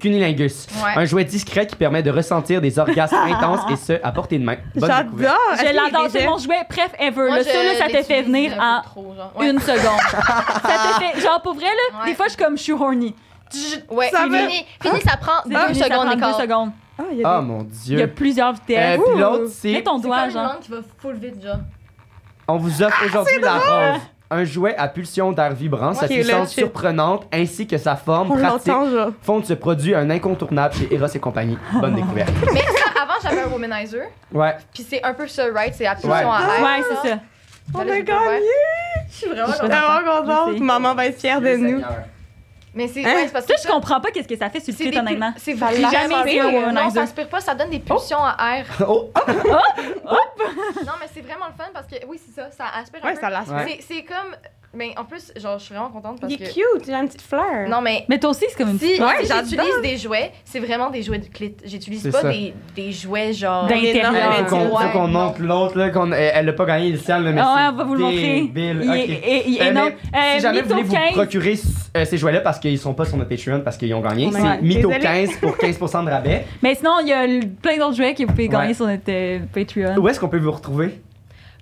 S1: cunilingus.
S4: Ouais.
S1: Un jouet discret qui permet de ressentir des orgasmes intenses et ce, à portée de main. Bonne découverte.
S3: J'adore.
S4: Ah,
S3: Est-ce
S2: Je
S3: qu'il est
S2: l'adore, c'est
S3: déjà-
S2: mon jouet, bref, ever.
S4: Moi,
S2: Là,
S4: je
S2: ça, là, ça te fait
S4: l'utilise
S2: venir
S4: un peu
S2: en
S4: trop, genre. Ouais.
S2: une seconde. ça te fait, genre, pour vrai, là,
S4: Ouais.
S2: des fois, je suis comme, je suis horny.
S4: Ouais,
S3: Ça
S4: fini,
S3: va-
S4: fini, ça prend
S2: C'est
S4: deux
S2: fini, ça
S4: secondes
S2: prend deux
S4: d'écart.
S2: secondes.
S3: Ah, il y a
S1: Oh
S3: des-
S1: mon
S2: Il y a
S1: dieu.
S2: plusieurs
S1: Euh,
S2: vitesses.
S1: puis
S3: Ouh.
S1: l'autre,
S2: Mets
S1: c'est.
S2: ton
S4: C'est
S2: doigt,
S4: comme une
S2: genre.
S4: langue qui va full vite, genre.
S1: On vous
S2: Ah,
S1: offre aujourd'hui la rose. Un jouet à pulsion d'air vibrant, sa
S3: Ok, là,
S1: puissance
S3: c'est-
S1: surprenante ainsi que sa forme
S3: On
S1: pratique
S3: l'entend, genre.
S1: font de ce produit un incontournable chez Eros et compagnie. Bonne découverte.
S4: Mais ça, avant, j'avais un womanizer.
S1: Ouais.
S4: Puis c'est un peu ça, right? C'est la pulsion
S1: Ouais.
S4: à air.
S2: Ouais, c'est ça.
S3: Oh
S4: Là,
S3: my
S4: j'ai
S3: god,
S4: pas ouvert.
S3: yeah.
S4: Je suis
S2: Je
S4: vraiment
S3: Je suis
S4: contente.
S3: vraiment contente.
S2: Merci.
S3: Maman va être fière de nous.
S4: Mais c'est
S3: Hein?
S4: ouais, c'est parce que
S2: Ça, je comprends pas qu'est-ce que ça fait sur le
S4: C'est
S2: clit,
S4: des
S2: honnêtement.
S4: pul- C'est
S3: Ça
S4: j'ai
S3: l'aspire,
S4: jamais vu
S2: un womanizer.
S4: Non, ça aspire pas, ça donne des pulsions à air.
S1: Oh!
S2: Ah,
S4: Non, mais c'est vraiment le fun parce que oui, c'est ça, ça aspire un
S3: Ouais,
S4: peu.
S3: ça l'aspire.
S1: Ouais.
S4: C'est- C'est comme mais en plus, genre je suis vraiment contente parce
S3: Il
S4: que
S3: est cute, il a une petite fleur.
S4: Non, mais
S2: Mais toi aussi, c'est comme une
S4: si,
S2: petite-
S3: Ouais,
S4: si
S3: j'adore.
S4: j'utilise des jouets, c'est vraiment des jouets de clit. J'utilise
S1: C'est
S4: pas
S1: ça.
S4: des, des jouets genre
S2: D'un-
S3: Énorme.
S1: Il faut qu'on
S4: Ouais,
S1: faut qu'on
S4: non.
S1: montre l'autre, là, qu'on, elle, elle a pas gagné initial, là, mais
S2: Ah ouais,
S1: c'est
S2: on va vous le montrer.
S1: débile.
S2: Il est-
S1: Ok.
S2: il est- il est
S1: Euh,
S2: énorme.
S1: mais
S2: Euh,
S1: si jamais vous voulez vous
S2: 15.
S1: procurer euh, ces jouets-là parce qu'ils sont pas sur notre Patreon parce qu'ils ont gagné,
S3: Ouais.
S1: c'est
S3: Désolée.
S1: Mytho15 pour 15% de rabais.
S2: Mais sinon, il y a l- plein d'autres jouets que vous pouvez gagner
S1: Ouais.
S2: sur notre euh, Patreon.
S1: Où est-ce qu'on peut vous retrouver?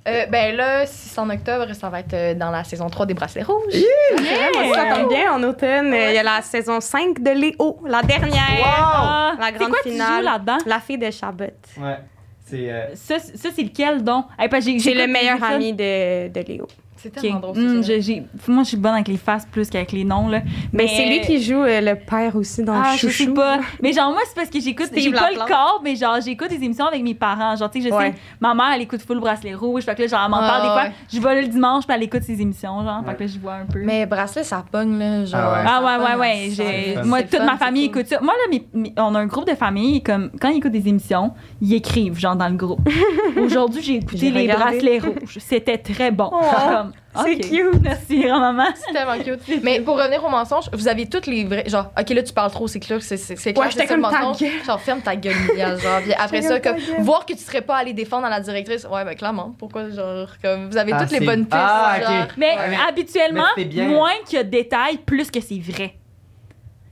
S4: Euh, ben là, si c'est en octobre, ça va être euh, dans la saison 3 des bracelets rouges.
S3: Vraiment, ça tombe bien en automne. euh, Il y a la saison 5 de Léo, la dernière.
S2: Ah,
S3: La
S2: c'est
S3: grande
S2: quoi tu
S3: finale.
S2: joues là-dedans?
S3: La fille de Chabot.
S1: Ouais. C'est. euh,
S2: Ça, c- ça, c'est lequel, donc? Hey, parce que j'ai-
S3: C'est
S2: j'écoute
S3: le meilleur
S2: les épisodes.
S3: ami de, de Léo.
S4: C'est
S2: Ok.
S4: tellement drôle. ce
S2: Hmm,
S4: jeu-là.
S2: j'ai- j'ai- Moi, je suis bonne avec les faces plus qu'avec les noms, là.
S3: Mais c'est lui qui joue euh, le père aussi dans
S2: Ah, je
S3: Chouchou.
S2: sais pas. Mais genre, moi, c'est parce que j'écoute.
S3: Steve
S2: J'ai pas le
S3: Laplante.
S2: corps, mais genre, j'écoute des émissions avec mes parents. Genre, tu sais, je
S3: Ouais.
S2: sais, ma mère, elle écoute full bracelet rouge. Fait que là, genre, elle m'en
S4: Ah,
S2: parle des
S4: ouais.
S2: fois. Je vais le dimanche, puis elle écoute ses émissions, genre. Fait que là, je vois un peu.
S4: Mais bracelet, ça pogne, là. Genre,
S1: Mm. Ah ouais.
S2: Ah ouais, ouais,
S4: ça
S2: ouais.
S4: pogne,
S2: j'ai-
S4: ça-
S1: fun.
S2: Moi,
S4: c'est
S2: toute
S4: fun,
S2: ma
S4: c'est
S2: famille
S4: cool.
S2: écoute ça. Moi, là, mes- mes- on a un groupe de famille, comme quand ils écoutent des émissions, ils écrivent, genre, dans le groupe. Aujourd'hui, j'ai écouté
S3: J'ai
S2: les
S3: regardé.
S2: bracelets rouges. C'était très bon.
S3: Oh,
S2: Comme,
S3: c'est
S2: ok.
S3: cute.
S2: Merci, grand-maman.
S4: C'est tellement cute. Mais pour revenir au mensonge, vous avez toutes les vrais. Genre, ok, là, tu parles trop, c'est clair, c'est, c'est, c'est clair.
S3: Ouais, j'étais
S4: c'est ça le
S3: comme ta
S4: mensonge. Genre, ferme ta gueule, Mia. Genre, Puis après
S3: J'étais
S4: ça,
S3: comme
S4: comme,
S3: ta gueule.
S4: voir que tu serais pas allé défendre à la directrice. Ouais, ben clairement. Pourquoi, genre, comme, vous avez
S1: Ah,
S4: toutes les
S1: c'est-
S4: bonnes pistes.
S1: Ah, ok.
S4: genre.
S2: Mais
S1: Ouais, mais-
S2: habituellement,
S1: mais c'est bien.
S2: moins qu'il y a de détails, plus que c'est vrai.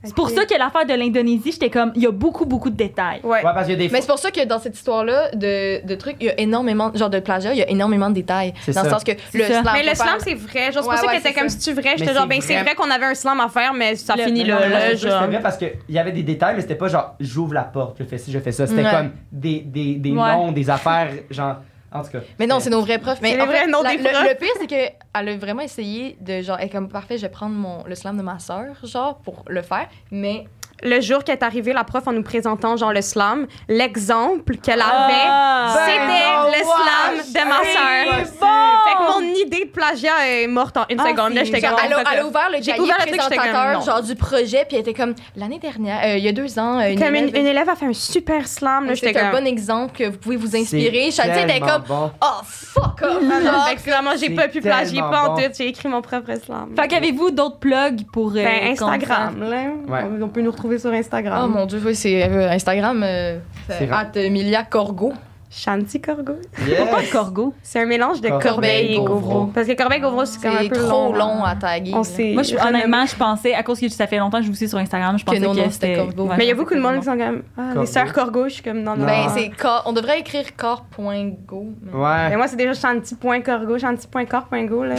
S2: C'est pour ça que l'affaire de l'Indonésie, j'étais comme, il y a beaucoup, beaucoup de détails.
S3: Ouais.
S1: Ouais, parce qu'il y a des
S4: Mais c'est pour ça que dans cette histoire-là de, de trucs, il y a énormément, genre de plagiat, il y a énormément de détails.
S1: C'est
S4: Dans le
S1: ça.
S4: sens que
S2: C'est
S4: le
S2: ça.
S4: slam.
S3: Mais le
S4: on
S3: slam,
S4: parle-
S3: c'est vrai. Genre, c'est pour
S4: Ouais,
S3: ça
S4: ouais,
S3: que c'était
S4: c'est
S3: comme
S4: ça.
S3: si tu vrai.
S1: Mais
S3: J'étais genre,
S1: c'est
S3: ben, c'est
S1: vrai.
S3: vrai qu'on avait un slam à faire, mais ça
S2: Le-
S3: finit
S2: Non,
S3: là.
S2: moi,
S3: là,
S1: c'est sûr
S4: hein.
S1: que
S3: genre.
S1: C'était bien parce qu'il y avait des détails, mais c'était pas genre j'ouvre la porte, je fais ci, je fais ça. C'était
S4: Ouais.
S1: comme des, des, des
S2: Ouais.
S1: noms, des affaires, genre. En tout cas.
S4: Mais non, c'est nos vrais profs. Mais
S3: les
S4: en
S3: vrais
S4: fait,
S3: noms des
S4: le,
S3: profs.
S4: le pire, c'est qu'elle a vraiment essayé de genre, elle est comme parfait, je vais prendre mon, le slam de ma sœur, genre, pour le faire. Mais
S3: Le jour qu'est arrivée la prof en nous présentant, genre, le slam, l'exemple qu'elle avait,
S2: Ah!
S3: c'était
S1: Ben,
S3: le
S1: oh,
S3: slam
S1: wesh,
S3: de ma sœur.
S1: c'est
S3: Fait que mon idée de plagiat est morte en une
S2: Ah,
S3: seconde. Là,
S2: c'est
S3: j'étais
S4: genre,
S3: comme, ben,
S4: elle, a, elle a ouvert le
S3: J'ai
S4: cahier
S3: ouvert le truc, j'étais
S4: présentateur,
S3: comme, non.
S4: genre, du projet, puis elle était comme, l'année dernière, euh, il y a deux ans, euh, une
S3: Comme une,
S4: élève- Oh,
S3: une élève a fait un super slam. Là, j'étais
S4: c'est un
S3: comme.
S4: bon exemple que vous pouvez vous inspirer. Je- Tu sais, elle était
S1: tellement
S4: comme,
S1: bon.
S4: oh, fuck off!
S3: Ah non,
S4: genre.
S3: fait que finalement, j'ai
S1: C'est
S3: pas pu plagier,
S1: tellement
S3: pas en
S1: bon.
S3: tout. J'ai écrit mon propre slam.
S2: Fait qu'avez-vous d'autres plugs pour. euh,
S3: Ben,
S2: qu'on
S3: Instagram, là.
S1: Ouais.
S3: On- On peut nous retrouver sur Instagram.
S4: Oh mon dieu, oui, c'est euh, Instagram, euh,
S1: C'est
S4: c'est
S1: rare.
S4: at Emilia Corgo.
S3: Shanti Corgo.
S1: Yes.
S2: Pourquoi le Corgo?
S3: C'est un mélange de
S1: Corbeil
S3: Corbeil et
S4: et
S3: Gauvreau.
S1: Gauvreau.
S3: Parce que Corbeil et Gauvreau, c'est comme un
S4: C'est
S3: peu
S4: trop long,
S3: long hein.
S4: à taguer.
S3: On
S4: là.
S3: s'est.
S2: Moi, je, honnêtement, je pensais, à cause que ça fait longtemps que je vous suis sur Instagram, je
S4: Que
S2: pensais
S4: non,
S2: que,
S4: non, c'était
S2: c'était.
S4: Corbeau.
S2: Ouais,
S3: Mais il y
S2: je
S3: a
S2: pensais
S3: beaucoup de
S2: que
S3: monde
S2: non.
S3: qui sont comme. Ah,
S1: Corbeau.
S3: les sœurs Corgo, je suis comme. Non, non.
S4: Ben,
S1: Ah.
S4: c'est cor- on devrait écrire corps.go. mais-
S3: Mais
S1: Ouais.
S3: moi, c'est déjà chanty.corgo, chanty.corp.go, là.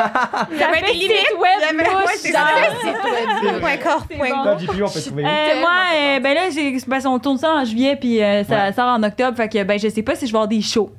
S2: Ça fait site web
S3: J'avais-
S2: louche,
S3: ouais, c'est
S2: genre.
S3: ça.
S4: C'est toi, là.
S3: Chanty.corp.go.
S1: Dans JP, on peut trouver. où?
S2: Euh, moi, euh, ben là, j'ai, parce qu'on tourne ça en juillet, puis euh, ça
S1: Ouais.
S2: sort en octobre. Fait que, ben, je sais pas si je vais avoir des shows.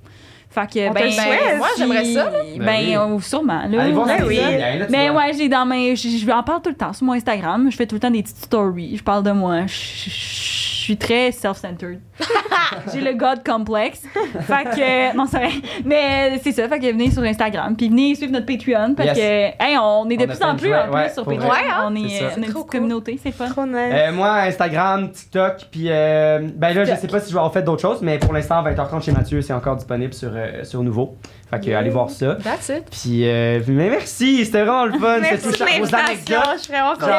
S2: Fait que,
S3: On te
S2: ben,
S3: le souhaite.
S4: Moi, j'aimerais ça,
S2: Ben,
S1: Ben oui.
S2: euh, sûrement, là.
S1: Allez voir
S3: Ben
S1: ça.
S3: oui.
S2: Mais ouais, j'ai dans mes. Je je en parle tout le temps sur mon Instagram. Je fais tout le temps des petites stories. Je parle de moi. Je je- je suis très self-centered. j'ai le God complexe. Fait que. euh, Non, c'est vrai. Mais c'est ça. Fait que venez sur Instagram. Puis venez suivre notre Patreon.
S1: Yes.
S2: Parce que, hey, on est de
S1: On a
S2: plus
S1: plein
S2: en
S1: de
S2: plus
S1: joie,
S2: en plus
S1: ouais,
S2: sur
S1: pour
S2: Patreon.
S4: vrai. Ouais, hein?
S2: On est,
S1: C'est ça.
S2: euh, on a une
S4: C'est trop
S2: petite
S4: cool.
S2: communauté. C'est fun.
S3: Trop nice.
S1: Euh, moi, Instagram, TikTok, puis euh, ben là, je sais pas si je vais en faire d'autres choses, mais pour l'instant, 20h30 chez Mathieu, c'est encore disponible sur, euh, sur Nouveau. Fait que,
S4: Yeah.
S1: allez voir ça.
S4: That's it.
S1: Puis, euh, mais merci, c'était vraiment le fun.
S3: Merci
S1: c'est
S3: de
S1: touchant aux
S3: l'invitation.
S1: anecdotes.
S3: Je suis vraiment
S1: Genre,
S3: contente.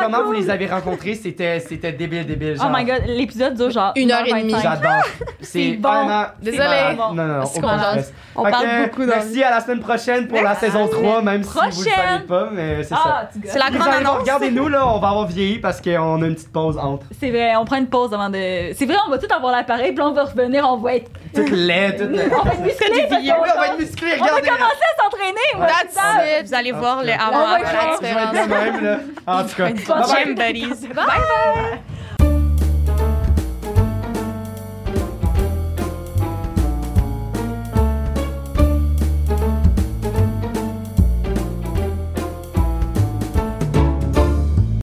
S1: Ah, Comment vous les avez rencontrés, c'était, c'était débile, débile.
S2: Oh
S1: Genre.
S2: my god, l'épisode dure genre
S4: Une heure et demie.
S2: 1h25.
S1: J'adore. C'est
S2: bon.
S1: vraiment-
S4: Désolée.
S1: c'est marrant. Non, non, non.
S4: C'est
S1: aucun
S4: qu'on jase.
S1: stress.
S3: On
S1: Fait
S3: parle
S1: que,
S3: beaucoup dans
S1: Merci à la semaine prochaine pour la saison 3, même si vous le
S2: prochaine.
S1: savez pas, mais c'est ça.
S2: Ah, tu gosses.
S3: C'est la
S1: Puis
S3: grande
S1: vous allez voir,
S3: annonce.
S1: Regardez-nous, là, on va avoir vieilli parce qu'on a une petite pause entre.
S2: C'est vrai, on prend une pause avant de. C'est vrai, on va tout avoir l'appareil, puis là, on va revenir, on va être.
S1: Toute laid, toute laid.
S2: On va être musclé, parce
S1: Oui, on va
S2: qu'on-
S1: être musclé,
S2: on va
S1: regardez.
S2: commencer à s'entraîner, ouais.
S3: That's it. Vous allez voir le
S1: Ah,
S3: avant
S2: ouais,
S3: après.
S1: Je vais être le même, là. En tout cas.
S2: Bon,
S1: Bye bye.
S3: Gym buddies.